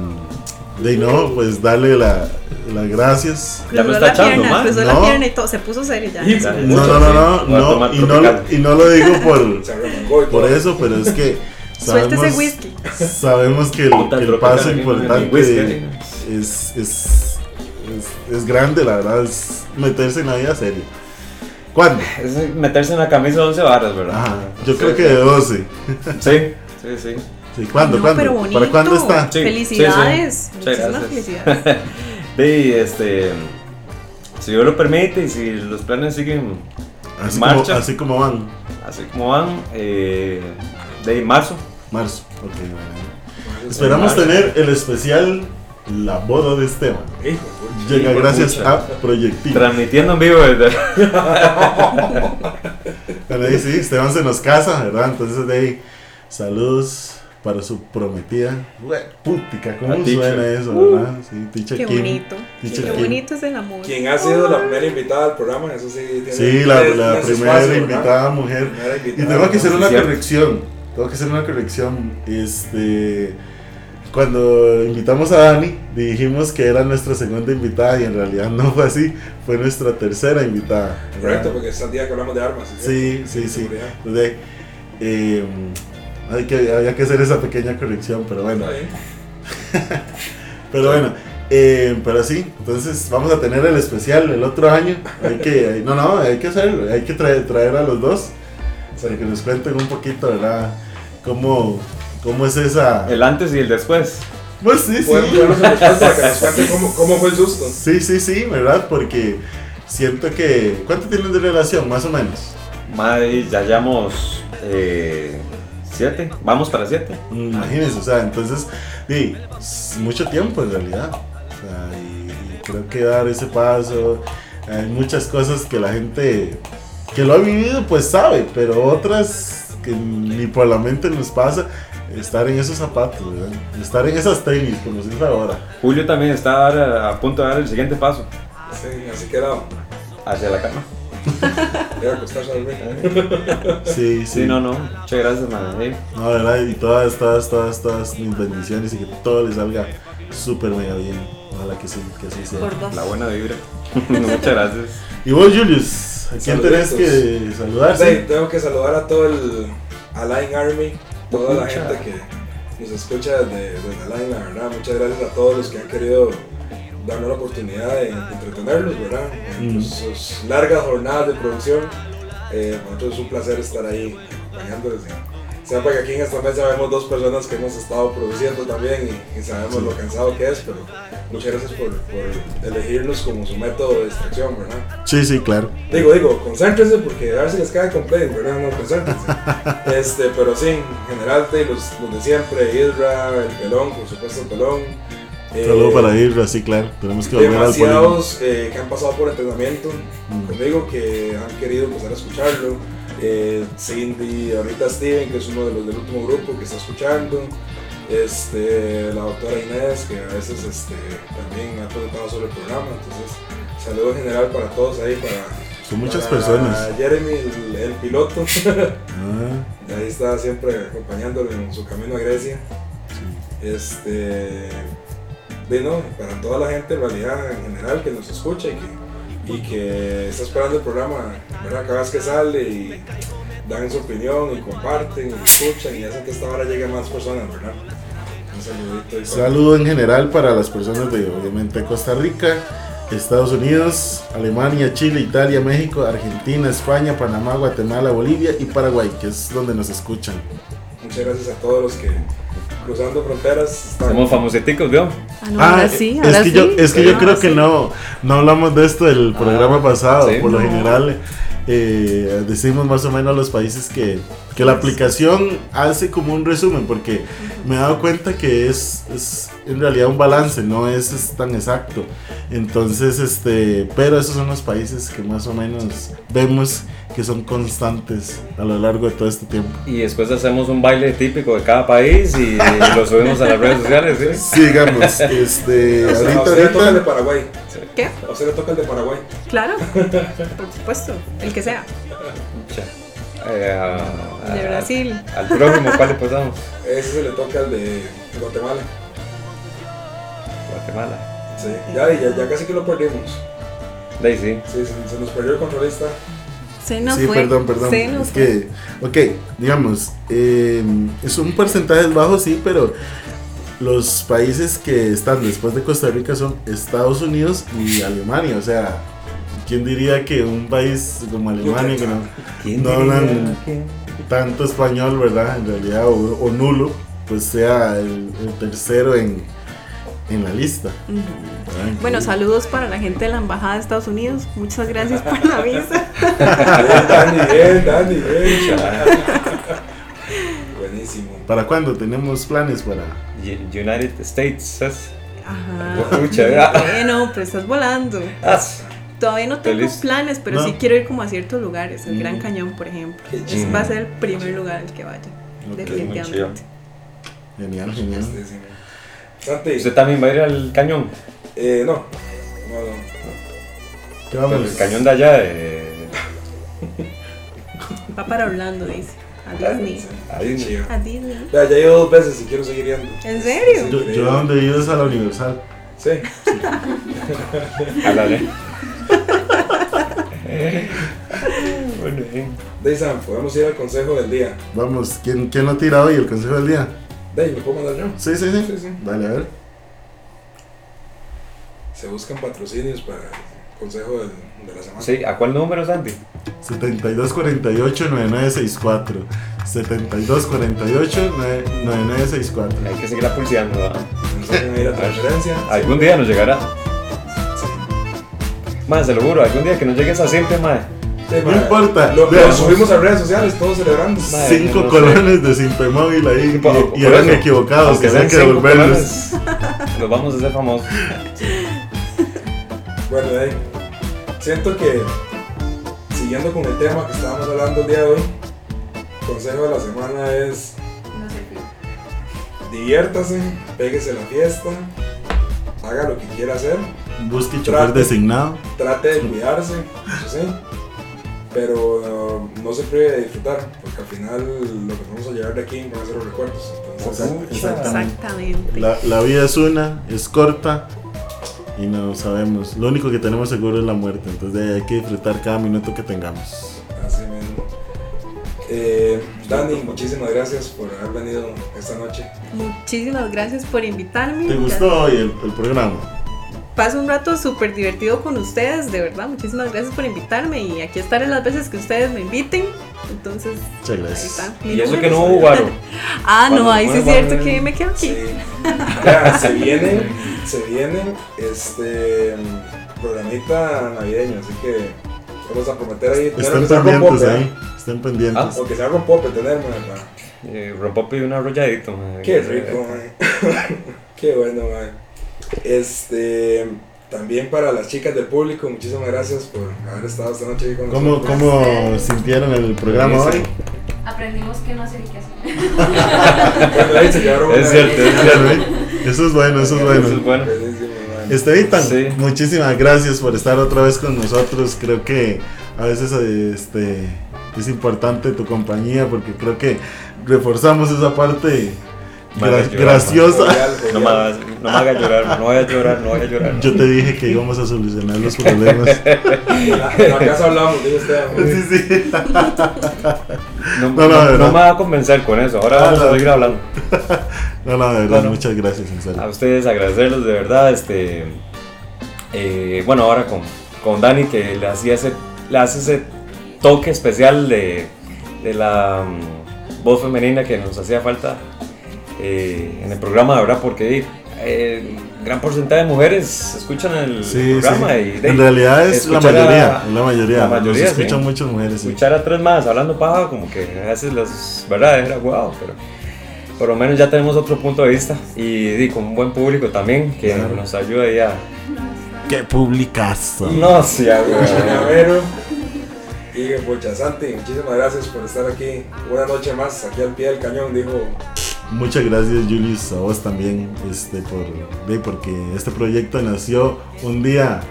Speaker 2: de no, pues darle la- las gracias.
Speaker 3: Ya me
Speaker 4: Cruzó
Speaker 3: está
Speaker 4: la
Speaker 3: echando,
Speaker 4: pierna,
Speaker 3: ma.
Speaker 4: cruzó la
Speaker 2: No.
Speaker 4: pierna y todo, se puso serio ya.
Speaker 3: Y-
Speaker 4: Eso.
Speaker 2: No, no, no, no, no, y, no lo- y no lo digo por,
Speaker 1: Se arremangó y todo.
Speaker 2: por eso, pero es que
Speaker 4: *laughs* Suelta
Speaker 2: sabemos,
Speaker 4: ese whisky.
Speaker 2: sabemos que el,
Speaker 3: Puta,
Speaker 2: que el
Speaker 3: tropical,
Speaker 2: paso
Speaker 3: eh,
Speaker 2: importante
Speaker 3: whisky.
Speaker 2: es, es, es- es grande, la verdad, es meterse en la vida seria. ¿Cuándo?
Speaker 3: Es meterse en la camisa de 11 varas, ¿verdad?
Speaker 2: Ajá, yo creo que de 12.
Speaker 3: Sí, sí, sí.
Speaker 2: Sí, ¿Cuándo?
Speaker 4: No, pero
Speaker 2: ¿Cuándo?
Speaker 4: bonito.
Speaker 2: ¿Para cuándo está?
Speaker 3: Sí,
Speaker 4: felicidades.
Speaker 3: sí, sí. Muchas
Speaker 4: Muchísimas
Speaker 3: gracias.
Speaker 4: felicidades.
Speaker 3: Y este. Si Dios lo permite y si los planes siguen
Speaker 2: Así como,
Speaker 3: Marcha.
Speaker 2: así como van.
Speaker 3: así como van, eh, de marzo.
Speaker 2: Marzo. ok, bueno. Esperamos tener el especial La boda de Esteban.
Speaker 1: Hijo de pucha.
Speaker 2: Llega
Speaker 3: hijo de
Speaker 2: gracias
Speaker 3: pucha.
Speaker 2: a Proyectil.
Speaker 3: Transmitiendo en vivo desde.
Speaker 2: Bueno, ahí sí, Esteban se nos casa, ¿verdad? Entonces de ahí, saludos para su prometida. Güey, Putica, ¿cómo
Speaker 3: A
Speaker 2: suena
Speaker 3: teacher. Uh.
Speaker 2: eso, verdad? Sí, teacher
Speaker 4: Qué
Speaker 2: Kim.
Speaker 4: bonito.
Speaker 2: Teacher
Speaker 4: Qué
Speaker 2: Kim.
Speaker 4: bonito es el amor.
Speaker 1: Quien ha sido la primera invitada al programa, eso sí. tiene-
Speaker 2: Sí, la,
Speaker 1: tiene
Speaker 2: la
Speaker 1: más
Speaker 2: primera
Speaker 1: espacio, ¿verdad?
Speaker 2: invitada mujer.
Speaker 1: Primera
Speaker 2: Y
Speaker 1: invitada,
Speaker 2: tengo que
Speaker 1: ¿no?
Speaker 2: hacer
Speaker 3: sí,
Speaker 2: una
Speaker 3: cierto.
Speaker 2: corrección. Tengo que hacer una corrección. Este. Cuando invitamos a Dani, dijimos que era nuestra segunda invitada y en realidad no fue así. Fue nuestra tercera invitada. ¿verdad?
Speaker 1: Correcto,
Speaker 3: pues.
Speaker 1: porque es el día que hablamos de armas.
Speaker 2: Sí, sí, sí. Entonces, eh, hay que, había que hacer esa pequeña corrección, pero bueno.
Speaker 1: Está bien.
Speaker 2: Pero bueno, eh, pero sí, entonces vamos a tener el especial el otro año. Hay que, hay- no, no, hay que hacerlo, hay que traer, traer a los dos para que nos cuenten un poquito, ¿verdad? ¿Cómo, cómo es esa?
Speaker 3: El antes y el después.
Speaker 2: Pues *laughs* sí, sí.
Speaker 1: Podemos llevarnos el espacio para que nos cuente cómo, cómo fue el susto.
Speaker 2: Sí, sí, sí, ¿verdad? Porque siento que. ¿Cuánto tienen de relación, más o menos?
Speaker 3: Madre, ya llevamos. Eh, siete. Vamos para siete.
Speaker 2: Imagínense, o sea, entonces, sí, es mucho tiempo en realidad. O sea, y, y creo que dar ese paso, hay muchas cosas que la gente que lo ha vivido pues sabe, pero otras que ni por la mente nos pasa, estar en esos zapatos, ¿verdad? estar en esas tenis, como se dice ahora.
Speaker 3: Julio también está ahora a punto de dar el siguiente paso
Speaker 1: Sí, así que era,
Speaker 3: hacia la cama.
Speaker 1: era acostarse a dormir.
Speaker 2: Sí, sí,
Speaker 3: Sí, no, no. Muchas gracias, madre.
Speaker 2: No, ¿verdad? Y todas, todas, todas, todas mis bendiciones y que todo les salga súper mega bien. Ojalá que sí, que así sea.
Speaker 4: Por dos.
Speaker 3: La buena vibra. *laughs* Muchas gracias.
Speaker 2: Y vos, Julius, ¿a quién tenés
Speaker 1: Saluditos.
Speaker 2: que saludar?
Speaker 1: Sí, tengo que saludar a todo el Align Army, toda la gente que nos escucha desde, desde Align, la verdad. Muchas gracias a todos los que han querido darnos la oportunidad de entretenerlos, ¿verdad? En
Speaker 2: Mm.
Speaker 1: sus largas jornadas de producción. Eh, nosotros es un placer estar ahí acompañándoles. Sepa que aquí en esta mesa vemos dos personas que hemos estado produciendo también y, y sabemos lo cansado que es, pero muchas gracias por, por elegirnos como su método de distracción, ¿verdad?
Speaker 2: Sí, sí, claro.
Speaker 1: Digo, digo, concéntrense porque a ver si les cae complaint, ¿verdad? No,
Speaker 2: *laughs*
Speaker 1: concéntrense. Este, pero sí, en general, te- los, los de siempre, Isra, el pelón, por supuesto el pelón. eh,
Speaker 2: Saludo para ir, sí, claro. Tenemos que volver al polígono.
Speaker 1: demasiados eh, que han pasado por entrenamiento conmigo que han querido empezar a escucharlo. Eh, Cindy, ahorita Steven, que es uno de los del último grupo que está escuchando. Este, la doctora Inés, que a veces este, también ha preguntado sobre el programa. Entonces, saludo en general para todos ahí. Para,
Speaker 2: Mm, Son muchas
Speaker 1: para
Speaker 2: personas.
Speaker 1: Jeremy, el, el piloto, *laughs*
Speaker 2: Ah,
Speaker 1: ahí está siempre acompañándolo en su camino a Grecia.
Speaker 2: sí.
Speaker 1: Este. De no, para toda la gente en realidad en general que nos escucha y que, y que está esperando el programa, ¿verdad? Cada vez que sale y dan su opinión y comparten y escuchan y hacen que esta hora llegue a más personas, ¿verdad? Un saludito. y- pues,
Speaker 2: Saludo en general para las personas de, obviamente, Costa Rica, Estados Unidos, Alemania, Chile, Italia, México, Argentina, España, Panamá, Guatemala, Bolivia y Paraguay, que es donde nos escuchan.
Speaker 1: Muchas gracias a todos los que cruzando fronteras están-
Speaker 3: Somos famoseticos, ¿vio?
Speaker 4: Ah, no, ahora
Speaker 2: eh,
Speaker 4: sí,
Speaker 2: es
Speaker 4: ahora
Speaker 2: que
Speaker 4: sí.
Speaker 2: yo, es que yo
Speaker 4: Ah,
Speaker 2: creo que
Speaker 4: sí.
Speaker 2: no, no hablamos de esto del
Speaker 3: Ah,
Speaker 2: programa pasado.
Speaker 3: sí.
Speaker 2: Por lo
Speaker 4: No.
Speaker 2: general eh, decimos más o menos a los países que, que la aplicación hace como un resumen, porque me he dado cuenta que es, es en realidad un balance, no es, es tan exacto. Entonces, este, pero esos son los países que más o menos vemos que son constantes a lo largo de todo este tiempo.
Speaker 3: Y después hacemos un baile típico de cada país y lo subimos a las redes sociales, ¿sí?
Speaker 2: Sigamos, *laughs* este,
Speaker 1: O sea, a
Speaker 2: ahorita,
Speaker 1: usted le toca el de
Speaker 2: ahorita,
Speaker 1: Paraguay.
Speaker 4: ¿Qué?
Speaker 1: A usted le toca el de Paraguay.
Speaker 4: Claro, por supuesto, el que sea,
Speaker 3: Cha- eh, a- a-
Speaker 4: de Brasil.
Speaker 3: Al próximo, ¿cuál le pasamos?
Speaker 1: Ese se le toca el de Guatemala.
Speaker 3: Guatemala.
Speaker 1: Sí, ya, ya, ya casi que lo perdimos.
Speaker 3: De ahí sí.
Speaker 1: Sí, se, se nos perdió el controlista.
Speaker 4: Se nos
Speaker 2: sí,
Speaker 4: fue.
Speaker 2: perdón, perdón.
Speaker 4: Se nos
Speaker 2: es que, ok, digamos, eh, es un porcentaje bajo, sí, pero los países que están después de Costa Rica son Estados Unidos y Alemania. O sea, ¿quién diría que un país como Alemania que no, no hablan tanto español, ¿verdad? En realidad, o, o nulo, pues sea el, el tercero en, en la lista.
Speaker 4: fue. Ujú.
Speaker 2: ¿verdad?
Speaker 4: Bueno, saludos para la gente de la Embajada de Estados Unidos. Muchas gracias por la visa.
Speaker 3: *laughs*
Speaker 1: Bien, Dani, bien, Dani, bien. Buenísimo.
Speaker 2: ¿Para cuándo tenemos planes para...?
Speaker 3: Y- United States. ¿sabes?
Speaker 4: Ajá.
Speaker 3: Pucha, vea.
Speaker 4: Bueno, pero estás volando.
Speaker 3: Ah,
Speaker 4: Todavía no tengo
Speaker 3: Feliz.
Speaker 4: planes, pero
Speaker 2: No.
Speaker 4: sí quiero ir como a ciertos lugares. El Gran
Speaker 2: Mm.
Speaker 4: Cañón, por ejemplo.
Speaker 1: Qué
Speaker 4: Ese
Speaker 3: chido.
Speaker 4: va a ser el primer lugar al que vaya.
Speaker 2: Ok,
Speaker 3: muy
Speaker 4: Definitivamente.
Speaker 2: Genial, genial.
Speaker 3: Este,
Speaker 1: Buenísimo. Santi,
Speaker 3: ¿Usted también va a ir al cañón?
Speaker 1: eh, no. No, no.
Speaker 2: ¿Qué
Speaker 3: Pero
Speaker 2: vamos?
Speaker 3: el cañón de allá de...
Speaker 4: Va para Orlando, dice. A Disney.
Speaker 3: a
Speaker 1: Qué
Speaker 3: Disney.
Speaker 1: chido.
Speaker 4: A Disney.
Speaker 1: Ya, ya he ido dos veces y quiero seguir yendo.
Speaker 4: ¿En serio?
Speaker 2: Yo, yo a donde he ido es a la Universal.
Speaker 1: Sí.
Speaker 3: A la de... bueno, bien.
Speaker 1: Dey Sam, podemos ir al consejo del día.
Speaker 2: Vamos, ¿quién, quién lo ha tirado hoy? ¿El consejo del día?
Speaker 1: Dey, ¿me puedo mandar yo?
Speaker 2: Sí, sí, sí.
Speaker 1: Sí, sí.
Speaker 2: Dale, a ver.
Speaker 1: Se buscan patrocinios para el consejo del, de la semana.
Speaker 3: Sí, ¿a cuál número, Santi?
Speaker 2: 7248-9964. 7248-9964.
Speaker 3: Hay que seguirla pulseando. ¿verdad?
Speaker 1: Nos hacen ir a transferencia.
Speaker 3: Algún día nos llegará. Más, se lo juro, algún día que nos llegues a siempre, madre.
Speaker 1: Sí,
Speaker 2: No
Speaker 1: ma,
Speaker 2: importa,
Speaker 1: Lo, lo
Speaker 2: veamos.
Speaker 1: subimos a redes sociales, todos celebrando.
Speaker 3: Ma,
Speaker 2: Cinco
Speaker 3: no sé.
Speaker 2: colones de Simpemóvil ahí
Speaker 3: Por-
Speaker 2: y, y
Speaker 3: por
Speaker 2: eran
Speaker 3: eso,
Speaker 2: equivocados,
Speaker 3: aunque
Speaker 2: que Ah, hay que
Speaker 3: sean cinco
Speaker 2: devolverlos.
Speaker 3: colones, Nos vamos a hacer famosos.
Speaker 1: Bueno, Dey, siento que siguiendo con el tema que estábamos hablando el día de hoy, el consejo de la semana es
Speaker 6: No sé qué.
Speaker 1: diviértase, péguese la fiesta, haga lo que quiera hacer,
Speaker 2: Busque chofer designado.
Speaker 1: trate de cuidarse, eso sí, pero eh, no se prive de disfrutar, porque al final lo que vamos a llevar de aquí van a ser los recuerdos. Entonces,
Speaker 2: Exact- Exactamente.
Speaker 4: Exactamente.
Speaker 2: La, la vida es una, es corta y no sabemos. Lo único que tenemos seguro es la muerte. Entonces hay que disfrutar cada minuto que tengamos.
Speaker 1: así mismo. Eh, Dani, muchísimas gracias por haber venido esta noche.
Speaker 4: Muchísimas gracias por invitarme.
Speaker 2: ¿Te gustó hoy el, el programa?
Speaker 4: paso un rato súper divertido con ustedes, de verdad. Muchísimas gracias por invitarme y aquí estaré las veces que ustedes me inviten. Entonces,
Speaker 2: Muchas
Speaker 4: ahí
Speaker 2: gracias.
Speaker 4: está. mi
Speaker 3: Pues, Y eso
Speaker 4: número.
Speaker 3: que no hubo guaro.
Speaker 4: Ah, no,
Speaker 3: Cuando
Speaker 4: ahí sí es
Speaker 3: vuelva a
Speaker 4: cierto
Speaker 3: ver-
Speaker 4: que me quedo aquí. *laughs*
Speaker 1: Sí. Ya, se viene, se viene este programita navideño, así que vamos a prometer ahí tener
Speaker 2: Estén
Speaker 1: aunque sea
Speaker 2: pendientes
Speaker 1: rompope,
Speaker 2: ahí. Estén pendientes.
Speaker 3: Ah.
Speaker 1: Aunque sea rompope, tenerme, ¿verdad?
Speaker 3: Eh, rompope y un arrolladito. mae.
Speaker 1: Qué rico, man. *laughs* Qué bueno, man. Este, también para las chicas del público, muchísimas gracias por haber estado esta noche aquí con
Speaker 2: ¿Cómo,
Speaker 1: nosotros.
Speaker 2: ¿Cómo sintieron el programa hoy? *laughs*
Speaker 5: Aprendimos que no hacer y qué hacer.
Speaker 1: Bueno, ahí se llevaron
Speaker 3: Es
Speaker 1: una-
Speaker 3: cierto, es cierto.
Speaker 2: Eso es bueno, eso es
Speaker 3: Eso Este es
Speaker 2: bueno. Este
Speaker 3: bueno.
Speaker 1: Buenísimo, man.
Speaker 2: Estevitan,
Speaker 3: Sí.
Speaker 2: muchísimas gracias por estar otra vez con nosotros. Creo que a veces este, es importante tu compañía porque creo que reforzamos esa parte gra-
Speaker 3: Vale, yo-
Speaker 2: graciosa.
Speaker 1: Cordial, cordial.
Speaker 3: No me, hagas- no me hagas llorar, no voy a llorar, no voy a llorar.
Speaker 2: Yo te dije que íbamos a solucionar los problemas.
Speaker 3: *laughs*
Speaker 1: En la, en la casa hablamos, digo este, usted. man.
Speaker 2: Sí, sí.
Speaker 3: No,
Speaker 2: No, no,
Speaker 3: no-
Speaker 2: de verdad.
Speaker 3: no me va a convencer con eso. Ahora
Speaker 2: Ah,
Speaker 3: vamos a
Speaker 2: no.
Speaker 3: seguir hablando.
Speaker 2: No, no, de verdad,
Speaker 3: Bueno.
Speaker 2: muchas gracias, en
Speaker 3: A
Speaker 2: serio.
Speaker 3: ustedes agradecerles de verdad. Este, eh, bueno, ahora con, con Dani que le, hacía ese, le hace ese toque especial de, de la mm, voz femenina que nos hacía falta eh, en el programa, de verdad, porque eh, gran porcentaje de mujeres escuchan el
Speaker 2: Sí, sí.
Speaker 3: programa y de-
Speaker 2: En realidad es la
Speaker 3: escuchar a-
Speaker 2: mayoría, es la mayoría.
Speaker 3: la mayoría,
Speaker 2: Nos escuchan
Speaker 3: sí.
Speaker 2: muchas mujeres. sí.
Speaker 3: escuchar a tres más hablando paja, como que a veces las verdad era guau, pero por lo menos ya tenemos otro punto de vista y, di, con un buen público también que
Speaker 2: Claro.
Speaker 3: nos ayuda ahí a.
Speaker 2: ¡Qué publicazo!
Speaker 3: No, sí,
Speaker 2: *laughs*
Speaker 3: a huevo.
Speaker 1: Chinavero. Y que, pucha, Santi, muchísimas gracias por estar aquí. Una noche más, aquí al pie del cañón, dijo.
Speaker 2: Muchas gracias Julius, a vos también, este, por, de, porque este proyecto nació un día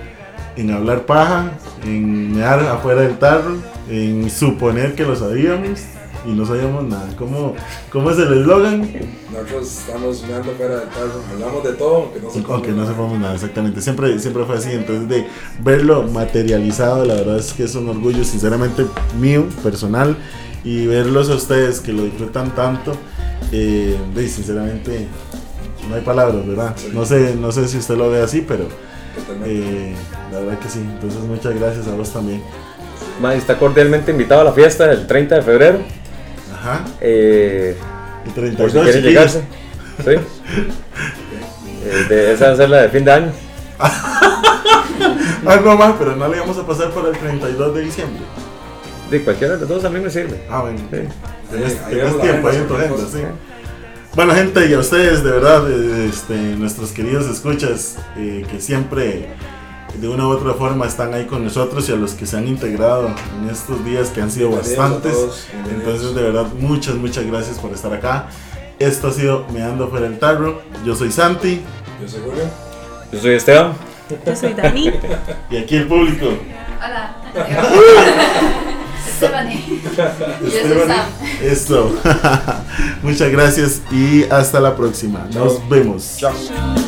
Speaker 2: en hablar paja, en mear afuera del tarro, en suponer que lo sabíamos y no sabíamos nada. ¿Cómo, cómo es el eslogan?
Speaker 1: Nosotros estamos mirando fuera del carro, hablamos de todo, aunque no se
Speaker 2: Aunque no sepamos nada, exactamente. Siempre, siempre fue así, entonces de verlo materializado, la verdad es que es un orgullo sinceramente mío, personal, y verlos a ustedes que lo disfrutan tanto, eh, de, sinceramente... No hay palabras, ¿verdad? No sé, no sé si usted lo ve así, pero
Speaker 1: Totalmente.
Speaker 2: eh, la verdad que sí. Entonces muchas gracias a vos también.
Speaker 3: Ma, está cordialmente invitado a la fiesta del 30 de febrero.
Speaker 2: Ajá.
Speaker 3: eh,
Speaker 2: Y
Speaker 3: por
Speaker 2: 32
Speaker 3: si quieren
Speaker 2: chiquillos.
Speaker 3: llegarse. ¿Sí?
Speaker 2: *laughs*
Speaker 3: Eh, de- esa va a ser la de fin de año.
Speaker 2: Ah, no más, pero no le vamos a pasar por el 32 de diciembre.
Speaker 3: De cualquiera de las dos a mí me sirve.
Speaker 2: Ah, bueno.
Speaker 3: Sí.
Speaker 2: Tenés,
Speaker 1: Sí, ahí
Speaker 2: tenés
Speaker 1: vemos la
Speaker 2: tiempo ahí en
Speaker 1: agenda,
Speaker 2: tu agenda,
Speaker 1: sí.
Speaker 2: sí. Bueno, gente, y a ustedes, de verdad, eh, este, nuestros queridos escuchas, eh, que siempre de una u otra forma están ahí con nosotros y a los que se han integrado en estos días que han sido
Speaker 1: Bienvenidos a
Speaker 2: bastantes.
Speaker 1: todos, bienvenidos.
Speaker 2: Entonces, de verdad, muchas, muchas gracias por estar acá. Esto ha sido Me Ando Fuera del Tarro. Yo soy Santi
Speaker 1: Yo soy Julio.
Speaker 3: Yo soy Esteban.
Speaker 4: Yo soy Dani.
Speaker 3: *laughs*
Speaker 2: y aquí el público.
Speaker 5: *laughs* Hola.
Speaker 6: Stephanie.
Speaker 5: soy
Speaker 2: Esteban.
Speaker 5: Sam.
Speaker 2: *laughs* Eso. muchas gracias y hasta la próxima. Nos vemos.
Speaker 1: Chao.